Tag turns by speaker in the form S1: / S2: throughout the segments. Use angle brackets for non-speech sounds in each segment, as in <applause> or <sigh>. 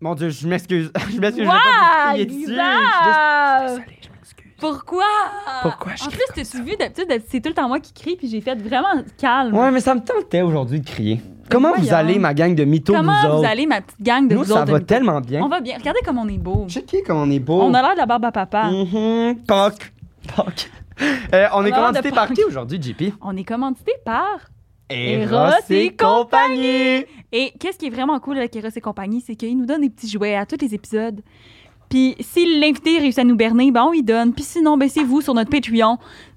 S1: Mon Dieu, je m'excuse. <laughs> je m'excuse.
S2: Ah! Wow,
S1: j'ai pas voulu crier dessus. Je
S2: Guizard!
S1: suis désolé, je m'excuse.
S2: Pourquoi?
S1: Pourquoi je
S2: En
S1: crie
S2: plus, t'es-tu vu d'habitude, c'est tout le temps moi qui crie, puis j'ai fait vraiment calme.
S1: Ouais, mais ça me tentait aujourd'hui de crier. Comment vous
S2: voyons.
S1: allez, ma gang de mythos,
S2: Comment
S1: vous
S2: vous,
S1: autres?
S2: allez, ma petite gang de
S1: Nous,
S2: vous
S1: ça
S2: autres?
S1: va
S2: de-
S1: tellement bien.
S2: On va bien. Regardez comme on est beau.
S1: Checker comme on est beau.
S2: On a l'air de la barbe à papa.
S1: Mhm. Toc. Toc. Euh, on
S2: a
S1: est
S2: l'air
S1: commandité
S2: de
S1: par
S2: punk.
S1: qui aujourd'hui, JP?
S2: On est commandité par.
S1: Eros et
S2: et
S1: compagnie!
S2: Et qu'est-ce qui est vraiment cool avec Eros et compagnie, c'est qu'ils nous donnent des petits jouets à tous les épisodes. Puis si l'invité réussit à nous berner, ben on lui donne. Puis sinon, ben c'est vous sur notre Patreon.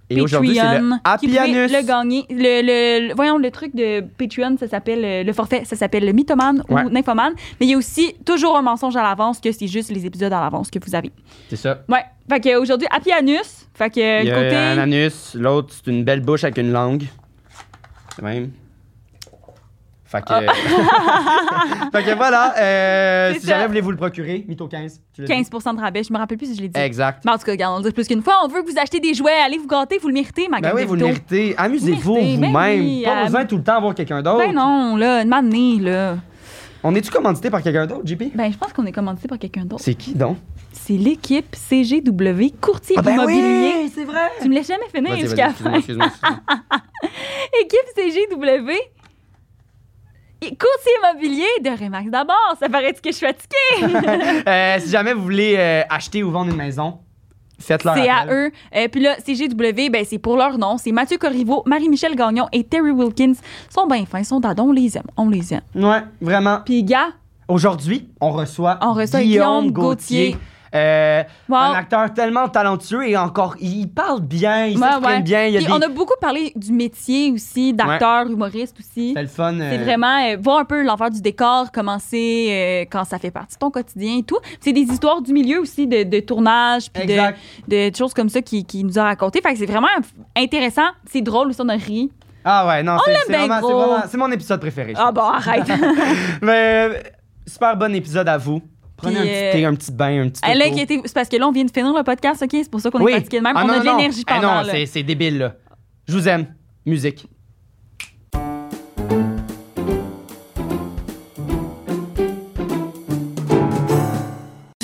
S1: Et aujourd'hui, c'est le
S2: Patreon, qui
S1: Happy
S2: pouvez
S1: Anus.
S2: le gagner. Le, le- le- voyons, le truc de Patreon, ça s'appelle euh, le forfait, ça s'appelle le mythomane
S1: Ouais.
S2: ou nymphomane. Mais il y a aussi toujours un mensonge à l'avance que c'est juste les épisodes à l'avance que vous avez.
S1: C'est ça.
S2: Ouais. Fait que aujourd'hui, Happy Anus. Fait que euh,
S1: Il y a
S2: côté.
S1: un anus, l'autre, c'est une belle bouche avec une langue. C'est même. Fait que. <laughs> fait que voilà, euh,
S2: Ah. C'est
S1: si
S2: ça.
S1: jamais voulez-vous le procurer, mytho 15. tu l'as
S2: 15
S1: dit?
S2: de rabais. Je me rappelle plus si je l'ai dit.
S1: Exact.
S2: Mais en tout cas, regarde, on le dit plus qu'une fois. On veut que vous achetez des jouets. Allez vous gâter, vous le méritez, ma
S1: Ben
S2: gang
S1: oui,
S2: de
S1: vous le
S2: vidéos.
S1: méritez. Amusez-vous
S2: Méritez, ben
S1: vous-même.
S2: oui,
S1: Pas
S2: euh,
S1: besoin tout le temps voir quelqu'un d'autre.
S2: Ben non, là, une manée, là.
S1: On est-tu commandité par quelqu'un d'autre, JP?
S2: Ben, je pense qu'on est commandité par quelqu'un d'autre.
S1: C'est qui donc? Ah,
S2: C'est l'équipe CGW, courtier immobilier.
S1: c'est vrai!
S2: Tu me laisses jamais finir
S1: ben Vas-y, vas-y,
S2: jusqu'à la
S1: excuse-moi,
S2: fin.
S1: excuse-moi, excuse-moi.
S2: Équipe CGW. Et courtier immobilier de Remax d'abord. Ça paraît-tu que je suis fatiguée?
S1: <laughs> Euh, si jamais vous voulez euh, acheter ou vendre une maison, faites-leur
S2: C'est à
S1: appel.
S2: eux. Euh, Puis là, CGW, ben, c'est pour leur nom. C'est Mathieu Corriveau, Marie-Michel Gagnon et Terry Wilkins. Ils sont bien fins, ils sont dadons, on les aime. On les aime.
S1: Ouais, vraiment.
S2: Puis, gars,
S1: Aujourd'hui, on reçoit,
S2: On reçoit Guillaume Gauthier.
S1: Euh,
S2: wow.
S1: Un acteur tellement talentueux et encore, il parle bien, il
S2: Ouais,
S1: s'exprime
S2: ouais.
S1: bien. Il y a
S2: Puis
S1: des...
S2: on a beaucoup parlé du métier aussi, d'acteur, humoriste aussi.
S1: C'était le fun.
S2: C'est
S1: euh,
S2: vraiment euh, voir un peu l'envers du décor, commencer quand ça fait partie de ton quotidien et tout. C'est des histoires du milieu aussi de, de tournage, puis de,
S1: Exact.
S2: de choses comme ça qui, qui nous a racontées. Fait que c'est vraiment intéressant. C'est drôle aussi, on a ri.
S1: Ah ouais, non, c'est c'est
S2: bien
S1: vraiment, c'est
S2: gros.
S1: vraiment- c'est mon épisode préféré. je
S2: Ah bon, arrête. <laughs>
S1: pense. Mais euh, super bon épisode à vous. Prenez
S2: Puis,
S1: un petit
S2: euh,
S1: thé, un petit bain, un petit
S2: Elle
S1: auto.
S2: inquiétez C'est parce que là, on vient de finir le podcast, OK? C'est pour ça qu'on est fatigué de même.
S1: Ah,
S2: on
S1: non,
S2: a de
S1: non.
S2: l'énergie
S1: Ah
S2: pendant.
S1: non,
S2: là.
S1: c'est- c'est débile, là. Je vous aime. Musique.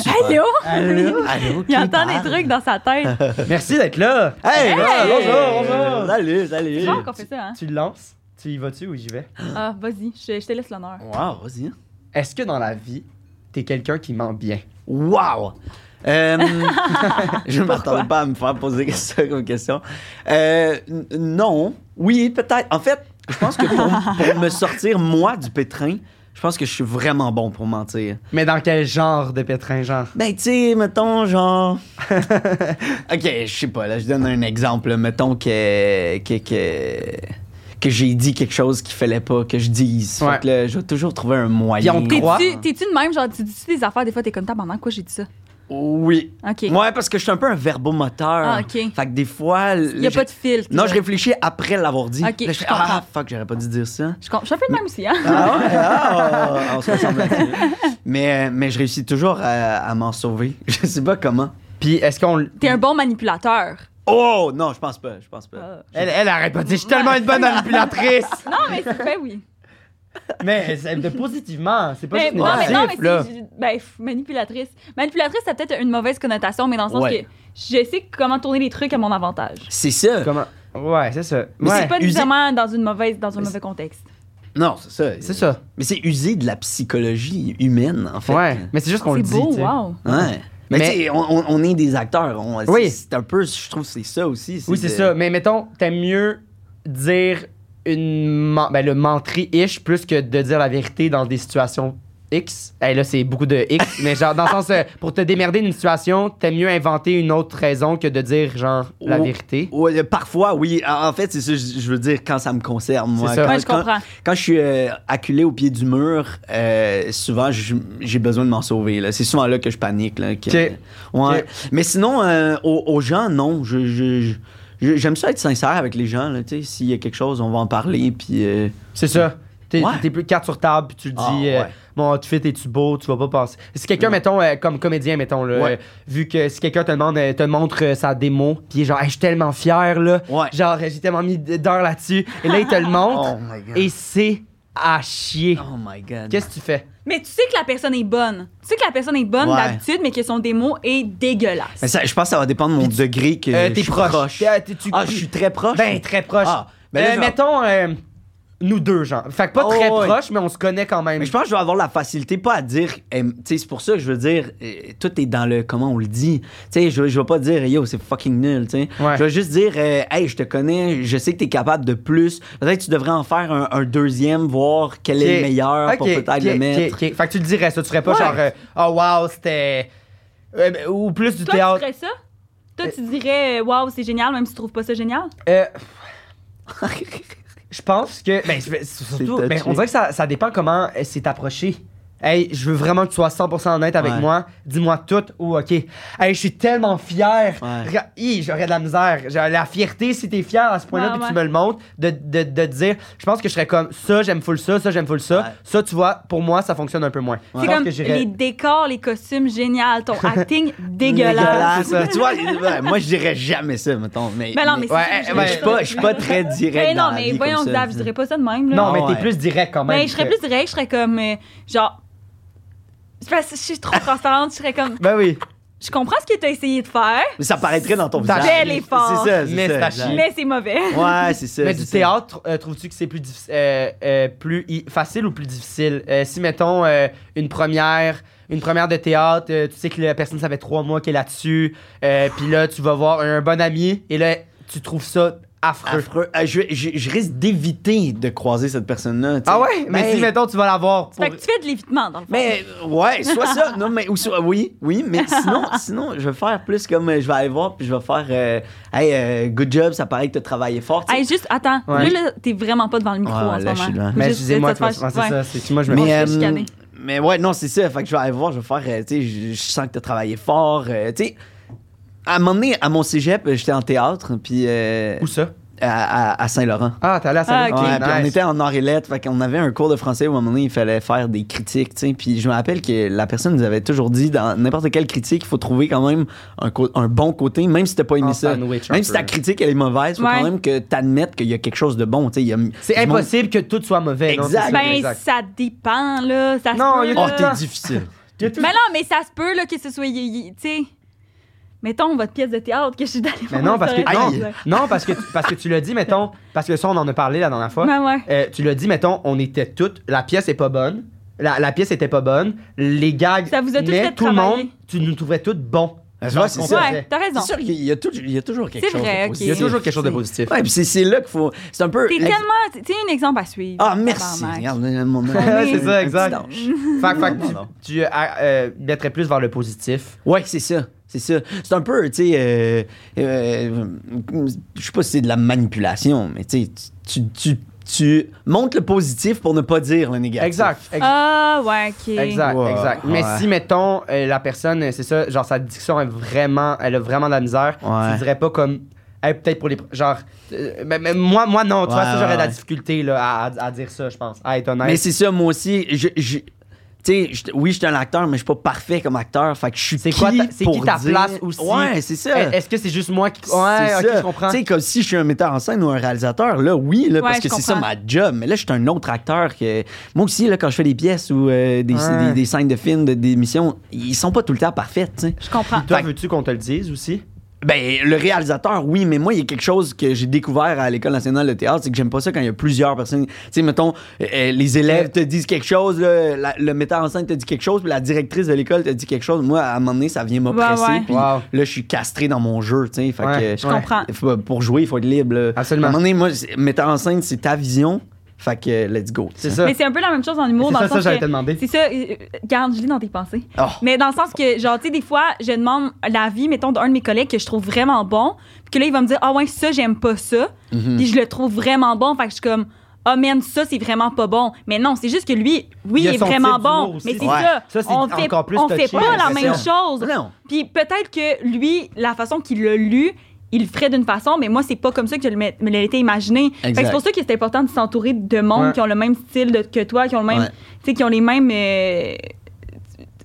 S2: Allô?
S1: Allô?
S2: <laughs> Il entend des trucs dans sa tête.
S1: <laughs> Merci d'être là.
S3: Hey,
S2: Hey!
S1: Bonjour, bonjour.
S3: Salut, salut.
S2: C'est rare qu'on fait ça, hein?
S1: Tu le lances? Tu y vas-tu ou j'y vais?
S2: Ah, vas-y, je, je te laisse l'honneur.
S3: Wow, vas-y. hein.
S1: Est-ce que dans la vie, t'es quelqu'un qui ment bien?
S3: Wow!
S2: <laughs>
S3: Euh, je ne m'attendais
S2: Pourquoi?
S3: pas à me faire poser ça comme question. Euh, n- non. Oui, peut-être. En fait, je pense que pour, pour me sortir, moi, du pétrin, je pense que je suis vraiment bon pour mentir.
S1: Mais dans quel genre de pétrin, genre?
S3: Ben, tu sais, mettons, genre. <laughs> ok, je sais pas, là, je donne un exemple. là. Mettons que. que, que... que j'ai dit quelque chose qu'il fallait pas que je dise.
S1: Ouais.
S3: Fait que là, je vais toujours trouver un moyen.
S1: Puis on te croit.
S2: T'es-tu t'es-tu de même, genre, tu dis-tu des affaires, des fois, t'es comme ça, pendant quoi j'ai dit ça?
S3: Oui.
S2: OK.
S3: Ouais, parce que je suis un peu un verbomoteur.
S2: Ah, ok.
S3: Fait que des fois.
S2: Il n'y a pas de filtre.
S3: Non,
S2: là.
S3: je réfléchis après l'avoir dit.
S2: Ok,
S3: Là, je
S2: je
S3: fais,
S2: comprends.
S3: ah, fuck, j'aurais pas dû dire ça.
S2: Je, com- je suis un peu de même aussi, hein?
S3: Ah ouais, <laughs> ah, on se ressemble là-dessus.
S2: <laughs>
S3: mais, mais je réussis toujours à, à m'en sauver. <laughs> Je sais pas comment.
S1: Puis est-ce qu'on... l-
S2: T'es un bon manipulateur.
S3: Oh, non, je pense pas, je pense pas.
S2: Ah.
S1: Elle, elle arrête pas de dire, je suis tellement une bonne manipulatrice!
S2: Non, mais c'est ben oui.
S1: <laughs> mais c'est de positivement, c'est pas
S2: Mais-
S1: juste
S2: non, mais,
S1: négatif,
S2: non, mais
S1: là.
S2: c'est- ben, pff, manipulatrice. Manipulatrice, ça a peut-être une mauvaise connotation, mais dans le sens
S3: Ouais.
S2: que je sais comment tourner les trucs à mon avantage.
S3: C'est ça.
S1: Comment... Ouais, c'est ça.
S3: Mais
S2: C'est
S1: Ouais,
S2: pas
S3: usé-
S2: nécessairement dans, une mauvaise, dans un
S3: Mais
S2: mauvais contexte.
S3: Non, c'est ça.
S1: c'est ça.
S3: Mais c'est usé de la psychologie humaine, en fait.
S1: Ouais, mais c'est juste qu'on
S2: C'est
S1: le dit,
S2: beau,
S1: tu sais.
S2: wow.
S3: Ouais. Mais,
S1: Mais-
S3: tu sais, on, on- on est des acteurs. on-
S1: Oui.
S3: c'est- C'est un peu, je trouve, c'est ça aussi.
S1: Oui, c'est
S3: de-
S1: ça. Mais mettons, t'aimes mieux dire une men- ben, le menterie-ish plus que de dire la vérité dans des situations X. Hey, là, c'est beaucoup de
S2: <laughs>
S1: X, mais genre, dans le sens, euh, pour te démerder d'une situation, t'aimes mieux inventer une autre raison que de dire, genre, la
S3: Oh.
S1: vérité.
S3: Ouais, euh, parfois, oui. En en fait, c'est ça, je je veux dire, quand ça me concerne, moi.
S1: C'est ça.
S3: Quand,
S2: Ouais, je
S3: quand-
S2: comprends.
S3: quand je suis euh, acculé au pied du mur, euh, souvent, je- j'ai besoin de m'en sauver. là. C'est souvent là que je panique. là, que-
S1: Ok.
S3: Ouais.
S1: Ok.
S3: Mais sinon, euh, aux, aux gens, non. Je- je- je- je- J'aime ça être sincère avec les gens. là, tu sais, S'il y a quelque chose, on va en parler. Puis, euh,
S1: C'est ça. T'es
S3: Ouais.
S1: t'es plus carte sur table, puis tu dis,
S3: Ah,
S1: euh,
S3: ouais. Mm.
S1: mon outfit, es-tu beau, tu vas pas passer. Si quelqu'un, mettons, euh, comme comédien, mettons, là,
S3: Ouais.
S1: euh, vu que si quelqu'un te demande, euh, te montre euh, sa démo, puis il est genre, Hey, je suis tellement fier, là.
S3: Ouais. <laughs>
S1: Genre, j'ai tellement mis d'heures là-dessus. Et là, il te le montre.
S3: Oh my God.
S1: Et c'est à chier.
S3: Oh my god.
S1: Qu'est-ce que tu fais?
S2: Mais tu sais que la personne est bonne. Tu sais que la personne est bonne
S3: Ouais.
S2: d'habitude, mais que son démo est dégueulasse.
S3: Mais ça, je pense que ça va dépendre de mon degré que
S1: Euh,
S3: je
S1: t'es
S3: suis
S1: proche. T'es- t'es- tu-
S3: Ah, je suis très proche.
S1: Ben, très proche.
S3: Ah, ben là,
S1: Euh,
S3: je vais-
S1: Mettons, euh, nous deux, genre. Fait que pas
S3: Oh,
S1: très
S3: ouais.
S1: proche, mais on se connaît quand même.
S3: Mais je pense que je vais avoir la facilité, pas à dire. euh, tu sais, c'est pour ça que je veux dire, euh, tout est dans le comment on le dit. Tu sais, je, je vais pas dire, yo, c'est fucking nul. tu sais.
S1: Ouais.
S3: Je vais juste dire, euh, hey, je te connais, je sais que t'es capable de plus. Peut-être que tu devrais en faire un, un deuxième, voir quel est le
S1: Ok.
S3: meilleur pour
S1: Ok,
S3: peut-être
S1: ok,
S3: le mettre. <laughs>
S1: ok, ok. Fait que tu le dirais, ça. Tu ferais pas
S3: Ouais.
S1: genre, euh, oh wow, c'était. Euh, ben, ou plus du
S2: Toi,
S1: théâtre.
S2: tu ferais ça? Toi, tu dirais, waouh, c'est génial, même si tu trouves pas ça génial?
S1: Euh, je pense que. Ben, je
S3: <laughs>
S1: vais- surtout,
S3: touché.
S1: ben, on dirait que ça, ça dépend comment euh, c'est approché. Hey, je veux vraiment que tu sois 100% honnête avec
S3: Ouais.
S1: moi. Dis-moi tout ou ok. Hey, je suis tellement fier.
S3: Ouais.
S1: Ra- Hi, J'aurais de la misère. J'ai la fierté, si t'es fier à ce point-là,
S2: Ouais,
S1: puis tu
S2: ouais.
S1: me le montres, de, de, de dire, je pense que je serais comme ça, j'aime full ça, ça, j'aime full ça.
S3: Ouais.
S1: Ça, tu vois, pour moi, ça fonctionne un peu moins. Je
S2: C'est
S1: pense
S2: comme
S1: que j'irais-
S2: les décors, les costumes, génial.
S1: <laughs>
S2: Ton acting, dégueulasse.
S1: <laughs> Dégueulasse, c'est ça.
S3: tu vois, ouais, moi, je dirais jamais ça, mettons. Mais,
S2: Mais non, mais c'est
S1: Ouais,
S2: ça que je dirais
S1: ouais,
S3: mais je suis pas, je suis pas très direct.
S2: Mais
S3: dans
S2: non,
S3: la
S2: mais
S3: vie
S2: voyons,
S3: comme ça.
S2: Dave, je dirais pas ça de même. Là.
S1: Non, mais
S3: Ah
S1: t'es
S3: ouais.
S1: plus direct quand même.
S2: Ben, je serais plus direct, je serais comme. euh, genre. C'est parce que je suis trop transparente, je serais comme.
S1: Ben oui.
S2: Je comprends ce que t'as essayé de faire,
S3: Mais ça paraîtrait dans ton
S1: T'as
S3: visage.
S2: bel effort.
S3: C'est ça, c'est
S1: Mais
S3: ça.
S1: c'est à
S3: exact.
S1: chier.
S2: mais c'est mauvais.
S3: Ouais, c'est ça.
S1: Mais
S3: c'est
S1: du
S3: ça.
S1: théâtre, euh, trouves-tu que c'est plus, diffi- euh, euh, plus i- facile ou plus difficile? Euh, si, mettons, euh, une première une première de théâtre, euh, tu sais que la personne, ça fait trois mois qu'elle est là-dessus, euh, puis là, tu vas voir un bon ami, et là, tu trouves ça affreux.
S3: affreux. Euh, je, je, je risque d'éviter de croiser cette personne-là. tu sais.
S1: Ah ouais? Mais si, mettons, tu vas la voir
S2: <laughs>
S1: pour...
S2: Fait que tu fais de l'évitement, dans le fond.
S3: Mais euh, ouais, soit ça, non mais ou soit oui, oui, mais
S1: <laughs>
S3: sinon, sinon je vais faire plus comme euh, je vais aller voir puis je vais faire euh, hey euh, good job, ça paraît que t'as travaillé fort. tu sais.
S2: Hey, juste, attends.
S1: Ouais.
S2: Là, là, t'es vraiment pas devant le micro
S3: Ouais,
S2: en ce
S3: là, je
S2: moment.
S3: suis devant.
S1: Mais
S2: Juste,
S1: excusez-moi,
S2: tu vas
S1: tu
S2: te
S1: vois,
S2: faire-
S1: c'est
S2: ouais.
S1: ça. c'est- Moi, je
S2: on
S1: me...
S2: se
S3: mais euh,
S2: fait chicaner.
S3: mais ouais, non, c'est ça, fait que je vais aller voir, je vais faire euh, tu sais, je, je sens que t'as travaillé fort, euh, tu sais. À un moment donné, à mon cégep, euh, j'étais en théâtre, puis euh,
S1: Où ça?
S3: à, à- à Saint-Laurent.
S1: Ah, t'es allé ben, à
S2: Ah,
S1: Saint-Denis.
S2: ok.
S3: Ouais, puis on
S1: nice.
S3: était en or et lettres, fait qu'on avait un cours de français où à un moment donné, il fallait faire des critiques, tu sais. Puis je me rappelle que la personne nous avait toujours dit, dans n'importe quelle critique, il faut trouver quand même un, co- un bon côté, même si t'as pas aimé
S1: En
S3: ça.
S1: sandwich, Ah, un
S3: Même si
S1: peu.
S3: ta critique, elle est mauvaise, faut
S2: Ouais.
S3: quand même que t'admettes qu'il y a quelque chose de bon, tu sais. il y a-
S1: C'est
S3: du monde-
S1: impossible que tout soit mauvais. non?
S3: Exact.
S1: C'est ça,
S2: Ben, ça dépend, là. Ça se
S1: Non,
S2: peut,
S1: il y a
S3: Oh,
S2: là.
S3: t'es difficile.
S1: Il y a tout-
S2: Mais non, mais ça se peut, là, que ce soit. y- y- Tu sais. Mettons votre pièce de théâtre que je suis d'aller
S1: Mais
S2: voir
S1: non, parce que,
S2: ça aurait été
S1: non,
S2: drôle.
S1: non parce, que, parce que tu l'as dit, mettons, parce que ça, on en a parlé la dernière fois.
S2: Ouais, ouais.
S1: Euh, tu l'as dit, mettons, on était toutes. La pièce est pas bonne. La, la pièce était pas bonne. Les gags.
S2: Ça vous a tous
S1: mais
S2: fait
S1: tout le monde,
S2: travailler.
S1: tu nous trouvais toutes bons.
S3: Ah, tu
S1: Dans
S3: vois,
S1: ce
S3: c'est
S1: qu'on
S3: ça.
S1: faisait.
S2: Ouais, t'as <laughs> raison.
S3: C'est sûr qu'il y a, tout- il y a toujours quelque
S2: C'est
S3: chose.
S2: vrai,
S3: de
S2: ok.
S1: Il y a
S3: positif.
S1: toujours quelque chose de positif.
S3: Ouais, puis c'est- c'est là qu'il faut. C'est un peu.
S2: T'es tellement. Tu sais, un exemple à suivre.
S3: Ah, merci.
S2: Tabarnak.
S3: Regarde, mon
S1: <laughs> c'est ça,
S3: un
S1: exact.
S3: petit ange.
S1: Fait que- fait que
S3: Non, non, non.
S1: tu, tu, euh, euh, mettrais plus vers le positif.
S3: Ouais, c'est ça. C'est ça. C'est un peu, tu sais, euh, euh, je sais pas si c'est de la manipulation, mais tu sais, tu, tu, tu- tu montres le positif pour ne pas dire le négatif.
S1: Exact. ex-
S2: Ah, ouais, ok.
S1: Exact,
S3: Wow.
S1: exact. Mais
S3: Ouais.
S1: si, mettons, euh, la personne, euh, c'est ça, genre sa diction est vraiment, elle a vraiment de la misère,
S3: Ouais.
S1: tu dirais pas comme, Hey, peut-être pour les. pr- Genre, euh, mais, mais moi, moi non, tu vois,
S3: Ouais,
S1: ça, j'aurais de la
S3: ouais.
S1: difficulté là, à, à- à dire ça, je pense, à être honnête.
S3: Mais c'est ça, moi aussi, je, je- tu sais, je- oui, je suis un acteur, mais je suis pas parfait comme acteur. Fait que je suis
S1: C'est
S3: qui
S1: quoi ta- c'est qui
S3: pour
S1: ta
S3: dire-
S1: place aussi? Eh,
S3: Ouais, c'est ça.
S1: Est- Est-ce que c'est juste moi qui.
S3: C'est
S1: Ouais, ok,
S3: ça.
S1: je comprends.
S3: Tu sais, comme si je suis un metteur en scène ou un réalisateur, là, oui, là,
S2: Ouais,
S3: parce
S2: je
S3: que c'est ça
S2: comprends.
S3: ma job. Mais là, je suis un autre acteur que. Moi aussi, là, quand je fais des pièces ou euh, des,
S1: Ouais.
S3: des, des scènes de films, de- des missions, ils sont pas tout le temps parfaits, tu sais.
S2: Je comprends.
S1: Toi,
S3: Fait-
S1: veux-tu qu'on te le dise aussi?
S3: Ben, le réalisateur, oui, mais moi, il y a quelque chose que j'ai découvert à l'École nationale de théâtre, c'est que j'aime pas ça quand il y a plusieurs personnes. Tu sais, mettons, euh, euh, les élèves te disent quelque chose, là, la- le metteur en scène te dit quelque chose, puis la directrice de l'école te dit quelque chose. Moi, à un moment donné, ça vient m'oppresser,
S2: Ouais, ouais.
S3: puis
S1: Wow.
S3: là, je suis castré dans mon jeu, tu sais. Fait
S1: Ouais,
S3: que,
S2: Je
S1: Ouais.
S2: comprends.
S3: il faut- Pour jouer, il faut être libre. là.
S1: Absolument.
S3: À un moment donné, moi, c'est- metteur en scène, c'est ta vision. Fait que, euh, let's go.
S1: C'est ça.
S2: Mais c'est un peu la même chose en humour,
S1: C'est
S2: dans
S1: ça,
S2: le
S1: ça,
S2: sens
S1: j'allais te
S2: que...
S1: demander.
S2: C'est ça, euh, garde, je lis dans tes pensées.
S3: Oh.
S2: Mais dans le sens que, genre, tu sais, des fois, je demande l'avis, mettons, d'un de mes collègues que je trouve vraiment bon, puis que là, il va me dire, ah ouais, ça, j'aime pas ça,
S3: Mhm.
S2: puis je le trouve vraiment bon, fait que je suis comme, ah man, ça, c'est vraiment pas bon. Mais non, c'est juste que lui, oui,
S1: Il
S2: il,
S1: a
S2: est
S1: son
S2: vraiment
S1: type d'humour
S2: bon,
S1: aussi.
S2: mais c'est
S3: Ouais.
S2: ça,
S1: Ça, c'est
S2: on fait,
S1: encore plus
S2: on fait
S1: touché,
S2: pas la
S1: j'ai
S2: même chose.
S3: Non.
S2: Puis peut-être que lui, la façon qu'il l'a lu, il le ferait d'une façon, mais moi, c'est pas comme ça que je le mets- me l'ai été imaginé. Fait que
S3: Exact.
S2: C'est pour ça que c'est important de s'entourer de monde
S1: Ouais.
S2: qui ont le même style de- que toi, qui ont le même,
S3: Ouais.
S2: tu sais, qui ont les mêmes. euh,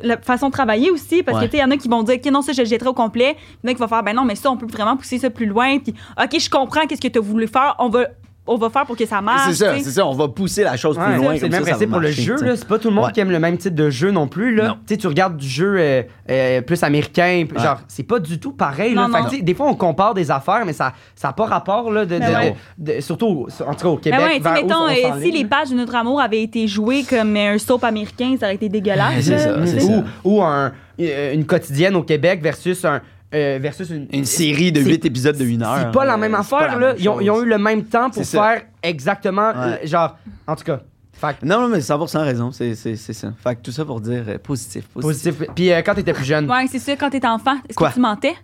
S2: la façon de travailler aussi, parce que,
S3: Ouais.
S2: tu sais, il y en a qui vont dire, OK, non, ça, je le jetterai au complet. Il y en a qui vont faire, ben non, mais ça, on peut vraiment pousser ça plus loin. Puis, OK, je comprends qu'est-ce que tu as voulu faire. On va on va faire pour que ça marche.
S3: C'est ça,
S2: tu sais.
S3: Ah, c'est ça. On va pousser la chose
S1: Ouais,
S3: plus loin.
S1: c'est
S3: comme
S1: le
S3: ça,
S1: même
S3: ça va
S1: principe pour le
S3: marcher,
S1: jeu.
S3: tu sais.
S1: là. C'est pas tout le monde
S3: Ouais.
S1: qui aime le même type de jeu non plus. Là.
S3: Non.
S1: Tu sais, Tu regardes du jeu euh, euh, plus américain, p-
S3: Ouais.
S1: genre, c'est pas du tout pareil. là.
S2: Non,
S1: Fait que,
S2: non.
S1: tu sais, des fois, on compare des affaires, mais ça n'a pas rapport, là, de,
S2: Mais
S1: de-
S2: ouais.
S1: de- surtout au- en tout cas au
S2: Mais
S1: Québec.
S2: ouais, tu sais,
S1: vers où
S2: mettons,
S1: on
S2: euh,
S1: s'enligne,
S2: si les
S1: là.
S2: pages de notre amour avaient été jouées comme euh, un soap américain, ça aurait été dégueulasse.
S3: C'est
S2: là, Mm.
S3: ça,
S2: tu
S3: c'est
S2: sais.
S3: ça.
S1: ou, ou un- euh, une quotidienne au Québec versus un euh, versus une,
S3: Une série de
S1: C'est-
S3: 8 épisodes de 1 heure.
S1: C'est pas la même
S3: euh, c'est pas
S1: affaire,
S3: la
S1: là.
S3: même
S1: Ils ont, ils ont eu le même temps pour
S3: C'est ça.
S1: faire exactement,
S3: Ouais.
S1: le- genre, en tout cas. Fait que
S3: Non, non, mais 100% raison, c'est c'est- c'est ça. Fait que tout ça pour dire euh, positif, positif.
S1: positif. Puis euh, quand t'étais plus jeune,
S3: <laughs>
S2: Ouais, c'est ça, quand t'es enfant, est-ce
S3: Mm. Quoi?
S2: que tu mentais?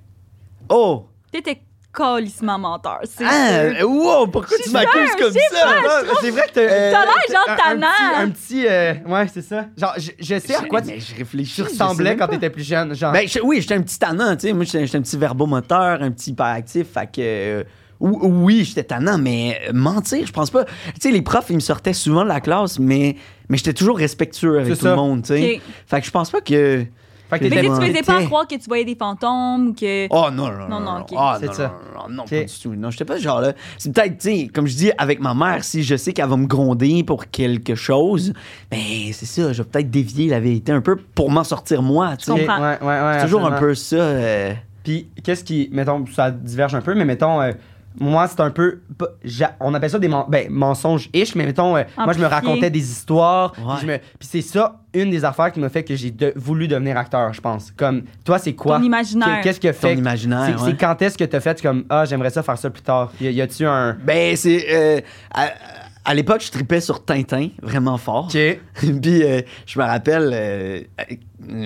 S3: Oh!
S2: T'étais colissement menteur, c'est
S3: Ah,
S2: sûr.
S3: wow, pourquoi tu
S2: Je
S3: m'accuses
S2: sais
S3: comme ça?
S1: c'est vrai que t'as
S3: Euh,
S2: T'as l'air Ah, genre
S1: un- un,
S2: tannant.
S1: petit, un petit, euh, ouais, c'est ça. Genre, je, je sais à
S3: Je-
S1: quoi tu,
S3: mais je réfléchis,
S1: tu
S3: je sais
S1: ressemblais
S3: même
S1: quand
S3: pas.
S1: t'étais plus jeune, genre.
S3: Ben, je- oui, j'étais un petit tannant, tu sais. Moi, j'étais j'étais un petit verbomoteur, un petit hyperactif. Fait que. euh, ou- oui, j'étais tannant, mais euh, mentir, je pense pas. Tu sais, les profs, ils me sortaient souvent de la classe, mais, mais j'étais toujours respectueux avec
S1: C'est
S3: tout
S1: ça.
S3: le monde, tu sais.
S2: Ok.
S3: Fait que je pense pas que.
S1: fait que
S2: Fait que
S1: t'étais
S2: tu faisais pas
S3: T'étais-
S2: croire que tu voyais des fantômes, ou que...
S3: Oh non, non,
S2: Non,
S3: non.
S2: non, ok.
S3: Ah,
S1: C'est
S3: non,
S1: ça.
S3: non, non, non,
S1: Ok.
S3: pas du tout. Non, j'étais pas ce genre-là. C'est peut-être, tu sais, comme je dis, avec ma mère, si je sais qu'elle va me gronder pour quelque chose, ben c'est ça, je vais peut-être dévier la vérité un peu pour m'en sortir moi, tu
S1: Ok,
S2: Je
S3: sais.
S2: comprends.
S1: ouais, ouais, ouais,
S3: C'est toujours un
S1: absolument.
S3: peu ça. euh,
S1: Puis qu'est-ce qui, mettons, ça diverge un peu, mais mettons, euh, moi c'est un peu, pas- j'a- on appelle ça des men- ben, mensonges ish, mais mettons, euh, moi je me
S2: Amplifié.
S1: racontais des histoires, puis
S3: Ouais.
S1: je me- puis c'est ça une des affaires qui m'a fait que j'ai de- voulu devenir acteur, je pense. Comme toi, c'est quoi
S2: Ton imaginaire.
S1: Que- Qu'est-ce que
S3: ton
S1: fait
S3: imaginaire.
S1: C'est
S3: ouais.
S1: c'est quand est-ce que t'as fait comme ah j'aimerais ça faire ça plus tard. Y, y a-tu un
S3: Ben, c'est. euh, à à l'époque, je tripais sur Tintin vraiment fort. <laughs> Puis, euh, je me rappelle, euh, euh,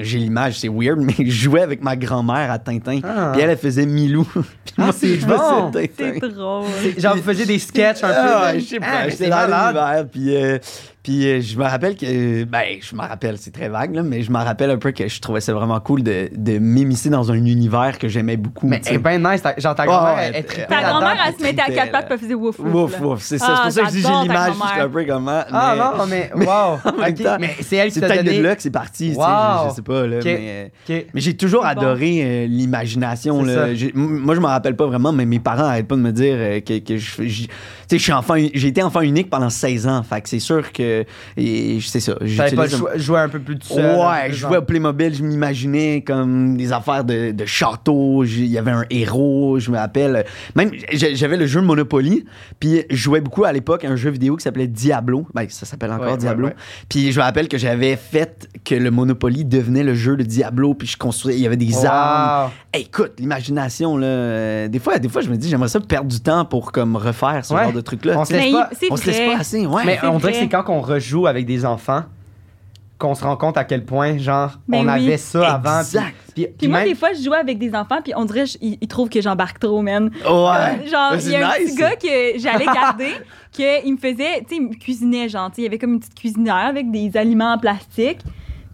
S3: j'ai l'image, c'est weird, <laughs> mais je jouais avec ma grand-mère à Tintin.
S1: Ah.
S3: Puis elle, elle faisait Milou. <laughs> Puis
S1: Ah,
S3: moi,
S1: c'est
S3: je jouais
S1: bon.
S3: sur
S2: C'est
S3: Tintin.
S2: drôle.
S1: Genre vous faisiez des sketchs un
S3: Ah,
S1: peu. de-
S3: je sais
S1: Ah,
S3: pas,
S1: mais
S3: j'étais
S1: c'est
S3: dans
S1: malade.
S3: l'univers, puis, euh, puis euh, je me rappelle que, ben, je me rappelle, c'est très vague, là, mais je me rappelle un peu que je trouvais ça vraiment cool de, de m'immiscer dans un univers que j'aimais beaucoup.
S1: Mais
S3: tu sais.
S1: elle est bien nice, ta- genre ta
S3: Ouais,
S1: grand-mère
S3: ouais,
S1: elle- elle trippait
S2: Ta
S1: là-dedans.
S2: grand-mère, elle se mettait à quatre
S3: C'était-
S2: pattes, puis elle faisait wouf wouf.
S3: Ouf,
S2: là.
S3: ouf, c'est ça, c'est
S2: Ah,
S3: pour ça que je dis j'ai
S2: j'adore ta
S3: l'image, je suis
S2: grand-mère.
S3: un peu comment.
S1: Ah
S3: mais-
S1: non <laughs> mais wow.
S3: en même
S1: Ok,
S3: temps,
S1: mais c'est elle qui
S3: C'est
S1: t'a
S3: peut-être
S1: donné.
S3: de là que c'est parti, tu sais,
S1: Wow.
S3: je, je sais pas. Là,
S1: Ok.
S3: Mais, euh,
S1: Ok.
S3: mais j'ai toujours
S2: C'est bon.
S3: adoré euh, l'imagination.
S1: C'est
S3: là.
S1: ça.
S3: J'ai- m- Moi, je m'en rappelle pas vraiment, mais mes parents arrêtent pas de me dire euh, que, que je, je- tu sais, je suis enfant, uni- j'ai été enfant unique pendant 16 ans. Fait que c'est sûr que et c'est ça.
S1: T'avais pas le
S3: j'utilise un-
S1: choix, jouer un peu plus tout seul. hein, un peu
S3: Ouais,
S1: plus
S3: je jouais au
S1: genre.
S3: Playmobil, je m'imaginais comme des affaires de, de château, j'ai- il y avait un héros, je me rappelle. Même, j'ai- j'avais le jeu Monopoly, puis je jouais beaucoup à l'époque à un jeu vidéo qui s'appelait Diablo. Ben, ça s'appelle encore
S1: Ouais, ouais,
S3: Diablo.
S1: ouais.
S3: Puis je me rappelle que j'avais fait que le Monopoly devenait le jeu de Diablo, puis je construisais, il y avait des armes.
S1: Wow.
S3: Hey, écoute, l'imagination, là, euh, des fois, des fois, je me dis, j'aimerais ça perdre du temps pour comme refaire ce
S1: Ouais.
S3: genre de truc-là.
S1: On
S3: On,
S1: se laisse
S2: Mais
S1: pas.
S2: c'est
S3: se laisse
S2: vrai.
S3: pas assez, ouais.
S1: Mais
S2: Ah, C'est
S1: on dirait que
S2: vrai.
S1: c'est quand on rejoue avec des enfants qu'on se rend compte à quel point genre
S2: Ben
S1: on
S2: oui.
S1: avait ça euh, avant. puis-
S3: Exact.
S1: Puis,
S2: Puis moi,
S1: même-
S2: des fois, je jouais avec des enfants, puis on dirait qu'ils trouvent que j'embarque trop, man.
S3: Ouais.
S2: Genre,
S3: Ben,
S2: il
S3: c'est
S2: y a un
S3: nice.
S2: petit gars que
S3: <laughs>
S2: j'allais garder, qu'il me faisait, tu sais, il me cuisinait, genre, tu sais, il y avait comme une petite cuisinière avec des aliments en plastique.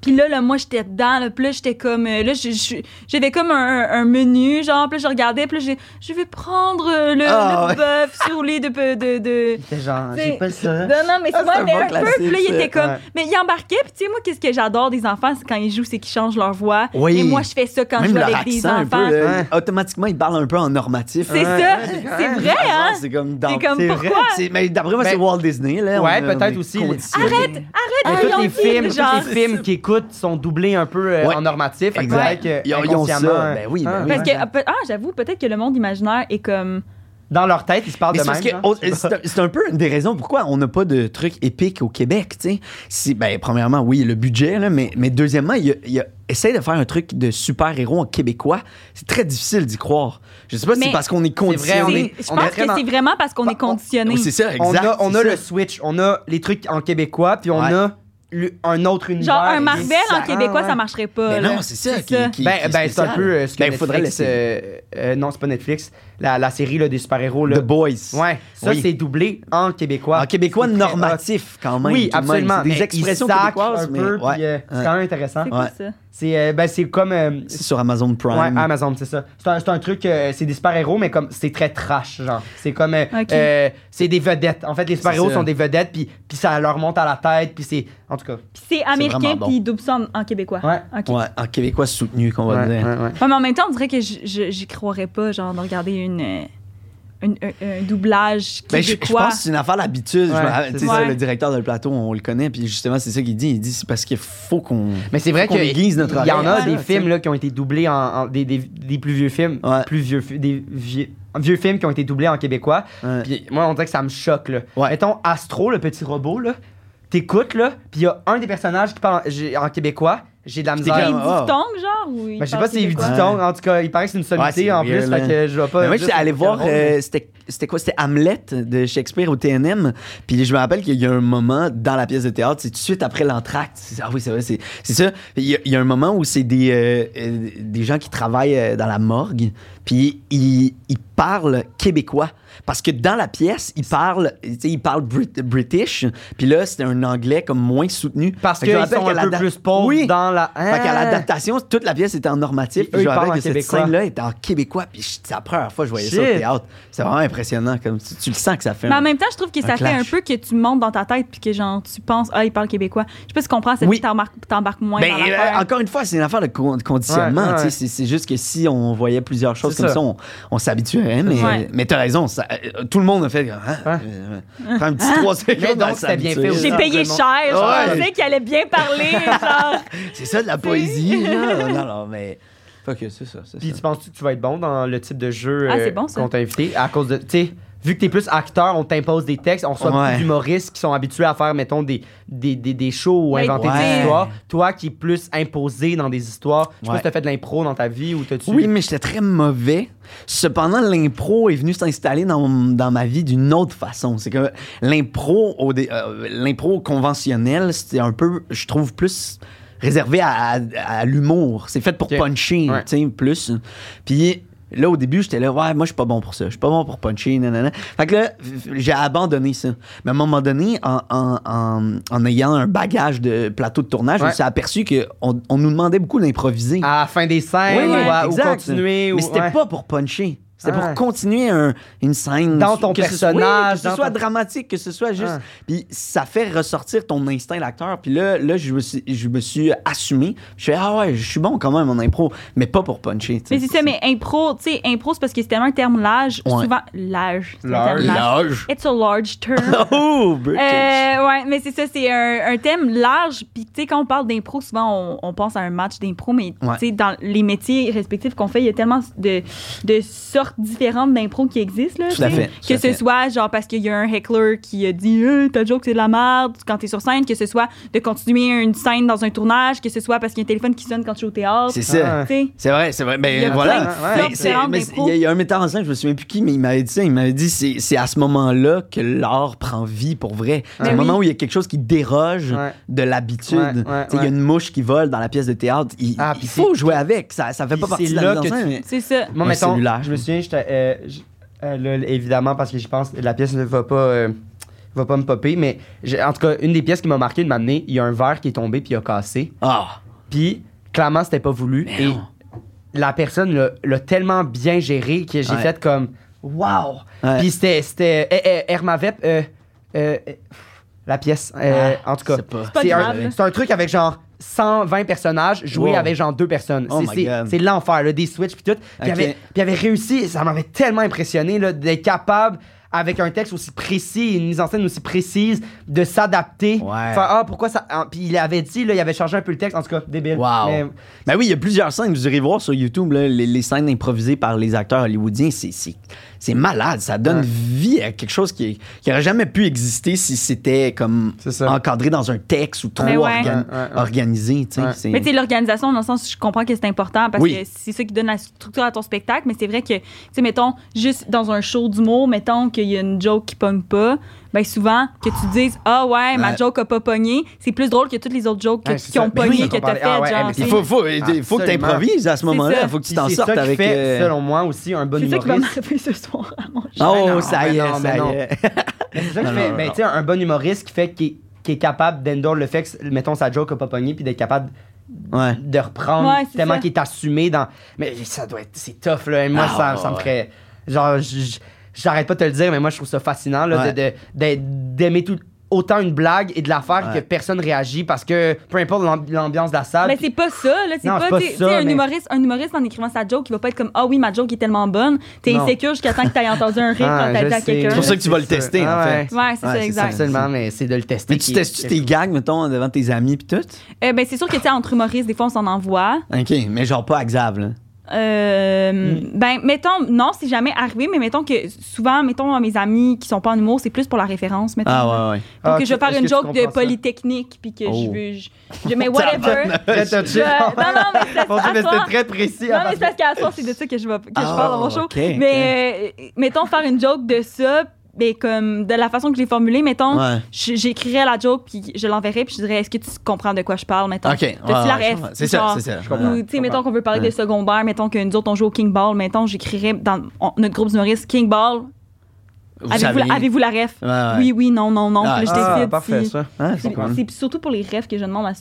S2: Puis là, là, moi, j'étais dedans, là, puis là, j'étais comme, euh, là, je- je- j'avais comme un, un menu, genre, puis là, je regardais, puis là, j'ai, je vais prendre euh, le,
S3: Ah,
S2: le
S3: ouais.
S2: bœuf surlé de, pe- de, de...
S1: C'était genre,
S2: C'est-
S1: j'ai pas ça.
S2: Non, non, mais
S3: Ah,
S2: c'est moi,
S3: c'est un
S2: mais
S3: bon
S2: un peu,
S3: classique,
S2: puis là, il
S3: ça.
S2: était comme...
S1: Ouais.
S2: Mais il embarquait, puis tu sais, moi, qu'est-ce que j'adore des enfants, c'est quand ils jouent, c'est qu'ils changent leur voix.
S3: Oui.
S2: Et moi, je fais ça quand
S3: Même
S2: je
S3: leur
S2: joue avec des
S3: accent un
S2: enfants.
S3: peu, là,
S1: Ouais.
S3: automatiquement, ils parlent un peu en normatif. Ah,
S2: C'est
S1: Ouais,
S2: ça,
S1: ouais, c'est-
S2: c'est vrai, hein?
S3: C'est comme dans...
S2: C'est comme
S1: c'est
S2: pourquoi?
S1: vrai,
S3: C'est- Mais d'après moi,
S1: Ben,
S3: c'est Walt Disney, là.
S1: ouais,
S3: on a- on
S1: peut-être
S3: est
S1: aussi.
S3: conditionnés.
S2: Arrête,
S1: Mais
S2: arrête,
S1: tous les
S2: ils ont dit,
S1: films,
S2: genre.
S1: tous les films qu'ils écoutent sont doublés un peu euh,
S3: Ouais.
S1: en normatif. Fait que
S3: Exact.
S1: peut-être que
S3: Ils ont- ils ont ça.
S1: inconsciemment,
S3: Ben oui, ben
S1: hein,
S3: oui.
S2: Parce que,
S3: Ouais.
S2: ah, peut- ah, j'avoue, peut-être que le monde imaginaire est comme.
S1: Dans leur tête, ils se parlent
S3: Mais
S1: de
S3: c'est
S1: même.
S3: parce que
S1: genre.
S3: on- c'est un- c'est un peu une des raisons pourquoi on n'a pas de truc épique au Québec, tu sais. Si- Ben, premièrement, oui, le budget, là, mais, mais deuxièmement, il y a, il y a- essaye de faire un truc de super-héros en québécois. C'est très difficile d'y croire. Je sais pas si
S2: Mais
S3: c'est parce qu'on est
S1: vrai,
S3: conditionné.
S1: on
S2: c'est-
S1: est-
S2: je
S1: on est
S2: pense que
S1: vraiment-
S2: c'est vraiment parce qu'on est conditionné.
S3: Oui, C'est ça, <laughs> exact.
S1: On a, on
S3: c'est
S1: a
S3: ça.
S1: le switch, on a les trucs en québécois, puis on
S3: Ouais.
S1: a le- un autre univers.
S2: Genre, un Marvel en
S1: différent,
S2: québécois,
S1: ouais.
S2: ça marcherait pas.
S3: Ben
S2: là.
S3: non, c'est ça. qui- qui- qui
S1: Ben,
S3: est
S1: ben c'est un
S3: spécial.
S1: peu euh, ce que
S3: Ben, il faudrait
S1: Netflix,
S3: l'essayer.
S1: euh, euh, non, c'est pas Netflix. La, la série là, des super-héros. là.
S3: The Boys.
S1: Ouais, ça,
S3: Oui.
S1: c'est doublé en québécois.
S3: En québécois
S1: C'est très
S3: normatif, quand
S1: hot.
S3: même.
S1: Oui,
S3: tout de même.
S1: absolument.
S3: C'est
S1: mais
S3: Des expressions
S1: ils sacrent
S3: québécoises,
S1: un
S3: mais
S1: peu,
S3: ouais.
S1: puis, euh, c'est
S3: Ouais.
S1: quand même intéressant.
S2: C'est quoi
S3: Ouais.
S2: ça?
S1: C'est euh, ben, c'est comme... euh,
S3: C'est sur Amazon Prime.
S1: Ouais, Amazon, c'est ça. C'est un, c'est un truc, euh, c'est des super-héros, mais comme c'est très trash, genre. C'est comme. euh,
S2: Ok.
S1: euh, c'est des vedettes. En fait, les super-héros
S3: C'est ça.
S1: sont des vedettes, puis, puis ça leur monte à la tête, puis c'est. En tout cas.
S2: Puis c'est américain,
S3: vraiment bon.
S2: puis ils doublent ça en, en québécois.
S1: Ouais.
S2: Ok.
S3: Ouais, en québécois soutenu, qu'on va
S1: ouais,
S3: dire.
S1: ouais, ouais.
S2: Ouais, mais en même temps, on dirait que je- je- j'y croirais pas, genre, de regarder une, euh, une- un, un doublage
S3: Ben, je, je
S2: québécois.
S3: pense que c'est une affaire d'habitude. Je
S1: Ouais,
S3: me rappelle,
S1: c'est
S3: tu sais,
S2: ça.
S3: ça,
S2: Ouais.
S3: Le directeur de plateau, on le connaît, puis justement, c'est ça qu'il dit. Il dit c'est parce qu'il faut qu'on.
S1: Mais c'est vrai
S3: Faut qu'on
S1: qu'il
S3: aiguise notre
S1: y en a
S3: oreille,
S1: des
S3: là,
S1: films
S3: t'sais.
S1: là, qui ont été doublés en, en- des, des- des plus vieux films,
S3: Ouais.
S1: plus vieux fi- des vieux, vieux films qui ont été doublés en québécois.
S3: Ouais.
S1: Puis moi on dirait que ça me choque là.
S3: Ouais.
S1: Mettons Astro le petit robot là, t'écoutes là, puis il y a un des personnages qui parle en, j'ai- en québécois, j'ai de la
S3: t'es
S2: Il y a
S1: misère.
S2: des
S3: comme- Ah.
S2: diphtongues, genre? Ou il
S1: Ben, je sais
S2: parle
S1: pas si c'est
S2: québécois?
S1: Vuitton, en tout cas, il paraît que c'est une sommité
S3: Ouais, c'est
S1: en
S3: weird,
S1: plus,
S3: là.
S1: fait que je vais pas.
S3: Mais moi, j'étais allé voir,
S1: Ouais,
S3: euh, c'était c'était quoi? C'était Hamlet de Shakespeare au TNM. Puis je me rappelle qu'il y a un moment dans la pièce de théâtre, c'est tout de suite après l'entracte. C'est- Ah oui, c'est vrai, c'est c'est ça. Il y, a, il y a un moment où c'est des, euh, euh, des gens qui travaillent euh, dans la morgue, puis ils, ils parlent québécois. Parce que dans la pièce, ils parlent, tu sais, ils parlent Brit- British, puis là, c'était un anglais comme moins soutenu.
S1: Parce
S3: Fait que je me
S1: qu'ils
S3: rappelle
S1: sont
S3: qu'à
S1: un
S3: la
S1: peu
S3: da-
S1: plus pauvres
S3: Oui.
S1: dans la.
S3: Fait qu'à
S1: Ah.
S3: l'adaptation, toute la pièce était en normatif.
S1: Puis eux,
S3: Puis je
S1: ils
S3: me
S1: parlent
S3: rappelle
S1: en
S3: que cette
S1: québécois.
S3: scène-là était en québécois. Puis je- c'est la première fois que je voyais ça
S1: Shit.
S3: au théâtre. C'est vraiment impressionnant. Comme, tu, tu le sens que ça fait.
S2: Mais
S3: un-
S2: en même temps, je trouve que ça fait un
S3: clash.
S2: peu que tu montes dans ta tête puis que genre tu penses ah il parle québécois. Je sais pas si tu comprends, c'est
S3: Oui.
S2: que t'embarques, t'embarques moins
S3: Ben,
S2: dans
S3: euh,
S2: l'affaire.
S3: encore une fois, c'est une affaire de con- de conditionnement.
S1: Ouais, ouais.
S3: tu sais. C'est- C'est juste que si on voyait plusieurs choses
S1: C'est
S3: comme
S1: ça.
S3: ça, on, on s'habituerait. Mais,
S2: Ouais.
S3: mais t'as raison. ça- euh, tout le monde a fait. comme, Hein,
S1: Ouais.
S3: euh, euh, prends un petit
S1: <laughs>
S3: 3
S1: Mais
S3: secondes.
S1: donc,
S3: on
S1: c'était bien
S3: s'habitue.
S1: fait
S2: J'ai
S1: aussi.
S2: payé
S1: Vraiment.
S2: cher, genre,
S3: Ouais.
S2: je sais qu'il allait bien parler, genre.
S3: C'est ça de la poésie. là. non, non, mais. Fuck, c'est ça. c'est
S1: Puis
S3: ça.
S1: tu penses que tu vas être bon dans le type de jeu
S2: Ah,
S1: euh,
S2: c'est bon, ça.
S1: qu'on t'a invité à cause de tu sais vu que t'es plus acteur, on t'impose des textes, on reçoit
S3: Ouais.
S1: plus d'humoristes qui sont habitués à faire, mettons, des, des, des, des shows ou
S2: Ben,
S1: inventer des
S3: Ouais.
S1: histoires. Toi qui es plus imposé dans des histoires, je sais pas
S3: Ouais.
S1: si t'as fait de l'impro dans ta vie ou t'as-tu...
S3: Oui, mais j'étais très mauvais. Cependant, l'impro est venu s'installer dans, dans ma vie d'une autre façon. C'est que l'impro, au dé- euh, l'impro conventionnelle, c'était un peu, je trouve, plus réservé à, à- à l'humour. C'est fait pour
S1: Ok.
S3: puncher,
S1: Ouais.
S3: tu sais, plus. Puis là, au début, j'étais là, ouais, moi, je suis pas bon pour ça. Je suis pas bon pour puncher, nanana. Fait que là, f- j'ai abandonné ça. Mais à un moment donné, en, en- en- en ayant un bagage de plateau de tournage,
S1: Ouais.
S3: on s'est aperçu qu'on on nous demandait beaucoup d'improviser
S1: À la fin des scènes
S3: oui,
S1: ou, à- ou
S3: exact.
S1: continuer ou...
S3: Mais c'était
S1: ouais.
S3: pas pour puncher. C'était
S1: Ouais.
S3: pour continuer un- une scène.
S1: Dans ton
S3: Que ce- oui,
S1: personnage,
S3: que
S1: dans
S3: ce soit
S1: ton- Ah.
S3: dramatique, que ce soit juste.
S1: Ouais.
S3: Puis ça fait ressortir ton instinct d'acteur. Puis là, là je, me suis, je me suis assumé. Je fais Ah ouais, je suis bon quand même en impro, mais pas pour puncher. tu sais.
S2: Mais c'est ça, mais impro, tu sais, impro, c'est parce que c'est tellement un terme large,
S3: Ouais.
S2: souvent large. c'est un
S1: Large.
S2: terme
S3: L'âge. <laughs>
S2: It's a large term.
S3: Oh, British.
S2: Euh, ouais, mais c'est ça, c'est un, un thème large. Puis, tu sais, quand on parle d'impro, souvent, on, on pense à un match d'impro, mais,
S3: Ouais.
S2: tu sais, dans les métiers respectifs qu'on fait, il y a tellement de, de sortes différentes d'impro qui existent, là.
S3: Tout à
S2: tu sais.
S3: fait, tout
S2: Que
S3: à
S2: ce
S3: fait.
S2: soit, genre, parce qu'il y a un heckler qui a dit, euh, ta joke, c'est de la merde, quand t'es sur scène, que ce soit de continuer une scène dans un tournage, que ce soit parce qu'il y a un téléphone qui sonne quand je suis au théâtre.
S3: C'est
S1: Ah.
S3: ça.
S2: Tu sais.
S3: C'est vrai, c'est vrai.
S2: Il y a
S3: Ben
S2: plein
S3: voilà.
S2: de
S1: Ouais,
S2: sortes
S3: Mais c'est-
S2: différentes
S3: mais c'est-
S2: d'impro.
S3: Il y, a- il y a un metteur en scène, je me souviens plus qui, mais il m'avait dit ça. Il m'avait dit c'est c'est à ce moment-là que l'art prend vie pour vrai.
S2: Ben
S3: C'est le
S2: oui.
S3: moment où il y a quelque chose qui déroge
S1: Ah Ouais.
S3: de l'habitude.
S1: Ouais, ouais,
S3: Tu sais, Il y
S1: ouais.
S3: a une mouche qui vole dans la pièce de théâtre. Il,
S1: Ah,
S3: il
S1: puis
S3: faut jouer avec. Ça ça fait
S1: puis
S3: pas partie
S1: c'est
S3: de
S1: là
S3: la mise en
S1: que
S3: scène,
S1: tu-
S3: mais-
S2: C'est ça.
S1: Moi,
S3: Un
S1: mettons,
S3: cellulaire.
S1: je me souviens, j'étais. euh, j- euh, là, évidemment, parce que j'y pense, la pièce ne va pas. euh, va pas me popper, mais j'ai- en tout cas, une des pièces qui m'a marqué de m'amener, il y a un verre qui est tombé puis il a cassé.
S3: Ah,
S1: Puis, clairement, c'était pas voulu.
S3: Mais
S1: et
S3: non.
S1: la personne l'a- l'a tellement bien géré que j'ai
S3: Ouais.
S1: fait comme Wow!
S3: Ouais.
S1: Puis c'était. c'était eh, eh, Hermavep, euh, euh, euh, la pièce, euh,
S3: Ah,
S1: en tout cas.
S3: c'est pas-
S2: pas
S1: C'est un,
S2: grave, là.
S1: c'est un truc avec genre 120 personnages joués
S3: Wow.
S1: avec genre deux personnes.
S3: Oh
S1: C'est-
S3: my
S1: c'est
S3: God.
S1: c'est l'enfer, là, des switches puis tout. Puis il
S3: Ok.
S1: avait- puis il avait réussi, ça m'avait tellement impressionné là, d'être capable avec un texte aussi précis, une mise en scène aussi précise, de s'adapter.
S3: Ouais.
S1: Faire, ah, pourquoi ça. ah, Puis il avait dit, là, il avait changé un peu le texte, en tout cas, débile.
S3: <laughs> Wow.
S1: Mais-
S3: Ben oui, il y a plusieurs scènes. Vous irez voir sur YouTube là, les, les scènes improvisées par les acteurs hollywoodiens. C'est, c'est, c'est malade. Ça donne
S1: Ouais.
S3: vie à quelque chose qui, qui aurait jamais pu exister si c'était comme
S1: C'est ça.
S3: encadré dans un texte ou trop
S2: Mais ouais.
S3: organ-
S1: Ouais, ouais, ouais.
S3: organisé. tu sais,
S1: Ouais.
S3: c'est-
S2: Mais tu sais, l'organisation, dans le sens, je comprends que c'est important parce
S3: Oui.
S2: que c'est ça qui donne la structure à ton spectacle, mais c'est vrai que, tu sais, mettons, juste dans un show d'humour, mettons qu'il y a une joke qui pogne pas, ben souvent, que tu dises, ah ouais, ma
S3: Ouais.
S2: joke a pas pogné, c'est plus drôle que toutes les autres jokes que-
S1: Ouais, c'est
S2: qui
S1: ça.
S2: ont
S1: Ben oui,
S2: pogné
S1: c'est
S2: que
S1: qu'on
S2: t'as
S1: parlait.
S2: fait.
S1: Ah ouais,
S2: genre,
S1: mais
S2: tu
S3: il
S2: sais.
S3: faut, faut, il faut que tu
S1: Absolument.
S3: improvises à ce moment-là.
S2: ça.
S3: Il faut que tu
S1: Puis
S3: t'en
S1: c'est
S3: sortes
S1: ça qui
S3: avec.
S1: fait,
S3: euh,
S1: selon moi, aussi un bon
S2: C'est ça qui va
S1: humoriste.
S2: m'arriver ce soir à mon show.
S3: Oh,
S1: Mais non,
S3: ça
S1: mais
S3: y est,
S1: non, mais
S3: ça
S1: non.
S3: y est. <laughs>
S1: Mais c'est ça qui
S3: Non,
S1: fait.
S3: non,
S1: mais
S3: non.
S1: tu sais, un bon humoriste qui fait qui, qui est capable d'endure le fait que, mettons, sa joke a pas pogné, puis d'être capable
S3: Ouais.
S1: de reprendre
S2: Ouais, c'est
S1: tellement
S2: ça.
S1: qu'il est assumé dans. Mais ça doit être. C'est tough, là. Et Moi,
S3: Ah,
S1: ça,
S3: ouais,
S1: ça me
S3: ouais.
S1: ferait. Genre, j- j- j'arrête pas de te le dire, mais moi, je trouve ça fascinant, là, de- de- d'être- d'aimer tout. autant une blague et de la faire
S3: Ouais.
S1: que personne réagit parce que peu importe l'ambi- l'ambiance de la salle.
S2: Mais c'est pas ça, là. C'est
S1: ah, Non,
S2: pas,
S1: c'est pas
S2: t'sais-
S1: ça,
S2: t'sais, un,
S1: mais-
S2: humoriste, un humoriste, en écrivant sa joke, il va pas être comme Ah oui, ma joke est tellement bonne. T'es
S1: Non.
S2: insécure jusqu'à temps que t'aies entendu un rire
S1: Ah,
S2: quand t'as
S1: je
S2: dit à
S1: sais.
S2: quelqu'un.
S3: C'est pour ça que tu vas le
S1: C'est
S3: tester, en
S1: Ah,
S3: fait.
S1: ouais.
S2: Ouais, c'est
S3: Ouais,
S2: ça,
S3: c'est
S2: exact.
S1: Absolument, mais c'est de le tester.
S3: Mais tu
S1: qui-
S3: testes-tu tes gags, mettons, devant tes amis pis tout?
S2: Euh, ben, c'est sûr que, tu sais, entre humoristes, des fois, on s'en envoie.
S3: OK, mais genre pas à Xav, là.
S2: Euh,
S1: Mm.
S2: Ben, mettons, non, c'est jamais arrivé, mais mettons que souvent, mettons, mes amis qui sont pas en humour, c'est plus pour la référence, mettons.
S3: Ah ouais, ouais.
S2: Donc,
S1: Ah,
S2: que je vais
S1: tu-
S2: faire une
S1: est-ce que tu
S2: joke de
S1: comprends ça?
S3: <laughs>
S2: polytechnique, puis que je
S3: Oh.
S2: veux. Je, je- mais whatever.
S1: <laughs> Très touché.
S2: Je- non, non, mais c'est
S1: Mon Dieu, mais
S2: à soir-
S1: c'était très ah, précis.
S2: Non,
S1: avant
S2: mais
S1: de-
S2: c'est parce qu'à soir, c'est de ça que je, vais, que je
S3: Ah,
S2: parle dans mon show.
S3: ok, ok.
S2: Mais euh, mettons, faire une joke de ça, mais comme de la façon que je l'ai formulée, mettons,
S3: Ouais.
S2: je- j'écrirais la joke, puis je l'enverrais, puis je dirais, est-ce que tu comprends de quoi je parle, mettons?
S3: OK. ouais,
S2: T'as-tu la
S3: ouais, je
S2: ref?
S3: comprends. C'est ça,
S2: Genre,
S3: c'est ça. je comprends.
S2: Ou, tu sais, mettons qu'on veut parler
S3: Ouais.
S2: de secondaire, mettons que nous autres, on joue au King Ball, mettons, j'écrirais dans on- notre groupe d'humoristes King Ball,
S3: Vous
S2: avez-vous
S3: savez.
S2: la, avez-vous la ref?
S3: Ouais, ouais.
S2: Oui, oui, non, non, non.
S3: Ah,
S2: Puis là, je
S1: Ah,
S2: décide
S1: parfait,
S2: si-
S1: ça.
S3: Hein, c'est
S2: C'est
S3: cool.
S2: c'est surtout pour les refs que je demande à-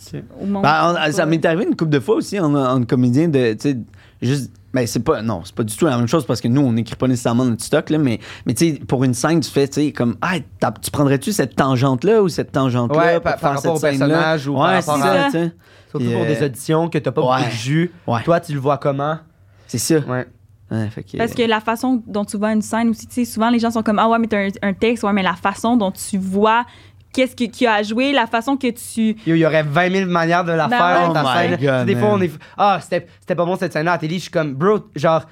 S2: au monde.
S3: Ben, on- ça m'est arrivé une couple de fois aussi en, en comédien de, tu sais, juste. Ben, c'est pas. Non, c'est pas du tout la même chose parce que nous, on n'écrit pas nécessairement notre stock, là, mais, mais tu sais, pour une scène, tu fais, tu sais, comme, ah, t'as- tu prendrais-tu cette tangente-là ou cette tangente-là
S1: Ouais,
S3: pour
S1: par-
S3: faire
S1: par rapport
S3: cette
S1: au
S3: scène-là?
S1: personnage ou par
S3: Ouais,
S1: rapport
S3: c'est
S2: à-
S3: ça, tu sais.
S1: Surtout
S3: Puis,
S1: pour
S3: euh,
S1: des auditions que t'as pas
S3: ouais.
S1: beaucoup de jus.
S3: Ouais.
S1: Toi, tu le vois comment?
S3: C'est ça. Ouais.
S1: Ouais.
S3: fait que,
S2: Parce que la façon dont tu vois une scène aussi, tu sais, souvent les gens sont comme Ah ouais, mais t'as un, un texte, ouais, mais la façon dont tu vois qu'est-ce que- qu'il y a à jouer, la façon que tu.
S1: Yo, Il y aurait 20 000 manières de la
S2: Ben
S3: ouais.
S1: faire dans ta
S3: Oh my
S1: scène. Tu sais, des
S3: God,
S1: fois, on
S3: man.
S1: est. Ah, c'était c'était pas bon cette scène-là. À la télé, je suis comme, bro, genre,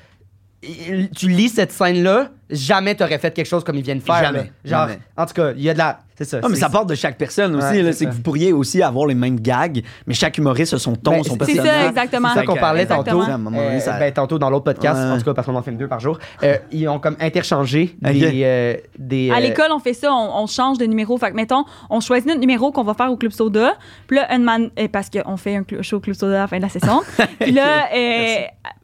S1: il- tu lis cette scène-là, jamais t'aurais fait quelque chose comme ils viennent faire.
S3: Jamais,
S1: là. Genre,
S3: jamais.
S1: en tout cas, il y a de la. C'est ça.
S3: Ah, mais
S1: c'est-
S3: ça part de chaque personne aussi.
S1: Ouais,
S3: là,
S1: c'est
S3: c'est que
S1: ça.
S3: vous pourriez aussi avoir les mêmes gags, mais chaque humoriste a son ton,
S1: Ben,
S3: son
S1: c'est-
S2: C'est
S3: personnage.
S2: ça, exactement.
S1: C'est ça qu'on
S3: Fait que,
S1: parlait tantôt.
S2: exactement.
S3: À un moment donné,
S1: Euh,
S3: ça-
S1: ben, tantôt dans l'autre podcast,
S3: Ouais.
S1: en tout cas parce qu'on en fait deux par jour, euh, ils ont comme interchangé
S3: Ok.
S1: des, euh, des.
S2: À
S1: euh,
S2: l'école, on fait ça, on, on change de numéro. Fait que, mettons, on choisit notre numéro qu'on va faire au Club Soda. Puis là, une man- euh, parce qu'on fait un cl- show au Club Soda à la fin de la session. Puis là, euh,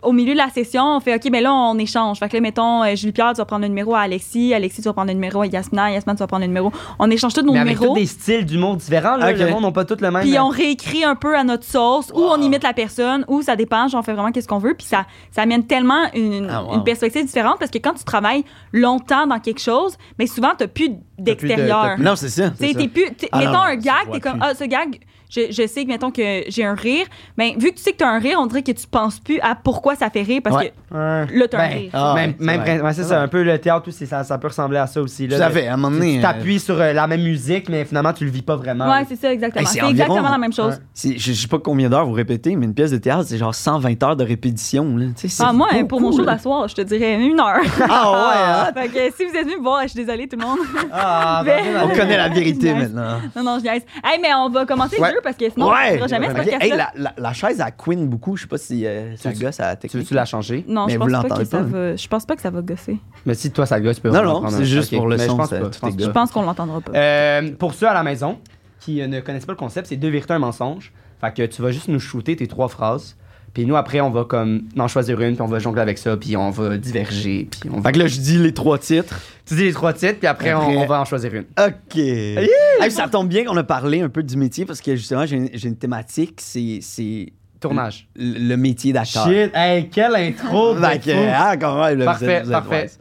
S2: au milieu de la session, on fait OK, mais là, on échange. Fait que là, mettons, euh, Julie-Pierre, tu vas prendre le numéro à Alexis. Alexis, tu vas prendre le numéro à Yasmina. Yasmina, tu vas prendre le numéro. On échange tous nos
S1: mais avec
S2: numéros.
S1: tous des styles d'humour différents, là,
S3: Ok.
S1: le monde n'a pas tout le même.
S2: Puis
S1: euh,
S2: on réécrit un peu à notre sauce, ou on
S3: Wow.
S2: imite la personne, ou ça dépend, genre on fait vraiment qu'est-ce qu'on veut. Puis ça, ça amène tellement une,
S3: Ah, wow.
S2: une perspective différente parce que quand tu travailles longtemps dans quelque chose, mais souvent t'as plus
S1: t'as
S2: d'extérieur.
S1: plus
S3: Non, c'est ça.
S2: Tu sais,
S3: c'est ça.
S2: t'es plus. t'es-
S3: Ah,
S2: mettons
S3: non, non,
S2: un
S3: ça se
S2: gag,
S3: voit
S2: t'es comme
S3: plus.
S2: ah ce gag, je, je sais que mettons que j'ai un rire, mais vu que tu sais que t'as un rire, on dirait que tu penses plus à pourquoi ça fait rire parce
S3: Ouais.
S2: que
S1: ouais.
S2: là t'as un
S1: Ben,
S2: rire.
S3: Ah,
S1: même,
S3: ouais, c'est
S1: même
S3: vrai. Ah.
S1: prin- ouais, c'est ça, un peu le théâtre aussi, ça, ça peut ressembler à ça aussi. Là,
S3: Tout à
S1: de-
S3: fait, à un
S1: tu-
S3: moment donné,
S1: Tu
S3: euh,
S1: t'appuies sur euh, la même musique, mais finalement, tu le vis pas vraiment.
S2: Ouais, c'est ça exactement.
S3: Ah Hey, c'est
S2: c'est
S3: environ-
S2: exactement la même chose.
S1: Ouais.
S3: C'est- Je je sais pas combien d'heures vous répétez, mais une pièce de théâtre, c'est genre 120 heures de répétition. Là. Tu sais, c'est
S2: Ah, moi,
S3: beaucoup,
S2: pour mon show
S3: là.
S2: d'asseoir, je te dirais une heure.
S1: <laughs>
S3: Ah
S2: <laughs> fait que si vous êtes venu me voir, je suis désolée tout le monde. <laughs>
S1: Ah,
S2: Ben-
S1: ben, ben,
S3: ouais, hein?
S1: ben.
S3: On connaît la vérité
S2: Nice.
S3: maintenant.
S2: Non, non, je niaise. Hey, mais on va commencer
S3: Ouais.
S2: le jeu parce que sinon, on ne fera jamais ce
S3: Ok,
S2: podcast
S3: hey, la, la- la chaise, elle queen beaucoup. Je sais pas si euh, ça
S1: Tu-
S3: gosse à la
S1: Tu
S3: technique.
S1: veux-tu la changer?
S2: Non,
S3: Mais
S2: je
S3: vous
S2: pense, pas
S3: l'entendez
S2: que ça
S3: pas,
S2: va... je pense pas que ça va gosser.
S1: Mais si toi, ça te gosse, tu peux
S3: Non,
S1: vraiment
S3: non,
S1: prendre
S3: c'est
S1: un-
S3: juste
S1: ok.
S3: pour le
S1: Mais je
S3: son,
S1: pense
S3: ça-
S1: pas,
S3: tout
S1: je pense
S3: est
S1: pas.
S2: Je pense qu'on l'entendra pas.
S1: Euh, pour ceux à la maison qui euh, ne connaissent pas le concept, c'est deux vérités, un mensonge. Fait que tu vas juste nous shooter tes trois phrases. Puis nous, après, on va comme en choisir une, puis on va jongler avec ça, puis on va diverger, puis on va...
S3: Fait que là, je dis les trois titres.
S1: Tu dis les trois titres, puis après,
S3: Après-
S1: On, on va en choisir une.
S3: OK. Hey, ça tombe bien qu'on a parlé un peu du métier parce que justement, j'ai une- j'ai une thématique, c'est- c'est
S1: Tournage.
S3: le le métier d'acteur.
S1: Shit, hey, quelle intro! de
S3: Fait que,
S1: fou.
S3: ah, quand même, là,
S1: Parfait,
S3: vous êtes- vous êtes
S1: parfait.
S3: wise.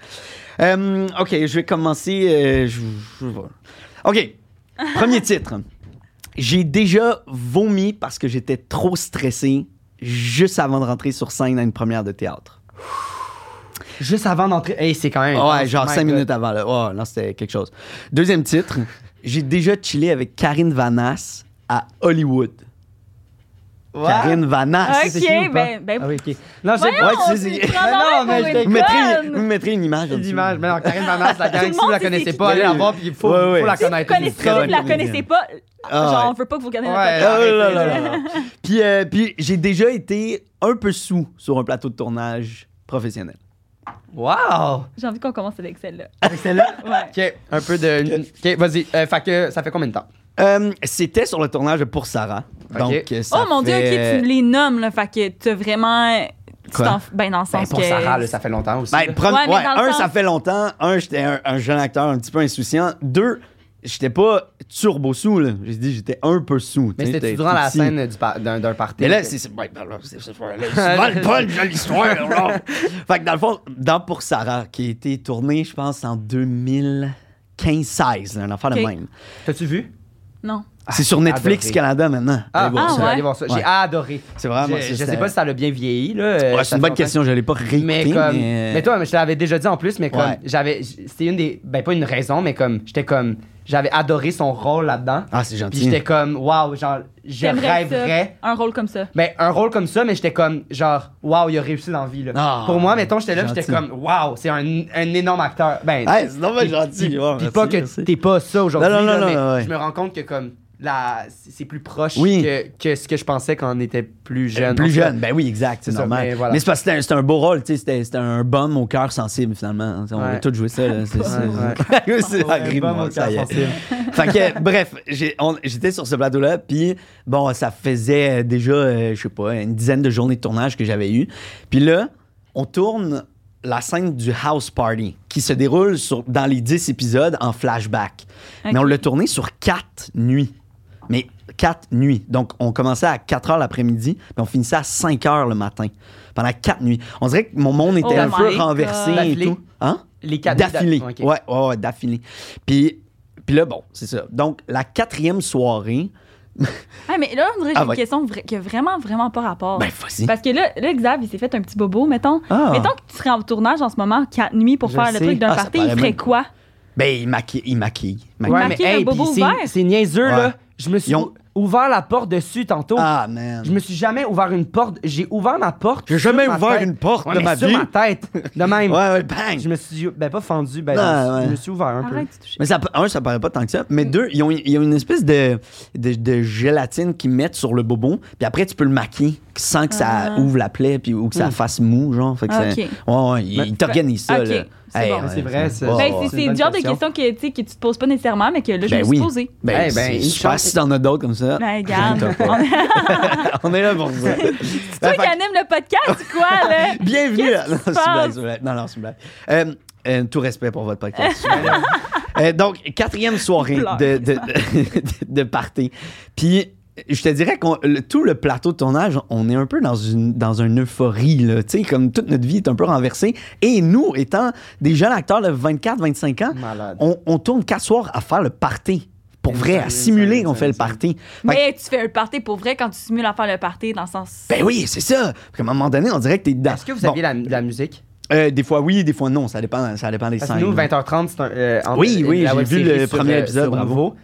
S3: Euh, OK, je vais commencer. euh, je- je- je- OK,
S2: <laughs>
S3: premier titre. J'ai déjà vomi parce que j'étais trop stressé juste avant de rentrer sur scène à une première de théâtre.
S1: Juste avant d'entrer. Hey, c'est quand même.
S3: ouais,
S1: intense,
S3: genre
S1: my
S3: cinq
S1: God.
S3: minutes avant. Là. Oh, non, c'était quelque chose. Deuxième titre. J'ai déjà chillé avec Karine Vanasse à Hollywood.
S1: Ouais.
S3: Karine Vanasse.
S2: Ok,
S1: C'est qui ou pas?
S2: ben- ben-
S1: Ah oui, ok. Non, je
S2: Voyons,
S3: ouais,
S2: on
S3: c'est-
S2: s'y
S3: <laughs> c'est-
S2: prend dans la
S1: Mais non, mais
S2: pour
S1: je
S2: une
S3: Vous mettrez,
S2: conne.
S3: vous mettrez une <laughs> image. en
S1: Une
S3: dessous.
S1: image. Mais non, Karine Vanasse,
S3: <laughs>
S1: la gang,
S2: Tout
S1: si
S2: le
S1: vous la
S2: monde sait
S1: connaissez
S2: c'est
S1: pas,
S3: qui.
S1: allez la voir, puis il faut,
S3: Ouais, ouais.
S1: faut la
S2: Si vous
S1: connaître.
S2: connaissez,
S1: Une
S2: vous
S1: très
S2: la
S1: bonne comédienne.
S2: connaissez pas,
S3: Ah,
S2: genre,
S3: ouais.
S2: on veut pas que vous regardez notre
S1: Ouais,
S2: podcast.
S3: Ah, là,
S1: arrêtez,
S3: là,
S1: là.
S3: là, là. puis euh, puis j'ai déjà été un peu sous sur un plateau de tournage professionnel.
S1: Wow!
S2: J'ai envie qu'on commence avec celle-là.
S1: Excellent.
S2: Ouais.
S1: <laughs> Ok, un peu de. Ok, vas-y. Euh, fait que ça fait combien de temps?
S3: Euh, C'était sur le tournage de Pour Sarah.
S1: Ok.
S3: Donc, euh, ça
S2: Oh mon dieu,
S3: fait-
S2: ok, tu les nommes, là. Fait que t'as vraiment. tu
S3: Quoi?
S2: t'en- Ben, dans le
S1: Ben,
S2: sens
S1: pour
S2: que.
S1: Sarah, là, ça fait longtemps aussi.
S3: Ben,
S1: là.
S3: prom-
S2: Ouais, mais
S3: ouais,
S2: dans le
S3: un,
S2: sens-
S3: ça fait longtemps. Un, j'étais un, un jeune acteur un petit peu insouciant. Deux, j'étais pas turbo sous. là. J'ai dit, j'étais un peu sous.
S1: mais
S3: tu sais,
S1: c'était
S3: j'étais
S1: durant
S3: tout
S1: la
S3: petit.
S1: scène du par- d'un d'un party.
S3: Mais là, c'est c'est- ouais, ben là, c'est- c'est- ouais, là,
S1: <laughs>
S3: c'est pas le punch de l'histoire. là. fait que dans le fond, dans Pour Sarah, qui a été tournée, je pense, en 2004, 15-16, là, un affaire
S2: Ok.
S3: de même.
S1: T'as-tu vu?
S2: Non.
S3: C'est sur Netflix
S1: adoré.
S3: Canada maintenant. Allez voir
S2: ah
S3: ça.
S2: ouais.
S1: allez voir ça. J'ai
S3: Ouais.
S1: adoré.
S3: C'est vraiment.
S1: je,
S3: c'est-
S1: je sais
S3: c'est-
S1: pas si ça l'a bien vieilli. Là, euh,
S3: Ouais,
S1: ça
S3: c'est une bonne
S1: fait longtemps.
S3: question, je l'ai pas réécouté.
S1: mais comme
S3: mais-
S1: mais toi mais je te l'avais déjà dit en plus mais comme
S3: Ouais.
S1: j'avais c'était une des ben pas une raison mais comme j'étais comme j'avais adoré son rôle là-dedans
S3: Ah, c'est
S1: puis
S3: gentil.
S1: j'étais
S3: <laughs>
S1: comme waouh genre je
S2: J'aimerais
S1: rêverais
S2: ça, un rôle comme ça.
S1: mais un rôle comme ça mais j'étais comme genre waouh il a réussi dans la vie là.
S3: Ah,
S1: pour moi mettons j'étais là
S3: gentil.
S1: j'étais comme waouh c'est un, un énorme acteur ben
S3: Hey, c'est normal, gentil.
S1: dis,
S3: ouais,
S1: dis
S3: merci,
S1: pas que
S3: merci.
S1: t'es pas ça aujourd'hui
S3: Non, non,
S1: là,
S3: non,
S1: mais
S3: non, ouais.
S1: je me rends compte que comme la c'est c'est plus proche
S3: Oui.
S1: que, que ce que je pensais quand on était plus
S3: Euh,
S1: jeune
S3: Plus jeune, <laughs> ben oui, exact, c'est
S1: C'est ça,
S3: normal.
S1: mais
S3: mais
S1: voilà.
S3: c'est parce que c'était un- c'était un, beau rôle, tu sais, c'était c'était un bum au cœur sensible finalement. On
S1: Ouais.
S3: a tous joué ça. là, C'est
S1: Ouais,
S3: <laughs> c'est- c'est agréable, ça y est. <laughs> Fait que, bref, j'ai- on- j'étais sur ce plateau-là, puis bon, ça faisait déjà, euh, je sais pas, une dizaine de journées de tournage que j'avais eues. Puis là, on tourne la scène du house party qui se déroule sur, dans les 10 épisodes en flashback.
S2: Ok.
S3: Mais on l'a tourné sur 4 nuits. Mais 4 nuits. Donc, on commençait à 4 heures l'après-midi, puis on finissait à 5 heures le matin. Pendant 4 nuits. On dirait que mon monde était
S2: Oh
S3: un peu
S2: my
S3: renversé
S1: God.
S3: et tout. Hein?
S1: les quatre
S3: D'affilée.
S1: Ok.
S3: Ouais, ouais, ouais, d'affilée. Puis, puis là, bon, c'est ça. Donc, la quatrième soirée.
S2: Ah, mais là, on dirait que j'ai
S3: Ah,
S2: une
S3: ouais.
S2: question vra- qui a vraiment, vraiment pas
S1: Oh.
S2: rapport.
S3: Ben, vas-y.
S2: Parce que là, là, Xav, il s'est fait un petit bobo, mettons.
S3: Ah.
S2: Mettons que tu serais en tournage en ce moment, quatre nuits, pour
S1: Je
S2: faire
S1: sais.
S2: le truc d'un
S3: Ah, ça
S2: party, il
S3: paraît
S2: ferait
S3: même.
S2: quoi?
S3: Ben, il maquille. Il maquille. il maquille.
S1: Ouais, mais
S2: Marquer le
S1: hey,
S2: bobo
S1: puis c'est-
S2: ouvert.
S1: c'est niaiseux,
S3: Ouais.
S1: là. Je me suis
S3: Ils ont-
S1: ouvert la porte dessus tantôt.
S3: Ah, man.
S1: oh, Je me suis jamais ouvert une porte. J'ai ouvert ma porte.
S3: J'ai
S1: sur
S3: jamais
S1: ma
S3: ouvert
S1: tête.
S3: une porte
S1: Ouais,
S3: de
S1: mais
S3: ma
S1: sur
S3: vie.
S1: ma tête. De même.
S3: Ouais, ouais, bang.
S1: Je me suis. Ben, pas fendu. Ben,
S3: Non,
S1: je,
S3: ouais.
S1: me suis ouvert un peu.
S2: Arrête de toucher.
S3: Mais ça, un, ça paraît pas tant que ça.
S1: Mm.
S3: Mais deux, ils ont, ils ont une espèce de, de, de gélatine qu'ils mettent sur le bobon. Puis après, tu peux le maquiller sans que ça
S2: Ah.
S3: ouvre la plaie puis, ou que ça
S1: Mm.
S3: fasse mou, genre. Fait que
S2: Ah,
S3: ça-
S2: ok.
S3: ouais, ouais, ils
S1: Mais-
S3: ils t'organisent ça.
S2: Ok,
S3: là.
S2: c'est bon.
S3: Ah,
S1: C'est vrai, ça.
S3: ouais,
S2: Ben,
S3: ouais.
S2: c'est-
S1: C'est une
S2: c'est le
S1: bonne
S2: genre de
S1: question.
S2: question que, tu sais, que tu te poses pas nécessairement, mais que là, je
S3: Ben
S2: me
S3: oui.
S2: suis posée.
S3: Ben,
S1: Eh ben, une
S3: je sais pas
S1: chance.
S3: si t'en as d'autres comme ça.
S2: Ben, regarde.
S3: Gêne-toi
S2: <laughs>
S3: pas. On est là pour ça.
S2: Toi
S3: Ben,
S2: qui
S3: fait-
S2: anime le podcast, ou quoi, là?
S3: <laughs> Bienvenue à...
S2: Qu'est-ce
S3: Non,
S2: qui se
S3: c'est une blague,
S2: passe?
S3: c'est une blague. Non, non, c'est une blague. Euh, euh, tout respect pour votre podcast. c'est une
S2: <laughs>
S3: blague. Euh, donc, quatrième soirée
S2: Il pleure.
S3: de, de, de- de party. Puis, je te dirais que tout le plateau de tournage, on est un peu dans une, dans une euphorie. Là. Tu sais, Comme toute notre vie est un peu renversée. Et nous, étant des jeunes acteurs de 24-25
S2: Ah.
S3: ans,
S1: Malade.
S3: on, on tourne quatre soirs à faire le party. Pour vrai, à
S1: Insane,
S3: simuler qu'on
S1: insane,
S3: fait le
S1: insane.
S3: party. Fait que-
S2: Mais tu fais le party pour vrai quand tu simules à faire le party dans le sens.
S3: ben oui, c'est ça. Parce qu'à un moment donné, on dirait que t'es dedans.
S1: Est-ce que vous
S3: Bon.
S1: aviez la, de la musique?
S3: Euh, des fois oui, des fois non. Ça dépend, ça dépend des
S1: Parce
S3: scènes.
S1: que nous,
S3: là.
S1: 20h30, c'est un. euh, en-
S3: Oui, oui,
S1: la
S3: j'ai vu
S1: web-série
S3: le
S1: sur,
S3: premier
S1: euh,
S3: épisode,
S1: sur
S3: bravo.
S1: Nouveau.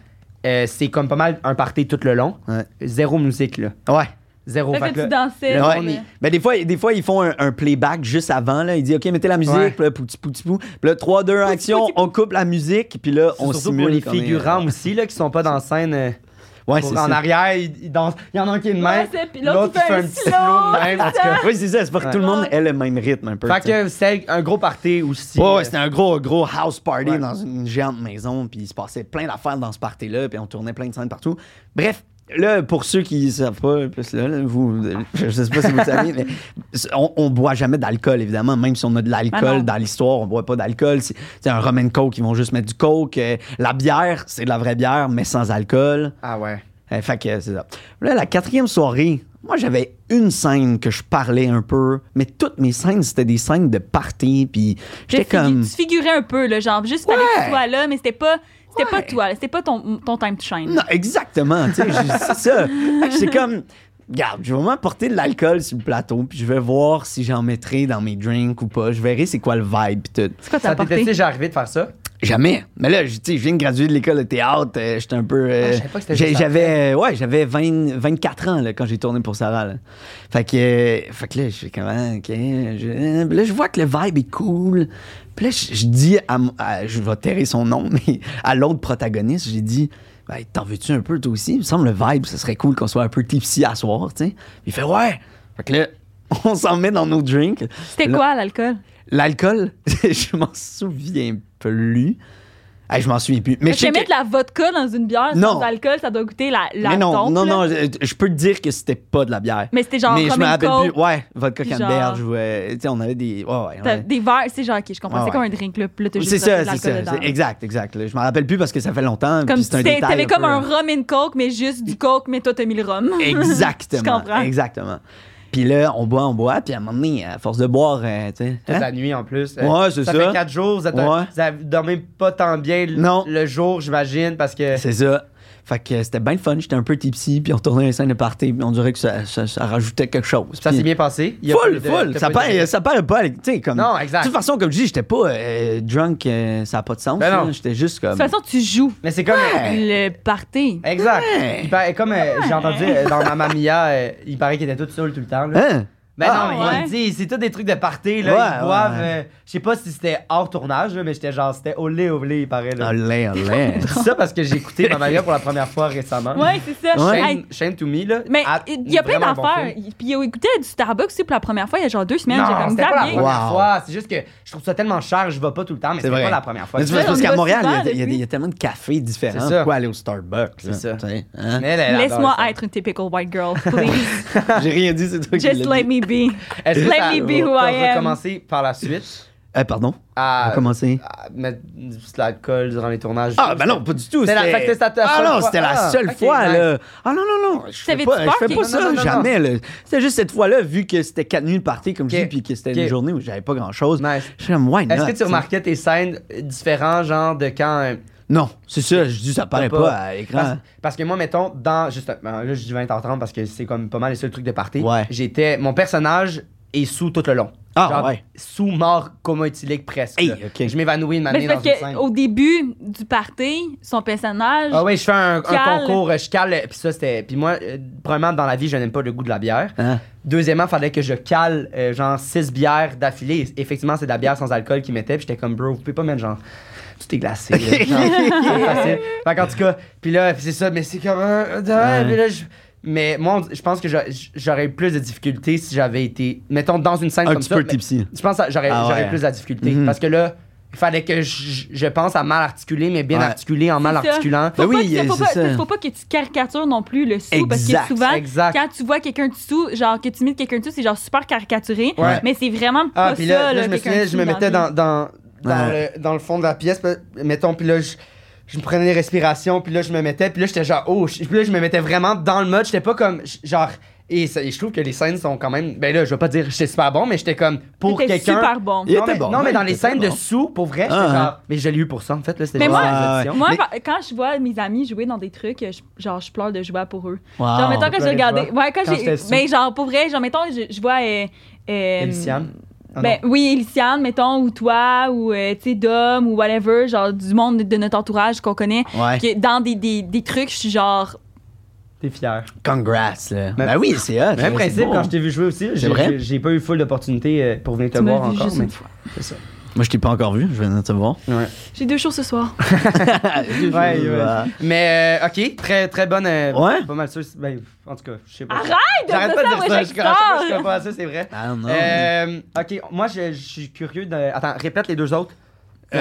S1: Euh, c'est comme pas mal un party tout le long.
S3: Ouais.
S1: Zéro musique, là.
S3: Ouais.
S1: Zéro.
S2: Fait que
S1: Fait que
S2: tu
S1: là-
S2: dansais.
S1: le
S2: tu
S3: Ouais.
S1: monde
S2: faisais-
S3: Ben, des, fois, des fois, ils font un, un playback juste avant. Là. Ils disent OK, mettez la musique.
S1: Ouais.
S3: Puis là, pouti, pouti, pou. Puis là, 3, 2, action. On coupe la musique. Puis là, on
S1: Surtout
S3: simule.
S1: pour les
S3: qu'on est-
S1: figurants aussi, là, qui sont pas dans la scène. euh,
S3: Ouais,
S1: Pour-
S3: c'est
S1: en
S3: ça.
S1: arrière, il, il danse. Il y en a un qui est de même.
S2: Ouais, c'est- puis l'autre, il fait un slow.
S1: slow de même. En tout cas.
S3: <laughs> Oui, c'est ça. C'est pour que
S1: Ouais.
S3: tout le monde ait le même rythme un peu.
S1: Fait
S3: tu sais.
S1: que c'est un gros party aussi.
S3: Ouais, ouais, c'était un gros, gros house party
S1: euh, Ouais.
S3: dans une géante maison, puis il se passait plein d'affaires dans ce party-là, puis on tournait plein de scènes partout. Bref, là, pour ceux qui savent pas, plus là, là, vous, euh, je sais pas si vous le savez, mais on, on boit jamais d'alcool, évidemment, même si on a de
S2: Ben
S3: l'alcool
S2: non.
S3: dans l'histoire, on boit pas d'alcool. C'est c'est un rum and coke, ils vont juste mettre du coke. Euh, La bière, c'est de la vraie bière, mais sans alcool.
S1: Ah ouais.
S3: Euh, fait que euh, c'est ça. Là, la quatrième soirée, moi, j'avais une scène que je parlais un peu, mais toutes mes scènes, c'était des scènes de party, puis j'étais
S2: Tu figu-
S3: comme...
S2: Tu figurais un peu, le genre, juste fallait que
S3: Ouais.
S2: tu sois là, mais c'était pas, c'était pas
S3: Ouais.
S2: toi, là, c'était pas ton, ton time to shine.
S3: Non, exactement. tu sais, j'ai- c'est ça. Fait que C'est comme, regarde, je vais vraiment porter de l'alcool sur le plateau, puis je vais voir si j'en mettrai dans mes drinks ou pas. Je verrai c'est quoi le vibe, puis tout.
S2: C'est quoi ta
S1: Ça t'était
S2: portée?
S1: déjà arrivé de faire ça?
S3: Jamais. Mais là, je tu sais, je viens de graduer de l'école de théâtre. euh, J'étais un peu. euh,
S1: Ah, je savais pas que c'était
S3: j'ai-
S1: juste
S3: j'avais, euh, ouais, j'avais 20 24 ans là, quand j'ai tourné pour Sarah. là. Fait que, euh, fait que là, je suis comme, ah, ok. je- euh, puis là, je vois que le vibe est cool. Puis là, je, je dis à, mon- à- je vais terrer son nom, <laughs> mais à l'autre protagoniste, j'ai dit. Ben, t'en veux-tu un peu, toi aussi? Il me semble le vibe, ce serait cool qu'on soit un peu tipsy à soir, tu sais. Il fait, ouais! Fait que là, <laughs> on s'en met dans nos drinks.
S2: C'était
S3: Là-
S2: quoi l'alcool?
S3: L'alcool, <laughs> je m'en souviens plus. Ah, je m'en souviens plus. Mais
S2: Parce que
S3: sais
S2: mettre
S3: que-
S2: la vodka dans une bière
S3: Non.
S2: sans alcool, ça doit goûter la, la
S3: Mais non,
S2: tombe,
S3: non,
S2: là.
S3: non, je, je peux te dire que c'était pas de la bière.
S2: Mais c'était genre
S3: mais je
S2: rum
S3: me
S2: and
S3: rappelle
S2: coke,
S3: plus. Ouais, vodka
S2: puis
S3: canneberge.
S2: genre-
S3: ouais, tu sais, on avait des. ouais, ouais,
S2: t'as
S3: ouais.
S2: des verres, c'est genre, ok, je comprends,
S3: Ah
S2: c'est comme
S3: ouais.
S2: un drink, là, puis là, t'as juste
S3: C'est
S2: sorti
S3: ça,
S2: de
S3: c'est
S2: l'alcool
S3: ça.
S2: dedans.
S3: c'est- Exact, exact. là. Je m'en rappelle plus parce que ça fait longtemps.
S2: Comme
S3: puis
S2: si
S3: c'est un
S2: t'es-
S3: détail
S2: t'avais
S3: un
S2: comme
S3: peu,
S2: un
S3: euh,
S2: <laughs> rum and coke, mais juste du coke, mais toi, t'as mis le rhum.
S3: Exactement.
S2: Je comprends.
S3: Exactement. Puis là, on boit, on boit. Puis à un moment donné, à force de boire, euh, tu sais.
S1: Toute
S3: hein?
S1: la nuit en plus. Euh,
S3: Ouais, c'est ça.
S1: fait quatre jours, vous, êtes un-
S3: Ouais.
S1: vous avez- dormez pas tant bien le,
S3: Non.
S1: le jour, j'imagine, parce que.
S3: C'est ça. Fait que c'était bien le fun. J'étais un peu tipsy. Puis on tournait les scènes de party. Puis on dirait que ça, ça- ça rajoutait quelque chose.
S1: Ça
S3: Puis-
S1: s'est bien passé. Il y a pas eu
S3: Full,
S1: de-
S3: full.
S1: t'as
S3: Ça
S1: pas eu de-
S3: paraît, ça paraît pas. Tu sais, comme.
S1: Non, exact.
S3: De toute façon, comme je dis, j'étais pas euh, drunk, euh, ça n'a pas de sens.
S1: Ben
S3: là.
S1: non.
S3: J'étais juste
S2: De
S3: comme.
S2: toute façon, tu joues
S1: Mais c'est comme.
S2: le party.
S1: Exact.
S3: Ouais.
S1: Il paraît- comme euh, j'ai entendu euh, dans Mamma Mia, euh, il paraît qu'il était tout seul tout le temps. Là.
S3: Hein?
S1: Ben
S2: Ah,
S1: non, mais
S2: ouais.
S1: il dit, c'est tout des trucs de party, là.
S3: Ouais,
S1: ils boivent.
S3: ouais.
S1: euh, je sais pas si c'était hors tournage, là, mais j'étais genre, c'était olé, olé, il paraît. Là.
S3: Olé,
S1: <laughs>
S3: olé.
S1: Je dis ça parce que j'ai écouté Mamma Mia pour la première fois récemment.
S2: Ouais, c'est ça.
S3: Ouais.
S2: Hey,
S1: Shame, Shame to me, là.
S2: Mais
S1: Ah,
S2: il y a plein
S1: vraiment bon
S2: d'affaires.
S1: film.
S2: Puis Puis écoutez du Starbucks aussi pour la première fois il y a genre deux semaines. J'ai
S1: Non,
S2: comme
S1: c'était pas la
S2: Xavier.
S1: première
S3: Wow.
S1: fois. C'est juste que je trouve ça tellement cher, je vais pas tout le temps, mais
S3: C'est
S1: c'est
S3: vrai.
S1: pas la première fois.
S3: Mais tu vois, c'est
S2: on
S3: parce
S2: y
S3: qu'à
S2: va
S3: Montréal,
S2: souvent
S3: il y a- il y, a des-
S2: depuis.
S3: il y a tellement de cafés différents.
S1: C'est ça.
S3: Pourquoi aller au Starbucks?
S1: C'est ça.
S3: ça.
S1: Mais elle, elle adore
S2: Laisse-moi
S1: ça.
S2: être une typical white
S1: <laughs>
S2: girl, please.
S3: <laughs> J'ai rien dit, c'est toi qui
S2: Just
S3: l'as
S2: let
S3: dit.
S2: me be.
S1: Est-ce que
S2: Let
S1: ça
S2: me be who
S1: t'as
S2: I am.
S1: recommencé par la suite
S3: Euh, pardon? On
S1: à,
S3: a commencé.
S1: à mettre de l'alcool durant les tournages?
S3: Ah, ben non, pas du tout.
S1: C'est la-
S3: c'était-
S1: fait que c'était ta
S3: ah
S1: seule
S3: non,
S1: fois.
S3: c'était la
S1: Ah,
S3: seule
S1: ok,
S3: fois,
S1: nice.
S3: là. Ah non, non, non. Je fais
S2: T'avais-tu
S3: pas, je
S2: peur
S3: fais
S2: qu'il-
S3: pas
S2: non,
S3: ça,
S1: non, non, non,
S3: jamais. là. C'était juste cette fois-là, vu que c'était quatre nuits de party, comme je
S1: Ok,
S3: dis, puis que c'était
S1: ok.
S3: une journée où j'avais pas grand-chose.
S1: Nice.
S3: Je suis comme, why
S1: Est-ce
S3: not,
S1: que tu
S3: sais?
S1: remarquais tes scènes euh, différentes, genre de quand. euh,
S3: Non, c'est ça, je dis, ça paraît
S1: T'as
S3: pas,
S1: pas-
S3: à
S1: Parce,
S3: l'écran.
S1: parce que moi, mettons, dans. Juste, là, je dis 20h30 parce que c'est comme pas mal les seuls trucs de party.
S3: Ouais.
S1: J'étais. Mon personnage est sous tout le long.
S3: Ah, ouais.
S1: Sous mort, coma éthylique presque.
S3: Hey,
S1: là.
S3: ok.
S1: Je m'évanouis de ma
S2: Mais c'est
S1: dans une
S2: parce
S1: scène.
S2: qu'au début du party, son personnage.
S1: Ah oui, je fais un, un
S2: Cale.
S1: concours, euh, je cale, euh, puis ça c'était. Puis moi, euh, premièrement, dans la vie, je n'aime pas le goût de la bière.
S3: Hein?
S1: Deuxièmement, fallait que je cale euh, genre 6 bières d'affilée. Effectivement, c'est de la bière sans alcool qu'ils mettaient, puis j'étais comme, bro, vous pouvez pas mettre genre. Tout est glacé.
S2: <laughs>
S1: là, genre, c'est facile. Fait qu'en tout cas, puis là, c'est ça, mais c'est comme. euh, euh,
S3: Ouais.
S1: puis là, je- Mais moi, on- je pense que j'a- j'aurais eu plus de difficultés si j'avais été. Mettons, dans une scène
S3: Un
S1: comme
S3: petit
S1: ça.
S3: peu
S1: mais-
S3: tipsy.
S1: je pense que j'aurais
S3: Ah
S1: j'aurais
S3: ouais.
S1: plus la difficulté.
S3: Mhm.
S1: Parce que là, il fallait que je, je pense à mal articuler, mais bien
S3: Ouais.
S1: articuler en mal
S2: C'est ça.
S1: articulant.
S2: Faut,
S3: Ben
S2: pas
S3: oui,
S2: que, faut,
S3: c'est
S2: pas,
S3: ça.
S2: faut pas que tu caricatures non plus le sous, parce
S3: Exact,
S2: que souvent,
S1: exact.
S2: quand tu vois quelqu'un dessous, genre que tu imites quelqu'un dessous, c'est genre super caricaturé,
S1: Ouais.
S2: mais c'est vraiment pas
S1: Ah, puis
S2: ça.
S1: là, là, je me
S2: quelqu'un
S1: souviens, je
S2: dessous
S1: me mettais
S2: le-
S1: dans, dans, dans
S3: Ouais.
S1: le, dans le fond de la pièce, puis- mettons, puis là, je, je me prenais des respirations, puis là, je me mettais, puis là, j'étais genre, oh, je- puis là, je me mettais vraiment dans le mode, j'étais pas comme, j- genre, et, ça- et je trouve que les scènes sont quand même, ben là, je veux pas dire j'étais super bon, mais j'étais comme, pour
S2: C'était
S1: quelqu'un.
S2: super bon.
S3: Il
S1: Non,
S3: était
S1: mais,
S3: bon,
S1: non, mais
S3: il
S1: dans les
S3: était
S1: scènes
S3: bon.
S1: de sous, pour vrai, j'étais
S3: Ah,
S1: genre, mais je l'ai eu pour ça, en fait, là, c'était
S2: Mais
S1: genre
S2: moi-
S1: des auditions.
S2: Moi,
S3: Mais-
S2: par- quand je vois mes amis jouer dans des trucs, je- genre, je pleure de joie pour eux.
S3: Wow.
S2: genre, mettons, quand
S1: pleurer
S2: j'ai
S1: de
S2: regardé.
S1: joie
S2: Ouais, quand,
S1: quand j'étais
S2: j'ai.
S1: sous.
S2: Mais genre, pour vrai, genre, mettons, je, je vois. Euh, euh,
S1: Elysiane? Ah,
S2: ben oui, Elisiane, mettons, ou toi, ou, euh, tu sais, Dom, ou whatever, genre, du monde de notre entourage qu'on connaît.
S3: Ouais.
S2: Que dans des, des, des trucs, je suis genre.
S1: T'es fier.
S3: Congrats, là. Ben oui, c'est hot.
S1: Même
S3: Ah, c'est
S1: principe,
S3: beau.
S1: quand je t'ai vu jouer aussi, j'ai-
S3: vrai?
S1: j'ai j'ai pas eu full d'opportunités euh, pour venir te
S2: Tu m'as
S1: voir
S2: vu
S1: encore.
S2: juste
S1: mais
S2: une fois.
S1: C'est ça.
S3: Moi, je t'ai pas encore vu, je viens de te voir.
S1: Ouais.
S2: J'ai deux choses ce soir.
S3: ouais,
S1: <laughs> Ouais, ouais. Mais euh, ok, très très bonne. euh,
S3: Ouais.
S1: Pas mal sûr. Ben, en tout cas, je sais pas.
S2: Arrête de
S1: J'arrête
S2: dire
S1: pas de
S2: ça,
S1: dire
S2: moi,
S1: ça.
S2: j'ai
S1: Je crois- je crois que
S2: peur.
S1: je comprends ça, c'est vrai.
S3: Ah non.
S1: Euh, ok, moi je, je suis curieux de. Attends, répète les deux autres.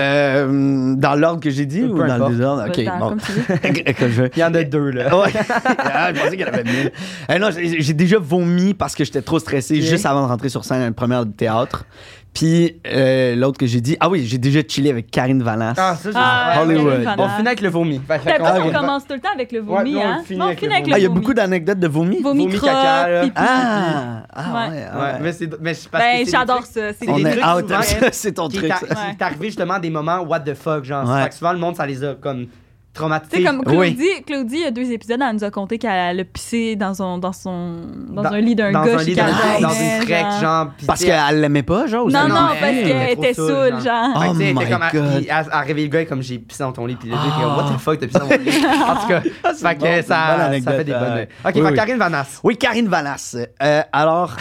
S3: Euh, dans l'ordre que j'ai dit
S1: Peu
S3: ou dans
S1: importe.
S3: le désordre? Ok,
S2: Attends,
S3: <laughs> bon.
S2: comme
S1: <laughs>
S2: tu veux.
S3: Comme je veux.
S1: Il y en a deux
S3: <laughs>
S1: là.
S3: Ouais. Ah, je pensais qu'elle avait mieux. Euh, non, j'ai j'ai déjà vomi parce que j'étais trop stressé
S1: Ok.
S3: juste avant de rentrer sur scène à une première de théâtre. Puis euh, l'autre que j'ai dit, ah oui, j'ai déjà chillé avec Karine Valasse.
S1: Ah, ça, c'est.
S2: Ah,
S1: ouais,
S3: Hollywood.
S1: ouais. On finit avec le vomi. Fait- fait
S2: T'as
S1: qu'on-
S2: pas
S3: Ah,
S2: qu'on
S3: ouais.
S2: commence tout le temps avec le vomi,
S1: Ouais, non, on
S2: hein?
S1: finit
S2: Non, on
S1: avec
S2: finit
S1: le
S2: avec
S1: vomi.
S2: le
S3: Ah, il y a
S2: vomi.
S3: beaucoup d'anecdotes de vomi.
S2: Vomi
S1: Vomi,
S2: crotte,
S1: caca, là.
S2: pipi.
S3: Ah, ah,
S2: Ouais.
S3: ouais,
S1: Ouais,
S3: ouais.
S1: mais c'est. Mais c'est parce que c'est
S2: Ben,
S1: des
S2: j'adore
S1: trucs
S2: ça. C'est
S1: On
S2: des
S1: est
S2: trucs
S1: out.
S2: souvent-
S1: souvent,
S3: ça, <laughs> c'est ton
S1: qui est
S3: truc. ça.
S1: ar- qui est arrivé justement à des moments what the fuck, genre.
S3: Ouais.
S1: Fait que souvent le monde, ça les a comme
S2: Tu sais,
S1: traumatisés.
S2: comme
S3: Oui.
S2: Claudie, Claudie, il y a deux épisodes, elle nous a conté qu'elle a pissé dans, son, dans, son, dans,
S1: Dans-
S2: un lit d'un
S1: dans
S2: gars
S1: un
S2: chez
S1: lit, dans,
S2: Calvin,
S1: dans une
S2: genre.
S1: trek, genre. pis
S3: Parce
S1: t'sais,
S3: qu'elle l'aimait pas, Hmm. genre? ou
S2: Non,
S3: ça
S2: non,
S3: l'aimait?
S2: parce qu'elle
S1: Hey,
S2: était
S1: trop saoule,
S2: saoule,
S1: genre.
S2: genre.
S1: Fait que,
S3: Oh
S1: tu sais, t'es
S3: my
S1: comme à-
S3: God.
S1: il- à- arrivé le gars est comme j'ai pissé dans ton lit puis le gars est
S3: Ah.
S1: comme what the fuck t'as pissé dans mon lit. en tout
S3: <laughs>
S1: cas, fait
S3: c'est bon, c'est
S1: que
S3: une
S1: ça,
S3: bonne
S1: ça
S3: anecdote,
S1: fait des bonnes.
S3: ouais.
S1: Ok,
S3: Oui,
S1: fait
S3: oui.
S1: Karine Vanasse.
S3: Oui, Karine Valasse. Euh,
S1: <laughs>
S3: alors,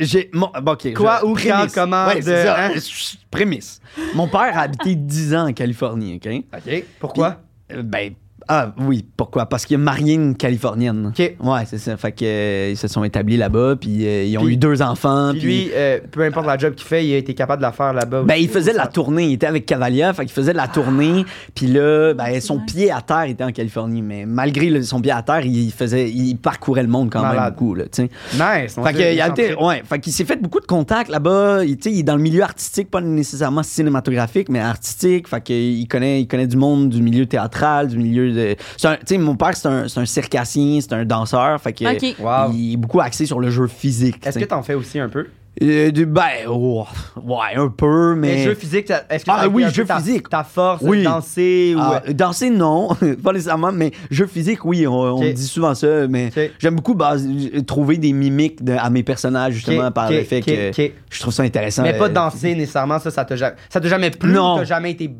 S3: j'ai. Mon, bon, ok,
S1: Quoi,
S3: je-
S1: où, quand,
S3: prémisse.
S1: comment,
S3: Ouais, c'est
S1: de-
S3: ça,
S1: hein?
S3: Chut, Prémisse. Mon père a habité 10 ans en Californie, OK?
S1: Ok, pourquoi?
S3: Euh, Ben, ah oui, pourquoi? Parce qu'il a marié une Californienne.
S1: Ok.
S3: Ouais, c'est ça. Fait que, euh, ils se sont établis là-bas, puis euh, ils ont
S1: Puis-
S3: eu deux enfants.
S1: Puis lui, euh, peu importe la job qu'il fait, il a été capable de la faire là-bas.
S3: Ben,
S1: aussi.
S3: il faisait de la tournée. Il était avec Cavalia, fait qu'il faisait de la tournée. Puis là, ben,
S2: Ah. C'est
S3: son
S2: nice.
S3: pied à terre était en Californie. Mais malgré le- son pied à terre, il, faisait, il parcourait le monde quand
S1: Malade.
S3: même beaucoup, là, tu sais.
S1: Nice. mon
S3: Fait
S1: Dieu,
S3: que, il a été-
S1: centré.
S3: ouais, fait qu'il s'est fait beaucoup de contacts là-bas. Il, tu sais, il est dans le milieu artistique, pas nécessairement cinématographique, mais artistique. Fait qu'il connaît, il connaît du monde du milieu théâtral, du milieu de de- c'est un- tu sais, mon père, c'est un, c'est un circassien, c'est un danseur. Fait que
S2: Ok.
S1: Wow.
S3: il est beaucoup axé sur le jeu physique.
S1: Est-ce que
S3: tu sais.
S1: t'en fais aussi un peu?
S3: Euh, du- ben, oh, ouais, un peu, mais.
S1: Les jeux physiques, t'as- est-ce que
S3: Ah
S1: t'as
S3: oui,
S1: un peu
S3: jeux
S1: ta-
S3: physiques.
S1: Ta force,
S3: Oui.
S1: danser ou.
S3: Ah, danser, non, <laughs> pas nécessairement, mais jeu physique, oui, on, on
S1: Ok.
S3: dit souvent ça, mais
S1: Ok.
S3: j'aime beaucoup base- trouver des mimiques de- à mes personnages, justement,
S1: Ok,
S3: par
S1: ok,
S3: le fait
S1: ok,
S3: que
S1: ok.
S3: je trouve ça intéressant.
S1: Mais pas
S3: euh,
S1: danser nécessairement, ça, ça t'a jamais, ça t'a jamais plu,
S3: Non.
S1: t'as jamais été.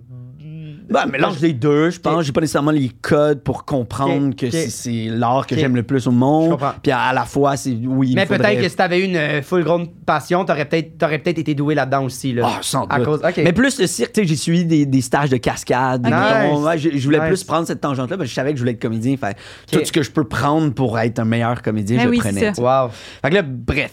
S3: Ben, mélange des deux, je pense.
S1: Ok.
S3: J'ai pas nécessairement les codes pour comprendre
S1: Ok,
S3: que
S1: ok.
S3: c'est- c'est l'art que
S1: Ok.
S3: j'aime le plus au
S1: Je
S3: monde.
S1: comprends.
S3: Puis à, à la fois, c'est. Oui, il
S1: Mais
S3: faudrait-
S1: peut-être que si t'avais eu une euh, full grande passion, t'aurais peut-être, t'aurais peut-être été doué là-dedans aussi, là.
S3: Ah, sans
S1: À
S3: doute.
S1: cause- ok.
S3: Mais plus le cirque, tu sais, j'ai suivi des, des stages de cascade.
S1: Ok.
S3: mettons. Ouais, je, je voulais
S1: Nice.
S3: plus prendre cette tangente-là parce que je savais que je voulais être comédien. Fait,
S1: Ok.
S3: Tout ce que je peux prendre pour être un meilleur comédien,
S2: Ben
S3: je
S2: oui,
S3: le prenais.
S2: c'est ça.
S3: tu sais.
S1: Wow.
S3: Fait que là, bref.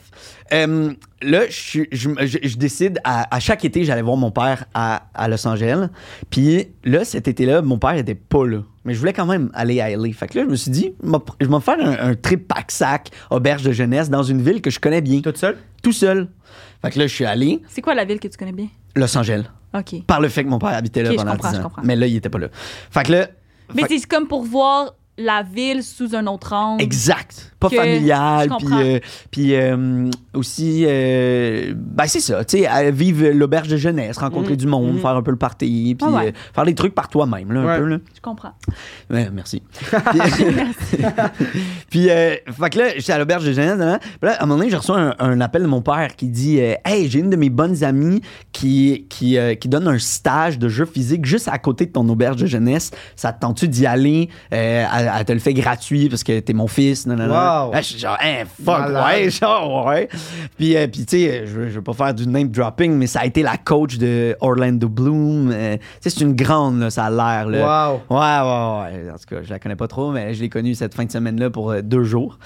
S3: Euh, là, je, suis- je, je- je décide, à, à chaque été, j'allais voir mon père à, à Los Angeles. Puis là, cet été-là, mon père était pas là. Mais je voulais quand même aller à LA. Fait que là, je me suis dit, m'a- je vais me faire un, un trip pack-sac, auberge de jeunesse, dans une ville que je connais bien, tout,
S1: Toute
S3: <laughs>
S1: seule?
S3: tout seul. Fait que là, je suis allé,
S2: C'est quoi la ville que tu connais bien?
S3: Los Angeles,
S2: OK.
S3: par le fait que mon père habitait là
S2: Ok, je
S3: pendant
S2: comprends,
S3: 10
S2: je
S3: ans.
S2: comprends.
S3: Mais là, il était pas là. Fait que là,
S2: Mais
S3: fait-
S2: c'est comme pour voir la ville sous un autre angle.
S3: Exact. Pas
S2: Que-
S3: familial.
S2: je
S3: Puis,
S2: comprends.
S3: euh, puis euh, aussi, euh, ben c'est ça, tu sais, euh, vivre l'auberge de jeunesse, rencontrer
S1: Mhm.
S3: du monde,
S1: Mhm.
S3: faire un peu le party, puis
S2: Mm. Mm-hmm. Ah ouais.
S3: euh, faire des trucs par toi-même, là,
S1: Ouais.
S3: un peu. Là.
S2: Je comprends.
S3: Ouais,
S1: <laughs>
S3: merci. puis, puis, <laughs> euh, fait que là, j'étais à l'auberge de jeunesse. hein. Puis là, à un moment donné, j'ai reçu un, un appel de mon père qui dit euh, Hey, j'ai une de mes bonnes amies qui, qui, euh, qui donne un stage de jeu physique juste à côté de ton auberge de jeunesse. Ça te tente-tu d'y aller Euh, elle, elle te le fait gratuit parce que t'es mon fils. Non, non, non.
S1: Wow.
S3: Là, je suis genre, Hein, fuck,
S1: Malade.
S3: ouais, genre, ouais. Puis, euh, puis tu sais, je, veux- je veux pas faire du name dropping, mais ça a été la coach de Orlando Bloom. Euh, tu sais, c'est une grande, là, ça a l'air. là.
S1: Wow.
S3: Ouais, ouais, ouais. En tout cas, je la connais pas trop, mais je l'ai connue cette fin de semaine-là pour euh, deux jours.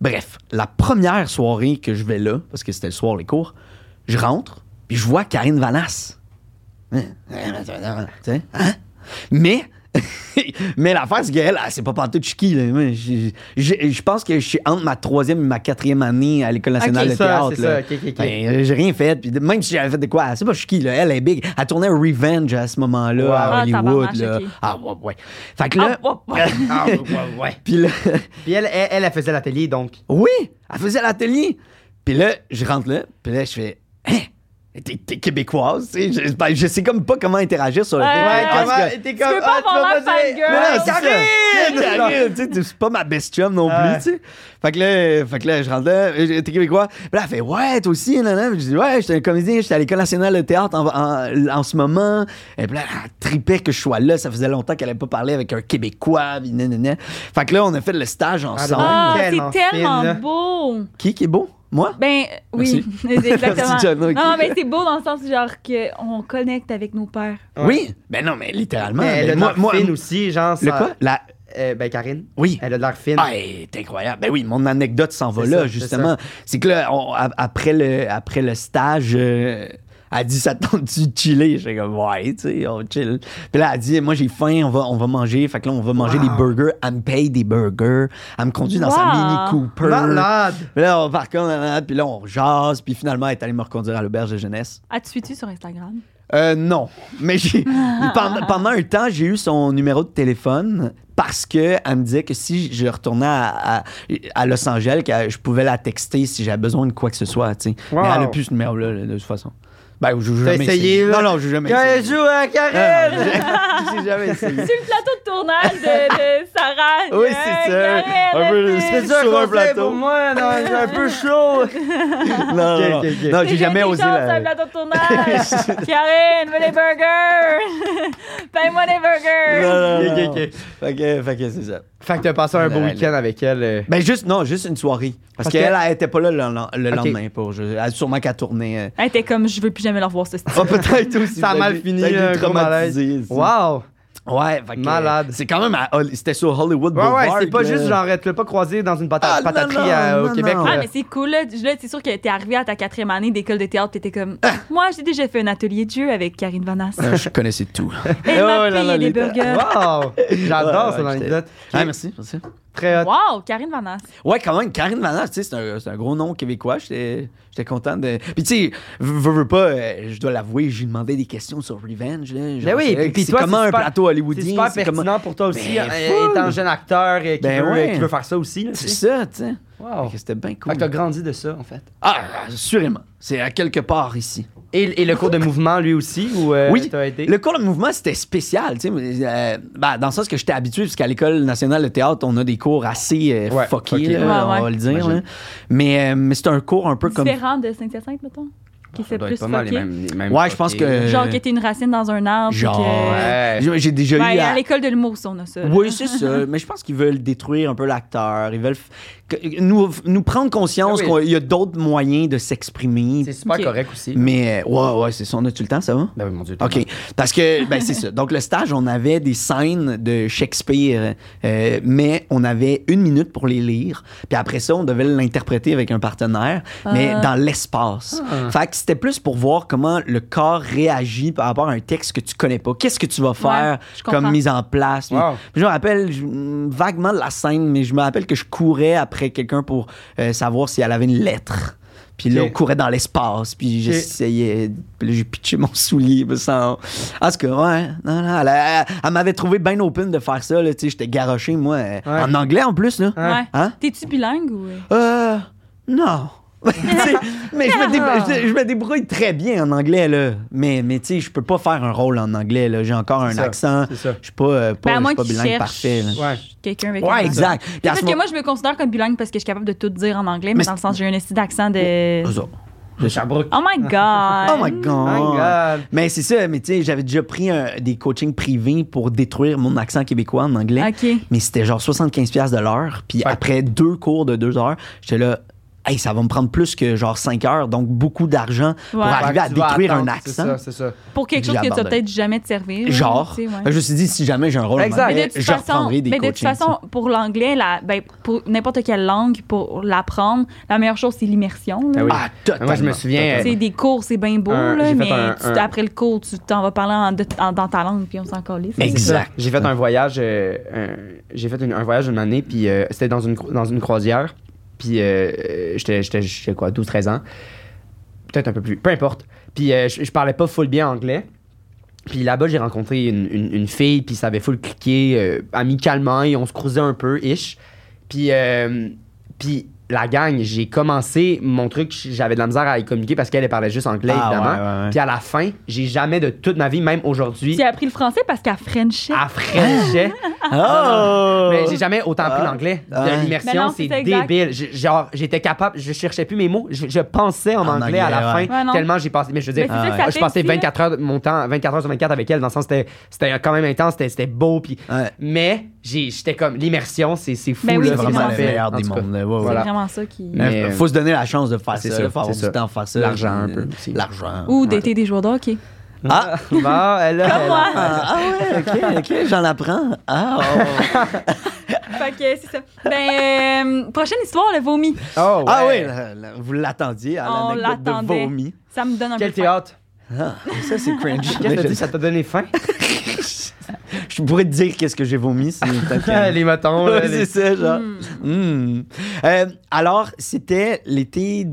S3: Bref, la première soirée que je vais là, parce que c'était le soir les cours, je rentre, puis je vois Karine Vanasse. Hein? Hein? Tu sais? Hein? Mais. <laughs> mais l'affaire, c'est qu'elle, elle, c'est pas pantoute chiqui. Là. Moi, Je, je- je pense que je suis entre ma troisième et ma quatrième année à l'École nationale
S1: Ok,
S3: de
S1: ça,
S3: théâtre.
S1: c'est
S3: là.
S1: ça, ok, ok, ok.
S3: Ben, euh, j'ai rien fait. Puis de- même si j'avais fait de quoi, c'est pas chiqui. Là. Elle est big. Elle tournait Revenge à ce moment-là
S1: Wow.
S2: Ah,
S3: à Hollywood.
S2: tabarnache,
S3: là.
S2: ok.
S3: Ah, ouais, ouais. Fait que là.
S1: Ah, ouais, ouais, ouais.
S3: <laughs> Puis là.
S1: Puis elle, elle, elle, elle faisait l'atelier, donc.
S3: Oui, elle faisait l'atelier. Puis là, je rentre là. Puis là, je fais. Hein? T'es t'es québécoise, tu sais. Je, ben, je sais comme pas comment interagir sur le
S2: Ouais,
S3: fait
S1: Ouais,
S3: que-
S2: parce
S1: comment-
S3: que-
S1: t'es
S2: Tu peux pas
S1: ah,
S2: avoir
S1: vas
S2: l'air
S1: pas dire-
S2: fangirl.
S1: Mais
S3: Ouais,
S1: non,
S3: c'est ça.
S1: Karine!
S3: Ouais, Karine, tu sais, c'est pas ma best chum non
S1: Ouais.
S3: plus, tu sais. Fait que là, fait que là, je rentre là, euh, t'es québécois. Puis là, elle fait ouais, toi aussi, nan, nan. Puis Je dis ouais, j'étais un comédien, j'étais à l'école nationale de théâtre en, en- en ce moment. Et puis là, elle tripait que je sois là. Ça faisait longtemps qu'elle avait pas parlé avec un québécois. puis nan, nan, nan. Fait que là, on a fait le stage ensemble.
S2: Ah,
S1: Oh, Tellement
S2: c'est tellement
S1: fine, là.
S2: beau.
S3: Qui qui est beau? Moi?
S2: Ben oui, <laughs> exactement.
S3: Merci, Jono.
S2: Non, mais c'est beau dans le sens genre que on connecte avec nos pères.
S1: Ouais.
S3: Oui. Ben non, mais littéralement.
S1: Mais elle
S3: Ben,
S1: a de
S3: moi,
S1: l'air
S3: moi-
S1: fine aussi, genre.
S3: Le
S1: ça-
S3: quoi? La,
S1: Euh, ben, Karine.
S3: oui.
S1: Elle a de l'air fine.
S3: Ah, elle est incroyable. Ben oui, mon anecdote s'en va
S1: C'est
S3: là,
S1: ça, c'est
S3: justement. C'est que là, on- a- après, le, après le stage, euh, elle dit Ça te tente-tu de chiller J'étais comme Ouais, tu sais, on chill. Puis là, elle dit Moi, j'ai faim, on va, on va manger. Fait que là, on va manger
S1: Wow.
S3: des burgers. Elle me paye des burgers. Elle me conduit dans
S2: Wow.
S3: sa Mini Cooper.
S1: Malade.
S3: Puis là, on part comme, nan, nan, puis là, on jase. Puis finalement, elle est allée me reconduire à l'auberge de jeunesse.
S2: Ah, tu suis-tu sur Instagram?
S3: Euh, non, mais j'ai pendant, pendant un temps, j'ai eu son numéro de téléphone parce que elle me disait que si je retournais à, à, à Los Angeles, que je pouvais la texter si j'avais besoin de quoi que ce soit, tu sais.
S1: Wow.
S3: Mais elle a plus ce numéro-là, là, de toute façon. Ben, je
S1: T'as
S3: jamais
S1: essayé,
S3: essayé.
S1: là?
S3: Non, non, j'ai jamais
S1: Quand elle
S3: essayé.
S1: joue à Karine!
S3: Ah, j'ai- j'ai jamais <laughs> essayé.
S2: Sur le plateau de tournage de, de Sarah.
S3: <laughs> Oui, c'est
S2: euh,
S3: ça. Un peu-
S2: Gaëlle,
S1: <laughs> C'est
S2: euh,
S1: dur
S3: Sur un
S1: un plateau.
S3: plateau.
S1: pour moi, non, j'ai un
S3: <laughs>
S1: peu chaud.
S3: Non, non,
S1: Ok,
S3: non.
S1: ok, ok.
S3: Non,
S2: J'ai
S3: j'ai jamais osé.
S2: Sur
S1: hein,
S3: la-
S2: le
S3: <laughs>
S2: plateau de tournage. Karine, veux des burgers? <laughs> Paye-moi des burgers.
S3: Non, non, non,
S1: Ok,
S3: non.
S1: ok, ok.
S3: Fait que, fait que c'est ça.
S1: Fait que t'as passé un beau
S3: Ouais,
S1: week-end avec elle. euh.
S3: Ben juste, non, juste une soirée. Parce,
S1: Parce
S3: qu'elle,
S1: que-
S3: elle était pas là le, le
S1: Ok.
S3: lendemain. Pour, je, elle, sûrement qu'elle tournait. euh,
S2: Elle était comme, je veux plus jamais leur voir ce style.
S3: Ah, peut-être aussi.
S1: Ça a mal
S3: peut-être-
S1: fini,
S3: peut-être
S1: là, un gros
S3: traumatisé, ici.
S1: Wow!
S3: Ouais, fait que- euh,
S1: Malade.
S3: C'est quand même à Hol- C'était sur Hollywood
S1: Ouais,
S3: Boulevard.
S1: ouais, c'est pas
S3: là.
S1: juste genre, tu l'as pas croisé dans une pata-
S3: Ah, non,
S1: pataterie
S3: non,
S1: à- au
S3: non,
S1: Québec.
S3: non.
S1: là.
S2: Ah, mais c'est cool, là. Là, c'est sûr que t'es arrivé à ta quatrième année d'école de théâtre, t'étais comme, Ah, moi, j'ai déjà fait un atelier de jeu avec Karine
S3: <laughs>
S2: Vanasse.
S3: <laughs> Euh, je connaissais tout.
S2: Elle
S3: Oh
S2: m'a
S3: là là,
S2: payé des
S3: les-
S2: burgers.
S1: Wow! J'adore
S3: Ouais,
S1: son
S3: ouais,
S1: anecdote.
S3: Ah, merci, merci.
S1: Très hot.
S2: Wow, Karine Vanasse.
S3: Ouais, quand même, Karine Vanasse, tu sais, c'est un, c'est un gros nom québécois. J'étais j'étais content de. Puis, tu sais, veux, veux pas, euh, je dois l'avouer, j'ai demandé des questions sur Revenge. Là, Genre,
S1: Ben oui,
S3: c'est-
S1: puis- puis
S3: c'est
S1: toi,
S3: comment
S1: c'est
S3: un
S1: super-
S3: plateau
S1: C'est
S3: hollywoodien.
S1: super
S3: c'est
S1: pertinent
S3: comment-
S1: pour toi aussi,
S3: Ben,
S1: euh,
S3: full.
S1: étant jeune acteur euh, qui,
S3: Ben
S1: veut, euh,
S3: ouais.
S1: qui veut faire ça aussi. Là,
S3: C'est
S1: tu sais.
S3: ça, tu sais.
S1: Wow.
S3: Fait que C'était bien
S1: Fait
S3: cool.
S1: que t'as grandi de ça, en fait.
S3: Ah, assurément. C'est à quelque part ici.
S1: Et, et le cours de mouvement, lui aussi, où euh,
S3: Oui,
S1: t'as été?
S3: Le cours de mouvement, c'était spécial, tu sais, mais, euh, ben, dans le sens que j'étais habitué, parce qu'à l'École nationale de théâtre, on a des cours assez euh,
S1: Ouais,
S3: fuckés,
S1: fuckés.
S3: là,
S2: Ouais,
S3: on va
S2: ouais.
S3: le dire.
S1: Imagine.
S3: là. Mais, euh, mais c'est un cours un peu comme...
S2: Différent de Saint-Hyacinthe, mettons. Qui
S1: Ça
S2: fait
S1: doit
S2: plus
S1: être pas mal les
S2: fucké.
S1: mêmes- les mêmes
S3: Ouais, je pense
S1: fuckés.
S3: que-
S2: Genre
S3: Euh,
S2: que t'es une racine dans un arbre. puis
S3: Genre,
S2: que-
S1: Ouais.
S3: j'ai- j'ai déjà
S2: Ben,
S3: eu... à-
S2: à l'école de l'humour, ça, on a ça. là.
S3: Oui,
S2: <laughs>
S3: c'est ça. Mais je pense qu'ils veulent détruire un peu l'acteur. Ils veulent f- que- nous, nous prendre conscience
S1: Ah oui.
S3: qu'il y a d'autres moyens de s'exprimer.
S1: C'est super
S2: Ok.
S1: correct aussi.
S3: Mais, euh, ouais, ouais, c'est ça. On a-tu le temps, ça va?
S1: Ben oui, mon Dieu.
S3: OK. Parce que, ben, c'est ça. Donc, le stage, on avait des scènes de Shakespeare, euh, mais on avait une minute pour les lire. Puis après ça, on devait l'interpréter avec un partenaire, mais
S2: Ah.
S3: dans l'espace.
S1: Ah.
S3: Fait que c'était plus pour voir comment le corps réagit par rapport à un texte que tu connais pas. Qu'est-ce que tu vas faire
S2: je comprends.
S3: comme mise en place? Puis-
S1: Wow.
S3: puis je me rappelle je- mm, vaguement de la scène, mais je me rappelle que je courais après quelqu'un pour euh, savoir si elle avait une lettre. Puis là,
S1: Ok.
S3: on courait dans l'espace, puis
S1: Ok.
S3: j'essayais. Puis là, j'ai pitché mon soulier, mais sans. En tout cas, ouais. Non, non, elle, elle- elle m'avait trouvé bien open de faire ça, là. Tu sais, j'étais garoché, moi. euh,
S1: Ouais.
S3: En anglais, en plus, là.
S2: Ouais.
S3: Hein?
S2: T'es-tu bilingue ou. euh?
S3: Euh. Non. <laughs> Tu sais, mais je me, débrouille, je, je me débrouille très bien en anglais, là. Mais, mais tu sais, je peux pas faire un rôle en anglais, là. J'ai encore un
S1: C'est ça,
S3: accent.
S1: c'est ça.
S3: Je suis pas, euh, pas,
S2: Ben, à
S3: je
S2: moins
S3: suis pas
S2: qu'il
S3: bilingue
S2: cherche
S3: parfait, là.
S1: Ouais.
S2: Quelqu'un avec un
S3: Ouais,
S2: accent.
S3: exact. Puis à
S2: Parce
S3: ce
S2: que
S3: moment-
S2: moi, je me considère comme bilingue parce que je suis capable de tout dire en anglais, mais,
S3: Mais
S2: dans le sens, j'ai un esti d'accent de.
S3: Eux autres.
S1: Le Sherbrooke.
S2: Oh
S3: <laughs>
S2: my God!
S3: Oh my god.
S1: My God.
S3: Mais c'est ça, mais tu sais, j'avais déjà pris un- des coachings privés pour détruire mon accent québécois en anglais.
S2: Ok.
S3: Mais c'était genre 75$ de l'heure. Puis
S1: Ouais.
S3: après deux cours de deux heures, j'étais là, hey, ça va me prendre plus que genre 5 heures, donc beaucoup d'argent pour
S2: Ouais.
S3: arriver à
S1: Bah, Tu vas
S3: détruire
S1: attendre,
S3: un
S1: C'est
S3: accent.
S1: ça, c'est ça.
S2: Pour quelque chose que tu vas
S3: J'abandonne.
S2: peut-être jamais te servir. là,
S3: Genre.
S2: tu sais, ouais.
S3: Je me suis dit, si jamais j'ai un rôle, en
S1: Exact.
S3: anglais,
S2: Mais de toute
S3: je
S2: façon,
S3: reprendrai des
S2: mais de toute
S3: coachings.
S2: façon pour l'anglais, la- ben, pour n'importe quelle langue, pour l'apprendre, la meilleure chose, c'est l'immersion. là.
S1: Ah oui.
S3: Ah, totalement.
S1: Moi, je me souviens,
S2: Tu sais, des cours, c'est bien beau,
S1: Un-
S2: là,
S1: j'ai fait
S2: mais
S1: un-
S2: tu-
S1: un-
S2: après le cours, tu t'en vas parler en- de- en- dans ta langue, puis on s'en calisse.
S3: Exact.
S1: C'est ça. J'ai fait un voyage, euh, un- j'ai fait une- un voyage une année, puis euh, c'était dans une, cro- dans une croisière, puis euh, euh, j'étais, j'étais, j'étais quoi, 12-13 ans, peut-être un peu plus, peu importe. Puis euh, je, je parlais pas full bien anglais. Puis là-bas, j'ai rencontré une, une- une fille, puis ça avait full cliqué euh, amicalement, et on se croisait un peu, ish. Puis, euh, puis la gang, j'ai commencé mon truc, j'avais de la misère à y communiquer parce qu'elle elle parlait juste anglais,
S3: Ah,
S1: évidemment.
S3: ouais, ouais, ouais.
S1: Puis à la fin, j'ai jamais de toute ma vie, même aujourd'hui,
S2: Tu as appris le français parce qu'à Frenchie.
S3: Ah,
S1: à Frenchais.
S2: Ah.
S3: Oh!
S1: Mais j'ai jamais autant appris
S3: Ah.
S1: l'anglais. De
S3: Ah.
S2: Mais
S1: l'immersion,
S2: non,
S1: c'est
S2: c'est exact.
S1: débile. J'ai- Genre, j'étais capable, je cherchais plus mes mots. Je, je pensais en,
S3: En
S1: anglais, à la
S3: anglais,
S2: ouais. Ouais,
S1: fin,
S2: non.
S1: tellement j'ai passé. Mais je veux
S2: Mais
S1: dire,
S2: c'est ça que
S3: Ah,
S2: ça
S1: je
S2: fait
S1: passais
S2: aussi, là.
S1: 24 heures de mon temps, 24 heures sur 24 avec elle, dans le sens c'était c'était quand même intense, c'était- c'était beau. Puis,
S3: Ouais.
S1: Mais j'ai- j'étais comme, l'immersion, c'est c'est fou.
S2: Ben oui,
S1: là,
S3: c'est
S1: ce
S3: vraiment
S1: qu'on
S3: le
S1: fait,
S3: meilleur
S1: en
S3: des
S1: tout cas.
S3: mondes, là. Ouais, ouais.
S2: C'est
S1: Voilà.
S2: vraiment ça qui.
S1: Mais-
S3: Il faut se donner la chance de faire
S1: C'est
S3: ça,
S1: ça,
S3: là, faut avoir
S1: c'est
S3: du
S1: ça.
S3: temps pour faire ça.
S1: L'argent
S3: Euh,
S1: un peu aussi.
S3: L'argent.
S2: Ou d'été des joueurs d'hockey.
S3: Ah!
S1: <laughs> Bon, elle a- elle a-
S3: Ah ouais, ok, ok, j'en apprends. Ah, oh.
S2: fait que c'est ça. Ben, euh, prochaine histoire, le vomi.
S1: Oh, ouais.
S3: ah oui, la- la- vous l'attendiez à
S2: On
S3: l'anecdote de
S2: l'attendait.
S3: vomi.
S2: Ça me donne un
S1: Quel
S2: peu. de faim.
S1: théâtre.
S3: Ah, ça c'est <laughs> cringe.
S1: Qu'est-ce que t'as
S3: Je-
S1: dit, ça t'a donné
S3: <laughs>
S1: faim?
S3: Je pourrais te dire qu'est-ce que j'ai vomi. si t'as le <laughs>
S1: les matons. <laughs>
S3: Ouais,
S1: là, les-
S3: c'est ça, genre. Hmm. Euh, alors, c'était l'été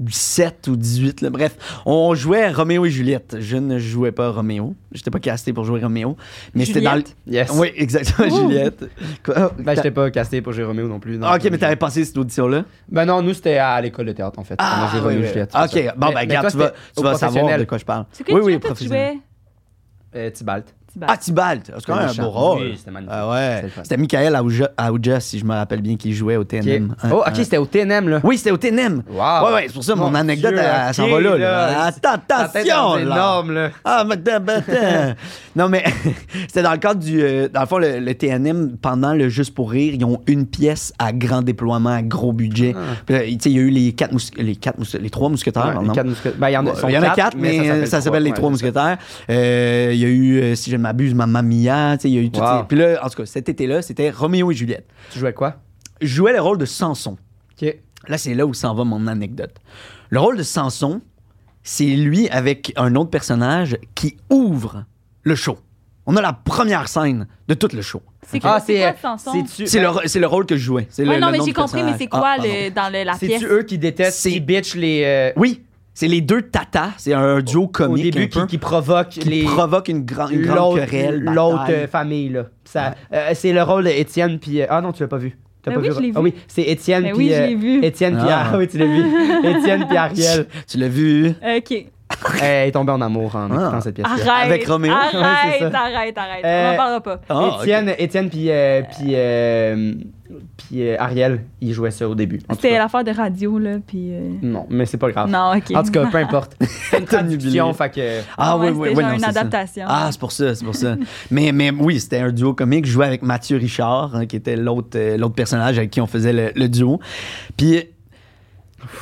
S3: 2017 ou 18, là. bref. On jouait à Roméo et Juliette. Je ne jouais pas Roméo. J'étais pas casté pour jouer Roméo. Mais c'était dans le.
S2: Juliette.
S1: Yes.
S3: Oui, exactement,
S2: Ouh.
S3: Juliette. Quoi?
S1: Ben, j'étais pas casté pour Jérémy non plus. euh, non.
S3: Ah, ok, mais t'avais passé cette audition-là?
S1: Ben non, nous, c'était à l'école de théâtre, en fait. On a joué Roméo et Juliette, c'est
S3: Ah, Ok,
S1: ça.
S3: bon,
S1: Mais-
S3: ben,
S1: mais
S3: regarde,
S1: toi,
S3: tu vas,
S1: c'était
S3: tu
S1: au
S3: vas savoir
S1: professionnel.
S3: de quoi je parle.
S2: C'est quoi oui, que tu jouais? bah,
S1: Euh, Tibalt. hein.
S2: Thibaut?
S3: Ah, Tibalt, c'est quand même un beau
S1: Charles.
S3: rôle.
S1: Oui, c'était magnifique.
S3: Ah ouais.
S1: C'était le fun.
S3: C'était Michael Aouja, Aouja, si je me rappelle bien, qui jouait au
S1: Ok.
S3: TNM. Hein,
S1: Oh,
S3: hein.
S1: ok, c'était au TNM, là.
S3: Oui, c'était au TNM.
S1: Wow.
S3: Ouais, ouais, c'est pour ça, mon,
S1: Mon
S3: anecdote,
S1: Dieu,
S3: elle, elle
S1: ok,
S3: s'en va là.
S1: là.
S3: là. Attends,
S1: Ta tête
S3: attention,
S1: est
S3: là.
S1: énorme, là.
S3: Ah, madame,
S1: <laughs>
S3: attends. Non, mais <laughs> c'était dans le cadre du. euh, dans le fond, le, le TNM, pendant le Juste pour Rire, ils ont une pièce à grand déploiement, à gros budget. Puis, euh, tu sais, il y a eu les quatre, mousque- les, quatre mousque- les trois mousquetaires.
S1: Ah. Ouais, les
S3: non?
S1: quatre mousquetaires. Ben, il y en a, sont
S3: Il y en a quatre, mais ça s'appelle les
S1: ouais,
S3: trois
S1: c'est ça.
S3: mousquetaires. Euh, Il y a eu, euh, si je ne m'abuse, Mamma Mia. tu sais, Il y a eu tout
S1: Wow.
S3: Puis là, en tout cas, cet été-là, c'était Roméo et Juliette.
S1: Tu jouais quoi?
S3: Je jouais le rôle de Samson.
S1: Ok.
S3: Là, c'est là où s'en va mon anecdote. Le rôle de Samson, c'est lui avec un autre personnage qui ouvre le show. On a la première scène de tout le show.
S2: C'est quoi,
S1: Ah,
S2: c'est quoi
S1: c'est.
S2: cette chanson?
S1: C'est-tu- euh,
S3: C'est le, ro- c'est le rôle que je jouais. C'est euh, le-
S2: Ouais, non,
S3: le
S2: mais
S3: nom
S2: j'ai
S3: du
S2: compris, mais
S3: personnage.
S2: c'est quoi
S3: Ah, pardon.
S2: le, dans le- la pièce?
S1: C'est-tu eux qui détestent,
S3: C'est-
S1: qui bitch les. euh,
S3: Oui, c'est les deux tatas. C'est un duo
S1: au
S3: comique
S1: début,
S3: un peu,
S1: qui, qui provoquent
S3: qui
S1: les.
S3: provoque une, grand- une grande
S1: L'autre
S3: querelle.
S1: l'autre,
S3: bataille.
S1: euh, famille, là. Ça, euh, c'est le rôle d'Étienne, puis. euh, ah non, tu l'as pas vu. T'as
S2: Ben
S1: pas
S2: oui,
S1: vu.
S2: je l'ai
S1: Ah
S2: vu.
S1: oui, c'est Étienne,
S2: Ben
S1: puis.
S2: oui, je
S1: euh,
S2: l'ai vu.
S1: Étienne, puis.
S3: Ah.
S1: Ah <laughs> oui, tu l'as vu.
S2: <laughs>
S1: Étienne, puis Ariel.
S3: Tu l'as vu?
S2: OK.
S1: Elle est tombée en amour en
S3: Ah.
S1: écoutant cette pièce.
S2: Arrête.
S3: Avec Roméo. <laughs>
S2: Arrête,
S1: Ouais, c'est ça.
S2: arrête, arrête. On
S1: Euh,
S2: n'en parlera pas.
S3: Ah, ok.
S1: Étienne, Étienne puis euh, puis euh, puis euh, Ariel, ils jouaient ça au début. En tout
S2: C'était
S1: cas.
S2: l'affaire de radio, là, puis... euh,
S1: Non, mais c'est pas grave.
S2: Non, OK.
S1: En tout cas,
S2: <laughs>
S1: peu importe. C'est une traduction, fait que
S3: Ah oui,
S2: Ouais,
S3: oui,
S2: c'était
S3: oui.
S2: genre
S3: non,
S2: une
S3: c'est ça.
S2: adaptation.
S3: Ah, c'est pour ça, c'est pour
S2: <laughs>
S3: ça. mais, mais oui, c'était un duo comique. Je jouais avec Mathieu Richard, hein, qui était l'autre euh, l'autre personnage avec qui on faisait le, le duo. Puis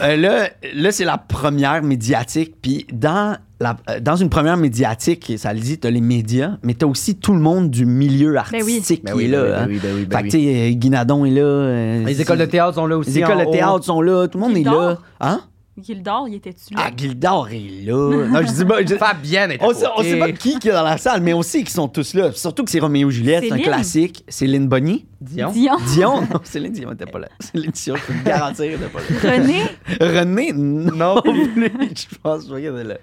S3: euh, là, là c'est la première médiatique. Puis dans, la, euh, dans une première médiatique, ça le dit, t'as les médias, mais t'as aussi tout le monde du milieu
S2: Ben oui.
S3: artistique
S1: Ben
S3: qui
S1: oui,
S3: est
S1: ben
S3: là.
S1: oui, ben
S3: hein.
S1: oui, ben oui, ben
S3: Fait que,
S1: oui.
S3: tu sais, euh, Guinadon est là. euh,
S1: les écoles de théâtre sont là aussi.
S3: les écoles de
S1: en haut.
S3: théâtre sont là, tout le monde est là.
S2: Gildor.
S3: Hein?
S2: Gildor, il était-tu là?
S3: Ah, Gildor est là. Non, je dis pas. je-
S1: Fabienne est
S3: on sait, on sait pas qui qui est dans la salle, mais on sait qu'ils sont tous là. Surtout que c'est Roméo et Juliette, c'est un
S2: Céline.
S3: classique. Céline <laughs> Bonny.
S1: Dion.
S3: Oh.
S2: Dion.
S3: Dion, non, Céline Dion était pas <laughs> là. Céline Dion, je peux te garantir, elle était pas là.
S2: René?
S3: <laughs> René, non, plus. je pense pas qu'elle est là.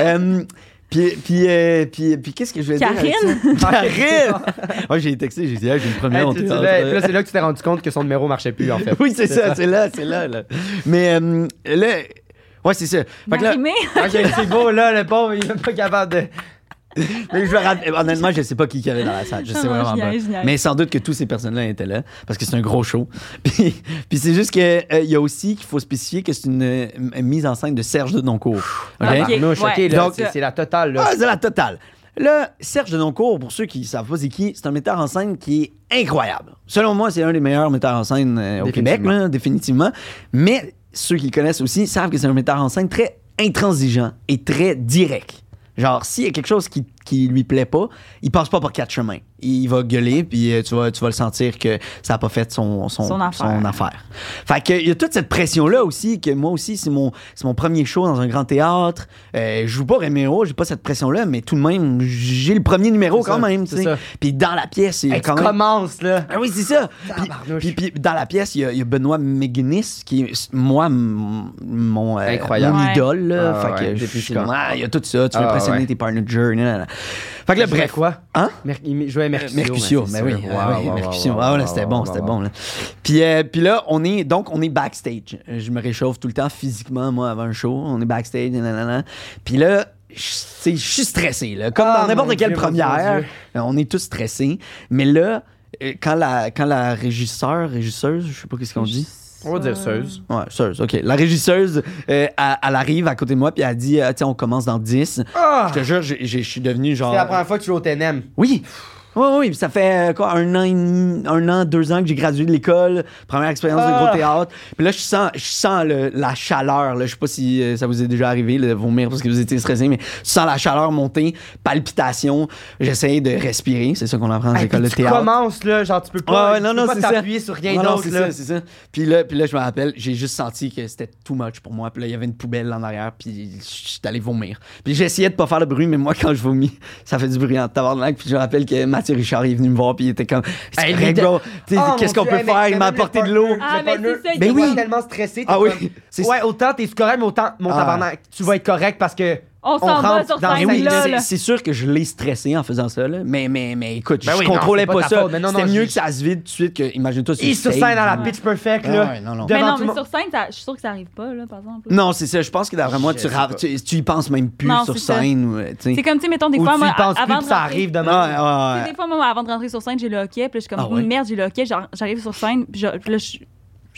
S3: Euh, puis, puis, euh, puis, puis qu'est-ce que je vais dire? avec
S2: Karine?
S3: <laughs> ça? Karine! <laughs> Moi, j'ai texté, j'ai dit, ah, j'ai une
S1: Hey,
S3: première.
S1: tu-
S3: on
S1: tu
S3: te-
S1: l'as- puis là, c'est là que tu t'es rendu compte que son numéro marchait plus en fait.
S3: <laughs> oui, c'est ça, c'est là, c'est là, là. Mais euh, là, ouais, c'est ça. Fait que là,
S2: Marimé?
S1: Ok, c'est beau là, le pauvre, il est pas capable de.
S3: Mais je vais rater- honnêtement, je sais pas qui il y avait dans la salle. Je sais
S2: Non,
S3: vraiment
S2: je
S3: pas.
S2: niaise, je niaise.
S3: Mais sans doute que tous ces personnes-là étaient là parce que c'est un gros show. <laughs> Puis, puis c'est juste que euh, il y a aussi qu'il faut spécifier que c'est une, euh, mise en scène de Serge Denoncourt. OK?
S2: Ah, Ok,
S1: Tabarnouche, ok,
S2: ouais.
S1: là,
S2: Donc-
S1: c'est c'est la totale là.
S3: Ah, c'est la totale. Là, Serge Denoncourt, pour ceux qui savent pas c'est qui, c'est un metteur en scène qui est incroyable. Selon moi, c'est un des meilleurs metteurs en scène euh, au
S1: Définitivement.
S3: Québec, là, définitivement. Mais ceux qui le connaissent aussi savent que c'est un metteur en scène très intransigeant et très direct. Genre, s'il y a quelque chose qui, qui lui plaît pas, il passe pas par quatre chemins. Il va gueuler, puis euh, tu vas, tu vas le sentir que ça a pas fait son, son,
S2: Son affaire.
S3: affaire. Fait que il y a toute cette pression là aussi que moi aussi c'est mon c'est mon premier show dans un grand théâtre. Euh, je joue pas Réméo, j'ai pas cette pression là, mais tout de même j'ai le premier numéro
S1: C'est
S3: quand
S1: ça,
S3: même.
S1: c'est
S3: tu sais.
S1: ça.
S3: Puis dans la pièce il y a
S1: Hey, tu
S3: quand même.
S1: commences là.
S3: Ah oui c'est ça. Puis-
S1: Tabarnouche.
S3: Puis, puis dans la pièce il y a, il y a Benoît McGuinness qui est moi m- mon euh,
S1: Incroyable.
S3: mon
S2: Ouais.
S3: idole là.
S1: Ah
S3: fait
S1: ouais,
S3: que je suis
S1: définitivement.
S3: comme ah il y a tout ça, tu veux
S1: Ah
S3: impressionner
S1: ouais.
S3: tes partners. nan, nan, nan. Fait que là
S1: Je jouais
S3: bref
S1: quoi
S3: Hein?
S1: Mer- il jouait Mercutio.
S3: Mercutio,
S1: ben,
S3: mais
S1: c'est
S3: oui,
S1: sûr.
S3: ah
S1: Wow,
S3: oui,
S1: wow,
S3: Mercutio.
S1: wow,
S3: Ah ouais,
S1: wow,
S3: là, c'était
S1: wow,
S3: bon,
S1: wow,
S3: c'était
S1: wow.
S3: bon. là. Puis, euh, puis là, on est donc on est backstage. Je me réchauffe tout le temps physiquement, moi, avant un show. On est backstage, nanana. Puis là, je tu sais, je suis stressé, là. comme
S1: Ah,
S3: dans n'importe
S1: mon
S3: quelle
S1: Dieu, mon Dieu,
S3: première.
S1: mon Dieu.
S3: euh, On est tous stressés, mais là, euh, quand la quand la régisseur, régisseuse, je sais pas qu'est-ce qu'on dit.
S1: On
S2: Euh,
S1: va dire Seuse.
S3: Ouais, Seuse, OK. La régisseuse, euh, elle, elle arrive à côté de moi, puis elle dit, Ah, tiens, on commence dans 10.
S1: Ah!
S3: Je te jure, j'ai- j'ai- je suis devenu genre...
S1: C'est la première fois que tu joues au TNM.
S3: Oui. Oui, oui, puis ça fait euh, quoi, un an, et demi- un an, deux ans que j'ai gradué de l'école, première expérience de
S1: Ah.
S3: gros théâtre. Puis là, je sens, je sens le- la chaleur. Là. Je sais pas si euh, ça vous est déjà arrivé là, de vomir parce que vous étiez stressé, mais tu sens la chaleur monter, palpitations. J'essaye de respirer, c'est ça qu'on apprend à
S1: Hey,
S3: l'école de
S1: puis tu
S3: théâtre.
S1: commences là, genre tu peux
S3: Ouais,
S1: pas,
S3: ouais, non,
S1: tu
S3: non,
S1: peux
S3: c'est
S1: pas
S3: ça.
S1: t'appuyer sur rien
S3: Non, non,
S1: d'autre
S3: c'est
S1: là.
S3: ça, c'est ça. Puis là, puis là, je me rappelle, j'ai juste senti que c'était too much pour moi. Puis là, il y avait une poubelle en arrière, puis j'étais allé vomir. Puis j'essayais de pas faire de bruit, mais moi, <laughs> quand je vomis, ça fait du bruit en tabarnak. Puis je me rappelle que Mathieu Richard est venu me voir, puis il était comme, c'est
S1: Hey,
S3: correct,
S1: lui,
S3: bro. Tu sais,
S1: Oh, mon
S3: Qu'est-ce qu'on
S1: Dieu,
S3: peut
S1: hey, mais
S3: faire? Il
S1: t'as
S3: m'a
S1: même
S3: apporté
S1: le
S3: de l'eau.
S1: partner,
S2: Ah,
S1: le
S2: mais
S1: partner.
S2: c'est ça, il
S1: Ben
S2: est
S1: oui.
S2: pas-
S1: tellement stressé. t'es <laughs>
S3: Ah oui,
S1: comme,
S3: c'est-
S1: Ouais, autant t'es correct, mais autant mon,
S3: Ah.
S1: tabarnak, tu vas être correct parce que
S2: On s'en va
S1: rentre
S2: sur
S1: dans
S3: Mais
S2: scène,
S1: cinq
S3: oui,
S2: là,
S1: minutes.
S3: c'est- c'est sûr que je l'ai stressé en faisant ça, là. Mais, mais, mais écoute,
S1: Ben
S3: je
S1: oui, non,
S3: contrôlais
S1: c'est pas
S3: pas,
S1: ta
S3: ça.
S1: faute, mais non,
S3: C'était
S1: non,
S3: mieux
S1: je-
S3: que ça se vide tout de suite que, imagine-toi, sur
S1: Et sur
S3: stage,
S1: scène à la
S3: là.
S1: pitch perfect
S3: Ah
S1: là.
S3: ouais, non, non.
S2: Mais
S1: devant
S2: non,
S1: tout
S2: mais
S1: le monde.
S2: sur scène, ça- je suis sûre que ça arrive pas, là, par exemple.
S3: Non, c'est ça. Je pense que d'après moi,
S1: Je
S3: tu,
S1: sais
S3: ra-
S1: pas.
S3: tu, tu y penses même plus
S2: Non,
S3: sur
S2: c'est ça.
S3: scène. ou, euh, tu
S2: C'est
S3: sais. Ah,
S2: comme, tu sais, mettons, des
S1: Ou
S2: fois,
S1: tu
S2: moi,
S1: y penses
S2: avant
S1: plus,
S2: de
S1: puis ça
S2: rentrer-
S1: arrive
S3: Ouais,
S1: demain.
S2: Tu sais,
S3: ouais, ouais.
S2: Des fois, moi, avant de rentrer sur scène, j'ai le hockey, puis là, je suis comme,
S3: Ah ouais?
S2: merde, j'ai le hockey, J'ar- j'arrive sur scène, puis je- puis là, je,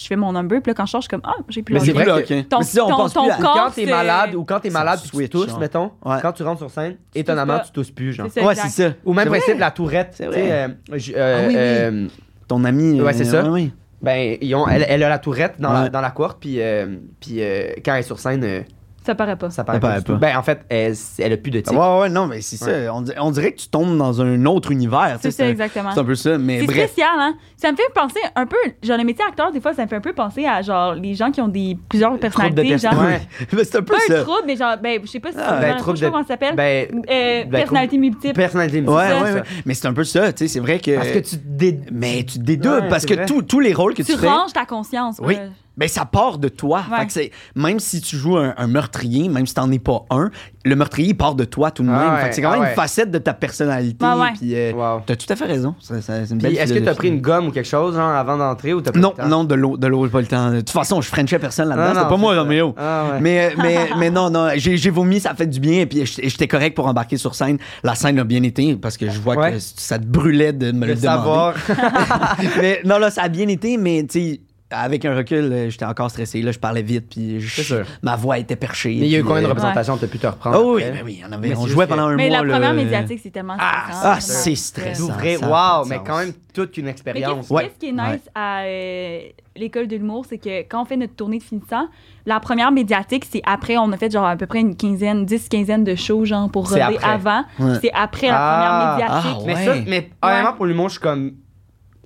S2: je fais mon number, puis là, quand je sors, je suis comme, ah, j'ai plus
S3: Mais
S2: le
S3: c'est
S2: hockey.
S1: vrai
S3: vrai
S1: que-
S3: que
S2: ton-
S3: Mais si on
S2: ton-
S3: pense
S2: ton
S3: plus à-
S1: Ou
S2: corps-
S1: quand t'es
S2: c'est-
S1: malade ou quand t'es
S3: Ça
S1: malade puis tu
S3: switch,
S1: tousses
S3: genre.
S1: mettons,
S3: Ouais.
S1: quand tu rentres sur scène, étonnamment
S2: pas.
S1: tu tousses plus genre.
S2: C'est ça,
S3: Ouais,
S2: exact.
S3: c'est ça.
S1: Au même
S3: C'est vrai.
S1: principe la tourette, tu
S3: C'est
S1: sais
S3: vrai.
S1: euh, je- euh,
S3: Ah oui, oui.
S1: euh,
S3: Ton ami. euh,
S1: Ouais, c'est ça.
S3: ouais.
S1: Ben, ils ont, elle, elle a la tourette dans,
S3: Ouais.
S1: la, dans la courte, puis, euh, puis euh, quand elle est sur scène, euh,
S2: Ça paraît pas.
S1: Ça paraît,
S3: Ça paraît
S1: pas. du tout.
S3: pas.
S1: Ben, en fait, elle, elle a plus de
S3: Ouais,
S1: titre.
S3: ouais, non, mais c'est ça. On, di- on dirait que tu tombes dans un autre univers. tu
S2: C'est ça,
S3: sais, un-
S2: exactement.
S3: C'est un peu ça, mais
S2: C'est
S3: bref.
S2: spécial, hein? Ça me fait penser un peu, genre le métier acteur, des fois, ça me fait un peu penser à genre les gens qui ont des plusieurs personnalités.
S1: personnes.
S2: genre,
S3: Ouais. <laughs> Mais c'est un peu
S2: Pas un
S3: ça.
S2: trouble, mais genre, ben, je sais pas si c'est
S3: Ah,
S2: vraiment-
S1: ben,
S2: je sais
S1: trouble
S2: pas
S1: de-
S2: comment ça s'appelle.
S1: Ben,
S2: Euh,
S1: ben,
S2: personnalité multiple.
S1: personnalité multiple,
S3: Ouais,
S1: c'est
S3: ouais,
S1: ça.
S3: ouais. Mais c'est un peu ça, tu sais, c'est vrai que.
S1: Parce que tu dé...
S3: Mais tu te dédoubles
S1: Ouais,
S3: parce
S1: c'est
S3: que
S1: vrai.
S3: tous- tous les rôles que tu,
S2: tu
S3: fais.
S2: ranges ta conscience.
S3: Oui.
S2: ouais.
S3: Ben, ça part de toi.
S2: Ouais.
S3: Fait que c'est- même si tu joues un, un meurtrier, même si t'en es pas un, le meurtrier il part de toi tout de même.
S1: Ah
S3: Fait que
S1: ouais,
S3: c'est quand même
S1: ah
S3: une
S1: ouais.
S3: facette de ta personnalité.
S2: Ah ouais.
S3: Puis, euh,
S1: Wow.
S3: t'as tout à fait raison. Ça- ça- c'est
S1: Puis,
S3: une belle
S1: Ben, est-ce que t'as
S3: philosophie.
S1: pris une gomme ou quelque chose genre, avant d'entrer ou t'as pas
S3: Non,
S1: eu le temps?
S3: non, de l'eau, de l'eau, j'ai pas le temps. De toute façon, je frenchais personne là-dedans.
S1: Ah, Non,
S3: C'était
S1: non,
S3: pas moi,
S1: c'est ça.
S3: Roméo.
S1: Ah, ouais.
S3: Mais, euh, mais, <laughs> mais non, non, j'ai j'ai vomi, ça a fait du bien, et puis j'étais j'étais correct pour embarquer sur scène. La scène a bien été, parce que je vois que
S1: Ouais.
S3: ça te brûlait de me le,
S1: Le
S3: demander.
S1: savoir. <laughs>
S3: <laughs> mais non, là, ça a bien été, mais tu sais, avec un recul, euh, j'étais encore stressé. Là, je parlais vite, puis je-
S1: C'est sûr.
S3: ma voix était perchée.
S1: Mais il y a eu
S3: puis,
S1: combien de
S3: euh,
S1: représentations t'as pu te reprendre?
S3: Oh oui,
S1: après?
S3: mais oui, on, avait-
S1: Mais
S3: on
S1: c'est juste
S3: jouait
S1: que-
S3: pendant un
S2: Mais
S3: mois.
S2: la première
S3: là.
S2: médiatique, c'est tellement
S3: Ah,
S2: stressant.
S3: ah,
S2: là. Euh,
S3: c'est stressant.
S1: D'ouvrir,
S3: Ça a pas
S1: wow,
S3: de
S1: mais
S3: sens.
S1: quand même toute une
S2: Mais
S1: expérience.
S2: qu'est-ce
S3: Ouais.
S2: qu'est-ce qui est nice à euh, l'école de l'humour, c'est que quand on fait notre tournée de finissant, la première médiatique, c'est après, on a fait genre à peu près une quinzaine, dix quinzaine de shows, genre pour
S1: C'est
S2: roder
S1: après.
S2: avant.
S3: Ouais.
S2: C'est après la
S1: Ah,
S2: première
S3: ah,
S2: médiatique.
S1: Mais
S3: Ouais.
S1: ça, mais honnêtement, pour l'humour, je suis comme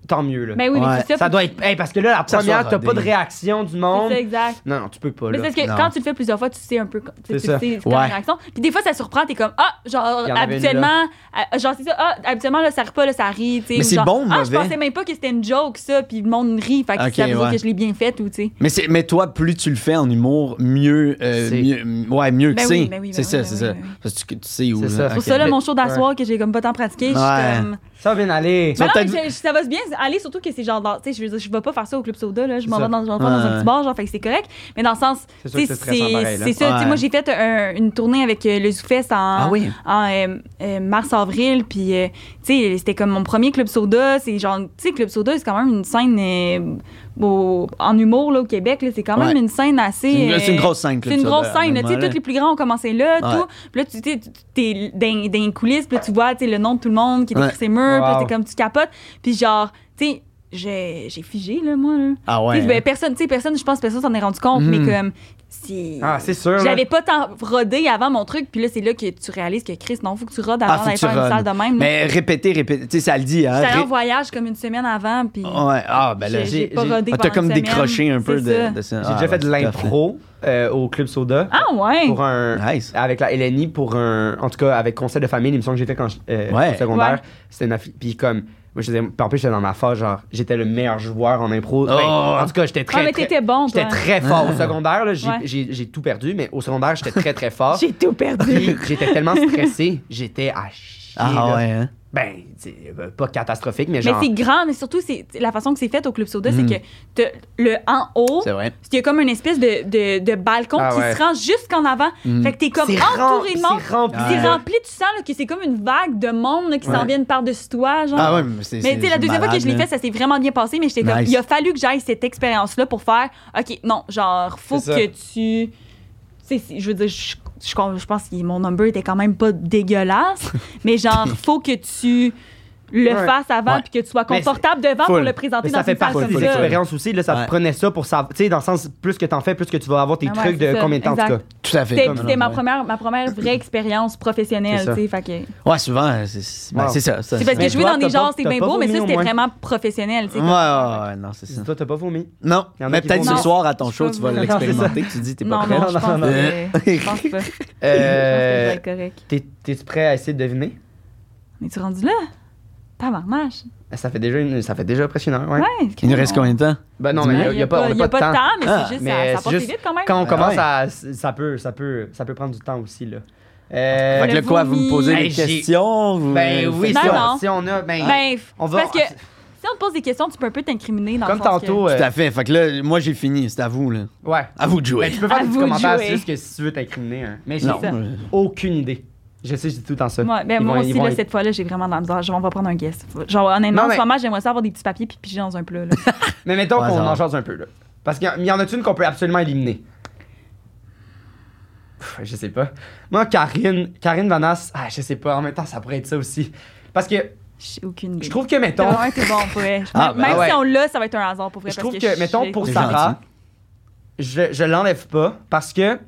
S1: tant mieux. Là.
S2: Ben oui,
S3: Ouais.
S2: mais c'est ça.
S1: ça doit être. Hey, parce que là, la
S3: Ça
S1: première,
S3: soit
S1: t'as pas de
S3: rodé.
S1: réaction du
S2: C'est
S1: monde.
S2: ça, exact.
S1: Non, non, tu peux pas.
S2: Mais
S1: Là.
S2: c'est parce que
S3: Non.
S2: quand tu le fais plusieurs fois, tu sais un peu. tu sais,
S1: C'est
S2: tu
S1: ça.
S2: sais c'est
S3: Ouais.
S2: comme une réaction. Puis des fois, ça surprend, t'es comme Ah, genre,
S1: Il y en avait une,
S2: habituellement, ah, genre, c'est ça, ah, habituellement, là, ça rit pas, là, ça rit. tu sais,
S3: Mais
S2: ou
S3: c'est
S2: genre,
S3: bon ou
S2: Ah, je
S3: mauvais?
S2: pensais même pas que c'était une joke, ça, puis le monde rit. Fait que
S3: Ok,
S2: ça veut dire
S3: ouais.
S2: que je l'ai bien faite, ou tu sais.
S3: Mais, c'est- mais toi, plus tu le fais en humour, mieux, euh,
S1: C'est-
S3: mieux m- ouais, mieux que
S2: Ben
S3: c'est.
S2: oui, ben oui, ben
S3: c'est
S2: oui,
S3: ça,
S2: ben
S3: c'est
S2: oui,
S3: ça.
S2: ben oui.
S3: Parce que tu- tu sais où.
S1: C'est
S3: là.
S1: ça. Pour
S2: Pour
S3: Ok.
S2: ça, là,
S1: Mais-
S2: mon show d'asseoir que j'ai comme pas tant pratiqué, je
S3: Ouais.
S2: suis comme.
S1: Ça va bien aller.
S3: Ça
S2: Mais
S3: va
S2: non,
S3: peut-être-
S2: mais je- ça va se bien aller, surtout que c'est genre, dans- tu sais, je veux dire, je vais pas faire ça au Club Soda, là, je
S1: C'est
S2: m'en
S1: ça.
S2: vais dans, je vais faire dans
S3: Ouais.
S2: un petit bar, genre, fait que c'est correct. Mais dans le sens,
S1: C'est sûr
S2: tu sais,
S1: que
S2: c'est
S1: c'est stressant pareil, là.
S2: c'est ça, tu sais,
S3: Ouais.
S2: moi j'ai fait un- une tournée avec euh, le Zoufest en,
S3: Ah oui.
S2: en euh, mars-avril, puis euh, tu sais, c'était comme mon premier Club Soda, c'est genre, tu sais, Club Soda, c'est quand même une scène euh, au- en humour, là, au Québec, là, c'est quand même
S3: Ouais.
S2: une scène assez...
S3: C'est une-
S2: euh,
S3: c'est une grosse scène, Club
S2: C'est une
S3: Soda,
S2: grosse scène, là, tu sais,
S3: honnêtement,
S2: tous les plus grands ont commencé là,
S3: Ouais.
S2: tout. Puis là, tu sais, tu- t'es dans, dans les coulisses, puis là, tu vois, tu sais, le nom de tout le monde qui est
S3: Ouais.
S2: écrit ses murs, puis là,
S1: Wow.
S2: t'es comme, tu capotes. Puis genre, tu sais, j'ai j'ai figé, là, moi, là.
S3: Ah ouais.
S2: Tu sais, ben, personne, tu sais, personne, je pense que personne s'en est rendu compte,
S3: Mhm.
S2: mais comme, c'est...
S1: Ah, c'est sûr. là.
S2: J'avais pas tant rodé avant mon truc, puis là, c'est là que tu réalises que Chris, non, faut que tu rodes
S3: Ah,
S2: avant
S3: faut
S2: d'aller
S3: que tu
S2: faire une
S3: rodes.
S2: salle de même. là.
S3: Mais répéter, répéter. Tu sais, ça le dit. Hein?
S2: J'étais allée en
S3: Ré-
S2: voyage comme une semaine avant, puis
S3: Ouais. Ah, ben là.
S2: j'ai- j'ai
S1: j'ai-
S2: pas
S1: j'ai-
S2: rodé
S3: Ah,
S2: pendant
S3: t'as comme
S2: une semaine.
S3: décroché un peu
S2: C'est ça.
S3: de, de ça.
S1: J'ai
S3: Ah,
S1: déjà fait
S3: ouais,
S1: de
S3: c'est
S1: l'impro euh, au Club Soda.
S2: Ah ouais!
S1: Pour un,
S3: Nice.
S1: Avec la Eleni pour un. En tout cas, avec Conseil de famille, l'émission que j'ai fait quand je- euh,
S3: Ouais.
S1: au secondaire.
S2: Ouais.
S1: C'était une affi- Puis comme. Moi, je faisais- puis en plus, j'étais dans ma phase, genre, j'étais le meilleur joueur en impro. Ben,
S3: Oh. Ah.
S1: en tout cas, j'étais
S2: Ah,
S1: très.
S2: mais
S1: très-
S2: t'étais bon,
S1: J'étais
S2: toi.
S1: très fort au secondaire, là, j'ai,
S2: Ouais.
S1: j'ai- j'ai tout perdu, mais au secondaire, j'étais très très fort.
S2: J'ai tout perdu.
S1: Puis j'étais tellement stressé, j'étais à chier.
S3: Ah
S1: là.
S3: ouais, hein?
S1: Ben, c'est, euh, pas catastrophique, mais
S2: Mais
S1: genre.
S2: c'est grand, mais surtout, c'est la façon que c'est fait au Club Soda,
S3: Mhm.
S2: c'est que t'as le en haut,
S3: C'est vrai.
S2: il y a comme une espèce de, de, de balcon
S1: Ah
S2: qui
S1: ouais.
S2: se rend jusqu'en avant.
S3: Mhm.
S2: Fait que t'es comme
S1: C'est
S2: entouré
S1: rem-
S2: de monde.
S1: c'est rempli,
S2: C'est
S1: là.
S2: rempli, tu sens là, que c'est comme une vague de monde là, qui s'en
S1: Ah, Ouais.
S2: viennent par-dessus toi. Genre.
S3: Ah ouais, mais c'est.
S2: Mais tu sais, la deuxième fois que je l'ai fait,
S3: faite
S2: ça s'est vraiment bien passé, mais j'étais comme,
S3: Nice.
S2: il a fallu que j'aille cette expérience-là pour faire, OK, non, genre, faut
S1: C'est ça.
S2: que tu. tu sais, c'est- je veux dire, je, je con- je pense que mon number était quand même pas dégueulasse,
S1: <laughs>
S2: mais genre, faut que tu le
S1: Ouais.
S2: fasses avant
S3: Ouais.
S2: puis que tu sois
S1: Mais
S2: confortable devant
S3: full.
S2: pour le présenter
S1: Mais
S2: dans
S1: ça fait
S2: une salle comme
S1: partie de
S3: full,
S2: ça.
S3: full.
S1: l'expérience aussi, là, ça
S3: Ouais.
S1: te prenait ça pour savoir. Tu sais, dans le sens, plus que t'en fais, plus que tu vas avoir tes
S2: Ah ouais,
S1: trucs de
S2: c'est ça,
S1: combien de temps, en tout
S2: exact.
S1: cas.
S3: Tout à fait.
S2: C'était
S3: Comme-
S2: c'était ma,
S3: Ouais.
S2: première, ma première vraie expérience professionnelle,
S1: C'est ça.
S2: tu sais, fait que-
S3: Ouais, souvent, c'est- c'est ben,
S1: Wow.
S3: c'est ça. ça,
S2: C'est parce
S3: ça.
S2: que
S1: Mais
S2: je jouais
S1: toi,
S2: dans des
S1: t'as pas-
S2: genres, c'est
S1: t'as
S2: bien
S1: pas
S2: beau, mais ça,
S1: vomi, au
S2: c'était
S1: moins. Hein?
S2: vraiment professionnel, tu sais.
S3: Ouais,
S2: comme-
S3: ouais, ouais, non, c'est ça.
S1: Toi, t'as pas vomi.
S3: Non,
S1: Il y en a
S3: mais
S1: qui
S3: peut-être
S1: vont-
S3: ce
S2: Non.
S3: soir à ton show,
S2: Je
S3: tu vas
S2: peux-
S3: l'expérimenter. Tu dis, t'es pas Euh,
S2: Non,
S3: prêt.
S2: non, je pense
S1: Non, non,
S2: que- je pense pas. Je
S1: Euh,
S2: pense que ça va être correct.
S1: t'es- T'es-tu prêt à essayer de deviner?
S2: Mais tu rendu là? Tabarnache.
S1: Ça fait déjà, une, ça fait déjà presque une heure, ouais.
S2: Ouais.
S3: Il nous reste combien de temps?
S1: Ben non,
S2: Ouais,
S1: mais il n'y a, pas on
S2: y
S1: a pas de temps.
S2: mais
S3: Ah,
S2: c'est juste,
S1: mais
S2: ça, ça
S1: c'est
S2: passe
S1: juste
S2: vite quand même.
S1: Quand on
S3: Ah
S1: commence,
S3: ouais.
S1: à, ça, peut, ça, peut, ça peut prendre du temps aussi, là. Euh,
S3: Fait que
S2: le
S3: là, quoi, vous me
S2: vomi.
S3: posez des
S1: Hey, j'ai-
S3: questions? vous-
S1: ben
S3: vous
S1: oui,
S3: faites
S1: si,
S2: Non,
S3: ça?
S1: on,
S2: non.
S1: si on a... Ben,
S2: Ben,
S1: on va-
S2: parce que si on te pose des questions, tu peux un peu t'incriminer dans
S1: comme
S2: le sens
S1: tantôt...
S3: Tout
S1: euh,
S3: à fait. Fait que là, moi, j'ai fini. C'est à vous, là.
S1: ouais.
S3: À vous de
S1: Ben,
S3: jouer.
S1: tu peux faire
S2: À
S1: des petits
S2: vous de
S1: commentaires,
S2: jouer.
S1: c'est juste que si tu veux t'incriminer. hein. Mais j'ai
S3: <laughs> Non.
S2: ça.
S3: euh,
S1: aucune idée. Je sais, je dis tout le temps ça.
S2: Que... Moi, ben,
S1: euh, Ils
S2: moi
S1: vont-
S2: aussi,
S1: ils vont
S2: là,
S1: être-
S2: cette fois-là, j'ai vraiment de la misère. Genre, on va prendre un guess. Genre, honnêtement,
S1: Non,
S2: en
S1: mais-
S2: ce moment, j'aimerais ça avoir des petits papiers puis piger dans un plat.
S1: <laughs>
S2: Là.
S1: Mais mettons
S3: Au
S1: qu'on
S3: hasard.
S1: en jase un peu, là. Parce qu'il y en- il y en a une qu'on peut absolument éliminer. Pff, Je sais pas. Moi, Karine, Karine Vanasse, ah, je sais pas, en même temps, ça pourrait être ça aussi. Parce que
S2: J'ai aucune idée.
S1: je trouve que, mettons,
S2: Ah, ouais, c'est bon, pour vrai.
S3: Ah, ben
S2: Même
S1: ouais.
S2: si on l'a, ça va être un hasard pour vrai.
S1: je
S2: parce
S1: trouve que, mettons,
S2: j'ai-
S1: pour
S3: C'est
S1: Sarah, je, je l'enlève pas parce que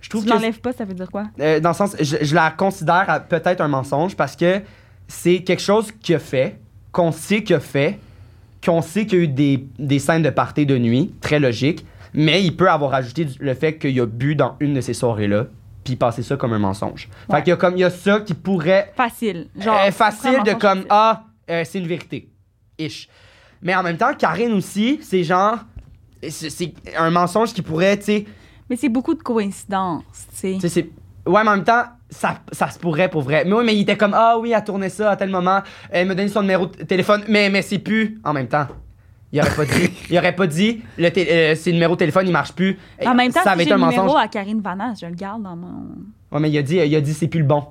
S1: je
S2: Tu
S1: trouve que
S2: l'enlèves pas, ça veut dire quoi?
S1: Euh, dans le sens, je, je la considère à peut-être un mensonge parce que c'est quelque chose qu'il a fait, qu'on sait qu'il a fait, qu'on sait qu'il y a eu des, des scènes de party de nuit, très logique, mais il peut avoir ajouté du- le fait qu'il a bu dans une de ces soirées-là, puis passer ça comme un mensonge.
S2: Ouais.
S1: Fait qu'il y a comme il y a ça qui pourrait
S2: Facile. Genre.
S1: euh, facile
S2: vraiment
S1: de
S2: pas
S1: comme
S2: facile.
S1: ah euh, c'est une vérité ish mais en même temps Karine aussi c'est genre c'est c'est un mensonge qui pourrait tu sais
S2: Mais c'est beaucoup de coïncidences, tu sais.
S1: tu sais, c'est- Ouais, mais en même temps, ça, ça se pourrait pour vrai. Mais oui, mais il était comme, ah oui, elle tournait ça à tel moment, elle me donné son numéro de téléphone, mais, mais c'est plus. En même temps, il aurait
S2: <laughs>
S1: pas dit, il aurait pas dit, le té- euh, ses numéros de téléphone, il marche plus.
S2: En même temps,
S1: ça
S2: si
S1: avait
S2: j'ai
S1: été
S2: le
S1: un mensonge.
S2: numéro à Karine Vanas, je le garde dans mon.
S1: Ouais, mais il a dit, il a dit, c'est plus le bon.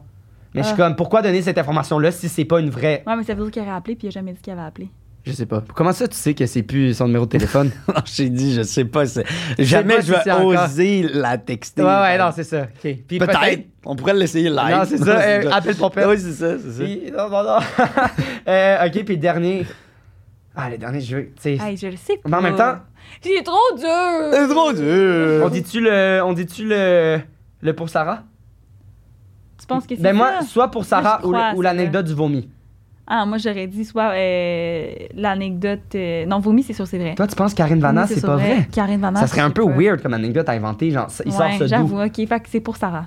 S1: Mais je suis
S2: Ah.
S1: comme, pourquoi donner cette information-là si c'est pas une vraie.
S2: Ouais, mais ça veut dire qu'il aurait appelé puis il a jamais dit qu'il avait appelé.
S1: Je sais pas. Comment ça, tu sais que c'est plus son numéro de téléphone?
S3: Non, j'ai dit, je sais pas. c'est- Jamais
S1: pas
S3: je
S1: si c'est
S3: vais
S1: encore.
S3: oser la
S1: <laughs>
S3: texter.
S1: ouais, ouais, non, c'est ça. OK. Puis
S3: Peut-être. On pourrait l'essayer live.
S1: Non, <laughs> c'est
S3: <laughs>
S1: ça. euh, appelle ton père.
S3: Oui, c'est ça, c'est ça.
S1: Puis- non, non, <laughs> non. Euh, ok, puis dernier. Ah, le dernier jeu. tu sais.
S2: Hey, je le sais.
S1: Mais en même
S2: pas.
S1: temps-
S2: C'est trop dur.
S3: C'est trop dur.
S1: On dit-tu le, on dit-tu le, le pour Sarah?
S2: Tu penses que c'est
S1: Ben moi,
S2: ça?
S1: soit pour Sarah
S2: j'y crois
S1: ou,
S2: à
S1: ou l'anecdote du vomi.
S2: Ah, moi, j'aurais dit soit euh, l'anecdote. euh, Non, vomi, c'est sûr, c'est vrai.
S1: Toi, tu penses Karine Vanas,
S2: Vanas,
S1: c'est pas vrai?
S2: Karine Vanas.
S1: Ça serait un
S2: je
S1: peu
S2: sais pas.
S1: weird comme anecdote à inventer, genre, ça- il sort
S2: Ouais,
S1: ça d'où?
S2: J'avoue, ok. Fait que c'est pour Sarah.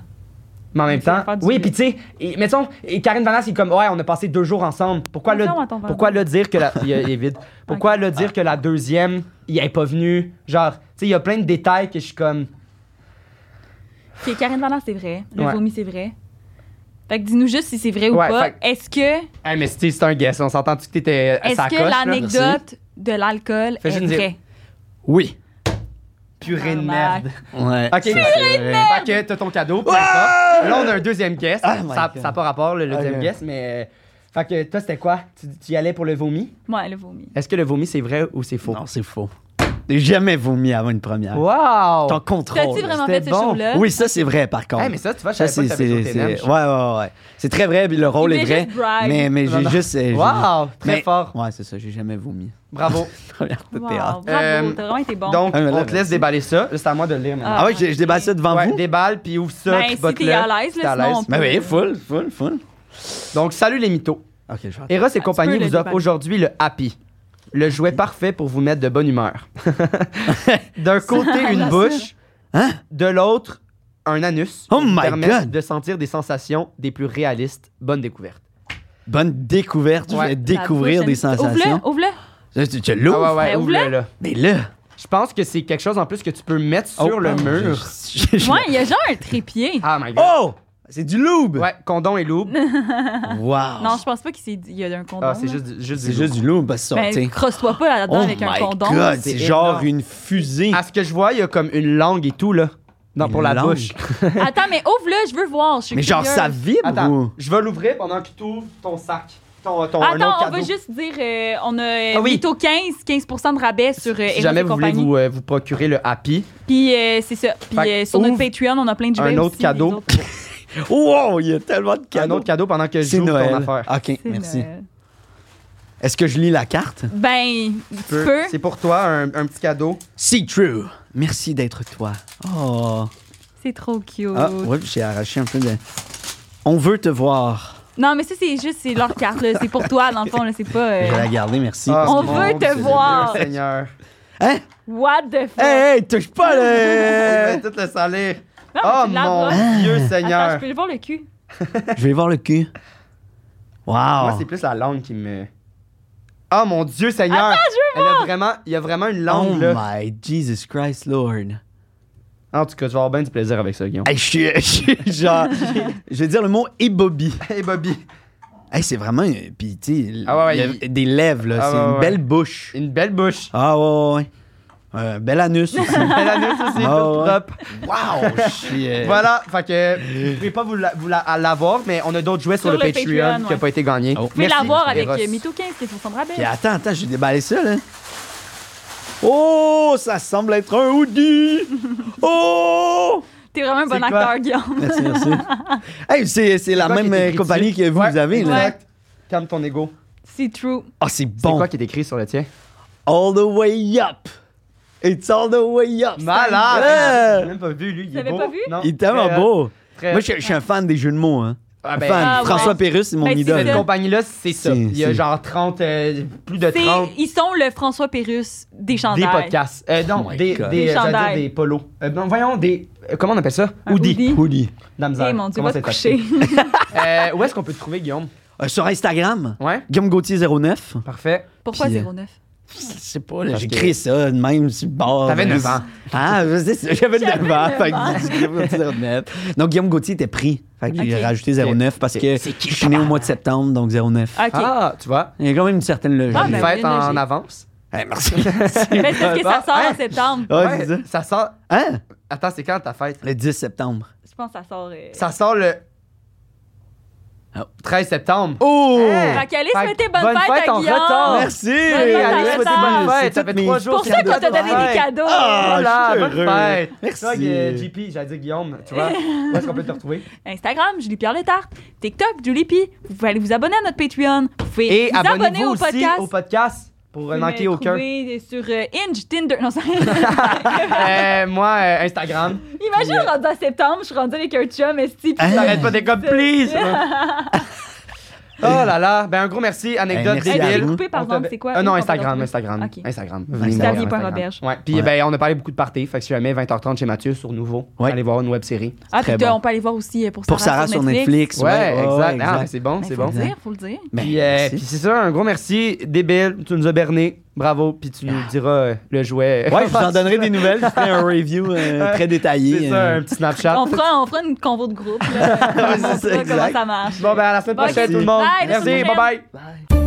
S1: Mais en même
S2: C'est la
S1: temps,
S2: part du
S1: oui,
S2: blé.
S1: puis tu sais, et- mettons, et Karine Vanas, il est comme, ouais, on a passé deux jours ensemble. Pourquoi le,
S2: Attention à ton verre.
S1: pourquoi le dire que la, il est il
S2: <laughs>
S1: est vide. Pourquoi le dire que la deuxième, il est pas venu? Genre, tu sais, il y a plein de détails que je suis comme,
S2: Ok, Karine Vanas, c'est vrai. Le
S1: Ouais.
S2: vomi, c'est vrai. Fait que dis-nous juste si c'est vrai ou
S1: Ouais,
S2: pas.
S1: fait que-
S2: Est-ce que
S1: hey, mais c'est c'est un guess, on s'entend-tu que t'étais à
S2: Est-ce
S1: sa
S2: que
S1: coche, là?
S2: l'anecdote de l'alcool est
S1: Fais juste
S2: vraie?
S1: dire-
S3: Oui.
S1: Purée de
S2: Tabarnak.
S1: merde.
S3: Ouais.
S1: <laughs> Ok,
S3: ça,
S1: c'est
S3: c'est
S1: Fait
S3: vrai.
S1: que t'as ton cadeau, peu importe. Là, on a un deuxième guest.
S3: Ah, my
S1: ça
S3: God.
S1: n'a pas rapport, le, le
S3: Ok.
S1: deuxième guest, mais. euh, Fait que toi, c'était quoi? Tu, tu y allais pour le vomi?
S2: Ouais, le vomi.
S1: Est-ce que le vomi, c'est vrai ou c'est faux?
S3: Non, c'est faux. J'ai jamais vomi avant une première.
S1: Wow!
S3: T'en contrôles.
S2: T'as-tu vraiment
S1: c'était
S2: fait ce
S1: bon.
S2: show-là?
S3: Oui, ça, c'est vrai, par contre.
S1: Hey, Eh, mais ça, tu vois, je
S3: Ça,
S1: savais
S3: c'est.
S1: pas
S3: c'est-
S1: que t'avais
S3: c'est-
S1: sauté
S3: Ouais,
S1: l'âme.
S3: ouais, ouais. C'est très vrai, puis le rôle
S2: Il
S3: est
S2: fait
S3: vrai.
S2: juste brag.
S3: Mais, mais
S1: Non,
S3: j'ai
S1: non.
S3: juste. euh, j'ai-
S1: Wow! Très
S3: Mais-
S1: fort.
S3: Ouais, c'est ça, j'ai jamais vomi. <laughs>
S1: Bravo.
S3: Première de
S2: Wow,
S3: théâtre.
S2: bravo,
S1: Euh,
S2: t'as vraiment été bon. Euh,
S1: Donc,
S3: Ah, mais là,
S1: on te laisse
S3: merci.
S1: déballer ça. Là, C'est à moi de le lire maintenant.
S3: Ah ouais, je, je déballe ça devant
S1: Ouais,
S3: vous.
S1: déballe, puis ouvre ça,
S2: Ben,
S1: tripote-le,
S2: si t'es à l'aise,
S1: si t'es
S2: là,
S1: à l'aise.
S2: sinon, euh,
S3: Mais oui, full, full, full.
S1: Donc, salut les mythos.
S3: Ok, je vais
S1: Eros et
S2: tu
S1: compagnie
S2: peux le
S1: vous offrent
S2: déballer.
S1: aujourd'hui le Happy. Le jouet parfait pour vous mettre de bonne
S3: <laughs>
S1: humeur. D'un côté, une
S2: rassure.
S1: bouche.
S3: Hein?
S1: De l'autre, un anus.
S3: Oh
S1: qui vous
S3: my
S1: permet
S3: God!
S1: de sentir des sensations des plus réalistes. Bonne découverte.
S3: Bonne découverte.
S1: Ouais.
S3: Je vais découvrir
S2: La
S3: des
S2: prochaine-
S3: sensations.
S1: <laughs>
S2: Ouvre-le, ouvre-le.
S3: Je- Tu, tu l'ouvres?
S1: Ah ouais, ouais,
S2: Ben,
S1: ouvre-le, là.
S3: Mais là.
S1: Je pense que c'est quelque chose en plus que tu peux mettre sur
S3: Oh,
S1: le
S3: oh,
S1: mur.
S3: je- je- je-
S2: Ouais, il y a genre un trépied.
S1: Ah my god.
S3: Oh! C'est du lube!
S1: Ouais, condom et loup.
S3: Wow!
S2: Non, je pense pas qu'il y a un condom.
S1: Ah, c'est
S2: là.
S1: juste, du- juste
S3: c'est
S1: du
S3: juste
S1: lube.
S3: du lube parce que ça, tu sais.
S2: Ben, crosse-toi pas là-dedans
S3: Oh
S2: avec un
S3: my
S2: condom. Ah,
S3: God,
S1: c'est
S3: c'est genre
S1: énorme.
S3: une fusée.
S1: À ce que je vois, il y a comme une langue et tout, là. Non,
S3: Une
S1: pour la
S3: langue?
S1: bouche.
S2: <laughs> Attends, mais ouvre-le, je veux voir. Je suis
S3: Mais genre,
S2: curieuse.
S3: ça vibre
S1: Attends,
S3: ou-
S1: je vais l'ouvrir pendant que tu ouvres ton sac. Ton, ton un autre
S2: Attends, on
S1: cadeau.
S2: va juste dire, euh, on a
S1: Ah
S2: ah,
S1: oui.
S2: 15, 15 de rabais sur euh,
S1: Si
S2: Eros
S1: jamais
S2: et
S1: vous voulez
S2: compagnie.
S1: vous, euh, vous procurer le Happy,
S2: Puis euh, c'est ça. Puis
S1: Fait
S2: euh, sur notre
S1: ouvre
S2: Patreon, on a plein de jouets
S1: un autre
S2: aussi, les
S1: cadeau.
S2: autres.
S1: <laughs>
S3: Wow, il y a tellement de
S1: un
S3: cadeaux.
S1: autre cadeau pendant que
S3: C'est
S1: j'ouvre ton
S3: Noël.
S1: affaire.
S3: OK,
S2: C'est
S3: merci.
S2: Noël.
S3: Est-ce que je lis la carte?
S2: euh, Ben, tu peux.
S1: C'est pour toi un, un petit cadeau.
S3: See true. Merci d'être toi. Oh.
S2: C'est trop cute.
S3: Ah, ouais, j'ai arraché un peu de... On veut te voir.
S2: Non, mais ça, c'est juste, c'est leur carte, là. C'est pour toi, dans le fond, là. C'est pas.
S3: Je
S2: euh,
S3: vais la garder, merci.
S1: Ah,
S2: On
S1: mon
S2: veut te
S1: Dieu
S2: voir.
S1: Seigneur.
S3: Hein?
S2: What the fuck?
S3: Hey, hey, touche
S1: <laughs>
S3: pas
S1: Je
S3: le...
S1: vais tout le salir.
S2: Non, Euh. Ah, mais
S1: Oh
S2: tu
S1: mon
S2: l'as, là.
S1: Dieu
S2: Attends,
S1: Seigneur.
S2: je peux le voir le cul.
S3: je vais voir le cul.
S1: Moi,
S3: Wow.
S1: c'est plus la langue qui me. Oh mon Dieu Seigneur. Elle a vraiment, il y a vraiment une
S3: Oh
S1: langue là.
S3: my Jesus Christ, Lord.
S1: En tout cas, tu vas avoir bien du plaisir avec ça, Guillaume.
S3: <laughs> Hey, je suis, je suis genre... je vais dire le mot ébobie.
S1: Hey Bobby,
S3: Hey, c'est vraiment. euh, Puis, tu sais,
S1: Ah ouais, ouais,
S3: il y a
S1: il-
S3: des lèvres, là.
S1: Ah
S3: c'est
S1: ouais,
S3: une
S1: ouais.
S3: belle bouche.
S1: une
S2: <laughs>
S1: belle bouche.
S3: Ah, ouais, ouais, ouais. Un bel anus aussi.
S1: <laughs> Elle a mis aussi,
S3: Ah
S1: tout
S3: ouais. Euh.
S1: propre.
S3: Waouh, shit.
S1: Voilà, fait que vous pouvez pas vous la- vous la- à l'avoir, mais on a d'autres jouets sur,
S2: Sur
S1: le,
S2: le
S1: Patreon,
S2: Patreon,
S1: qui a
S2: ouais.
S1: pas été gagné.
S3: Oh.
S2: Vous pouvez l'avoir avec
S1: Eros.
S2: euh, Mito 15, qui est son rabais.
S3: Puis, attends, attends, j'ai déballé ça, là. Oh, ça semble être un
S1: <laughs>
S3: hoodie. Oh!
S2: T'es vraiment un
S1: C'est
S2: bon
S1: quoi?
S2: acteur,
S1: <laughs>
S2: Guillaume.
S3: Merci, merci. Hey, c'est, c'est la
S1: quoi qui
S3: même
S1: est
S3: euh,
S1: écrit
S3: compagnie
S1: dessus?
S3: que vous,
S1: Ouais,
S3: vous avez, là.
S1: Exact. Calme ton ego.
S2: C'est true.
S3: Ah, c'est
S1: C'est
S3: bon.
S1: quoi qui est écrit sur le tien?
S3: All the way up. It's all the way up.
S1: Malade!
S3: Yeah.
S1: J'ai même pas vu, lui. Il
S2: Tu
S1: est
S2: l'avais
S1: beau.
S2: pas vu?
S1: Non.
S3: Il est tellement
S1: Très,
S3: beau.
S1: très-
S3: Moi, je, je suis un fan des jeux de mots. Hein.
S1: Ah,
S3: Un
S1: ben,
S3: fan.
S2: Ah, ouais.
S3: François Pérusse, c'est mon
S2: Ben, c'est
S1: Cette
S2: ça.
S3: idole.
S1: compagnie-là, c'est ça.
S3: C'est-
S1: Il y a
S3: c'est-
S1: genre 30, euh, plus de
S2: C'est-
S1: 30
S2: Ils sont le François Pérus des
S1: des
S2: chandails.
S1: podcasts. Euh, non,
S3: Oh my
S1: des, des,
S3: God.
S1: euh,
S2: Des
S1: j'allais dire
S2: chandails.
S1: des polos. Euh, non, voyons, des. euh, comment on appelle ça?
S2: Un hoodie.
S3: Hoodie.
S1: Dame
S2: Eh mon Dieu, va te coucher.
S1: Euh, où est-ce qu'on peut te trouver, Guillaume?
S3: Euh, sur Instagram,
S1: Ouais,
S3: Guillaume Gauthier09.
S1: parfait.
S2: <laughs> Pourquoi
S3: Puis, euh,
S2: 09?
S3: Je sais pas, là,
S1: Parce
S3: j'ai
S1: que-
S3: créé ça de même sur le bord.
S1: T'avais
S3: Ben,
S1: 9 ans.
S3: Ah, je sais, ça, j'avais 9 ans.
S2: J'avais
S3: Fait
S2: 9 ans.
S3: que j'ai- j'ai Guillaume Gauthier 09. Donc, Guillaume Gauthier était pris. Fait que j'ai
S2: Ok.
S3: rajouté 09 parce que
S1: C'est qui,
S3: je suis né au mois de septembre, donc 09.
S2: OK.
S1: Ah, tu vois.
S3: Il y a quand même une certaine logique.
S2: Ah,
S1: Une
S2: ben,
S1: fête
S2: bien
S1: en
S2: logique.
S1: avance.
S3: Eh, <laughs> merci. Merci.
S2: Mais Ben, c'est parce que
S1: <laughs>
S2: ça sort
S1: Hein?
S2: en septembre.
S3: Ouais, c'est
S1: ça
S3: ça.
S1: sort.
S3: Hein?
S1: Attends, c'est quand ta fête?
S3: Le 10 septembre.
S2: Je pense que ça sort. euh,
S1: Ça sort le
S3: Oh.
S1: 13 septembre.
S3: Oh!
S1: Hey!
S2: Fait qu'Alice,
S1: Fait que
S2: mettez bonne,
S1: bonne
S2: fête,
S1: fête
S2: à
S1: en
S2: Guillaume.
S1: retard.
S3: Merci!
S2: Bonne fête,
S3: Allez,
S2: Alice,
S3: souhaitez
S2: bonne
S1: fête.
S3: C'est
S1: Ça fait
S3: toutes
S1: trois
S3: mes-
S1: jours
S2: pour
S1: C'est
S2: ça
S1: cadeau
S2: qu'on t'a
S1: de Oh,
S2: donné
S1: Noël.
S2: des cadeaux.
S3: Ah!
S1: Voilà,
S3: je suis
S1: bonne
S3: heureux.
S1: fête.
S3: Merci.
S1: Toi, euh, JP, j'allais dire Guillaume, tu
S3: <laughs>
S1: vois. Où est-ce qu'on peut te retrouver?
S2: Instagram, Julie-Pierre Letarte. TikTok, Julie P. Vous pouvez aller vous abonner à notre Patreon. Vous pouvez
S1: Et
S2: vous abonner
S1: abonnez-vous
S2: au
S1: aussi
S2: podcast.
S1: au podcast pour
S2: Vous
S1: ne
S2: pouvez
S1: manquer
S2: me
S1: aucun.
S2: trouver sur euh, Inge, Tinder. Non, ça...
S1: <laughs> Euh, moi, euh, Instagram.
S2: Imagine,
S1: Yeah.
S2: rendu en septembre, je suis rendu avec un chum, esti. puis-
S3: Hein?
S1: T'arrêtes pas des codes, please! <laughs> oh là là, ben un gros merci, anecdote
S3: Hey, merci à
S1: débile.
S3: vous.
S2: Coupé, par
S1: On te-
S2: exemple, c'est quoi?
S1: Ah
S2: Où
S1: non,
S2: qu'on peut
S1: Instagram,
S2: retrouver?
S1: Instagram.
S2: Ok.
S1: Instagram.
S3: Instagram.
S1: voir
S2: Xavier
S1: sur Instagram.
S2: Roberge.
S1: Ouais, puis
S3: Ouais.
S1: ben on a parlé beaucoup de parties, fait que si jamais 20h30 chez Mathieu sur Nouveau,
S3: Ouais.
S1: allez voir une web série.
S2: Ah,
S3: Très
S2: puis toi,
S3: bon.
S2: on peut aller voir aussi euh, pour Sarah,
S3: Pour Sarah sur Netflix.
S1: Ouais, exact. Ah, mais c'est bon,
S2: Ben,
S1: c'est
S2: faut
S1: bon.
S2: le dire, faut le dire.
S3: Ben,
S1: Puis euh,
S3: merci.
S1: puis c'est ça, un gros merci, débile, tu nous as berné, bravo, puis tu nous diras euh, le jouet.
S3: <laughs> Ah. Ouais, je vous
S1: <laughs>
S3: en donnerai des nouvelles. Je ferai un review euh, très détaillé.
S1: C'est ça,
S3: euh.
S1: un petit Snapchat.
S2: On fera, on fera une convo de groupe. Là,
S3: Ouais,
S1: <laughs>
S3: c'est
S2: on
S3: ça,
S2: montrera
S3: exact.
S2: comment ça marche.
S1: Bon ben à la semaine
S2: Bon,
S1: prochaine
S3: ok.
S1: tout le monde.
S2: Bye, à la
S1: merci,
S2: semaine
S1: bye
S2: prochaine.
S1: bye.
S3: Bye.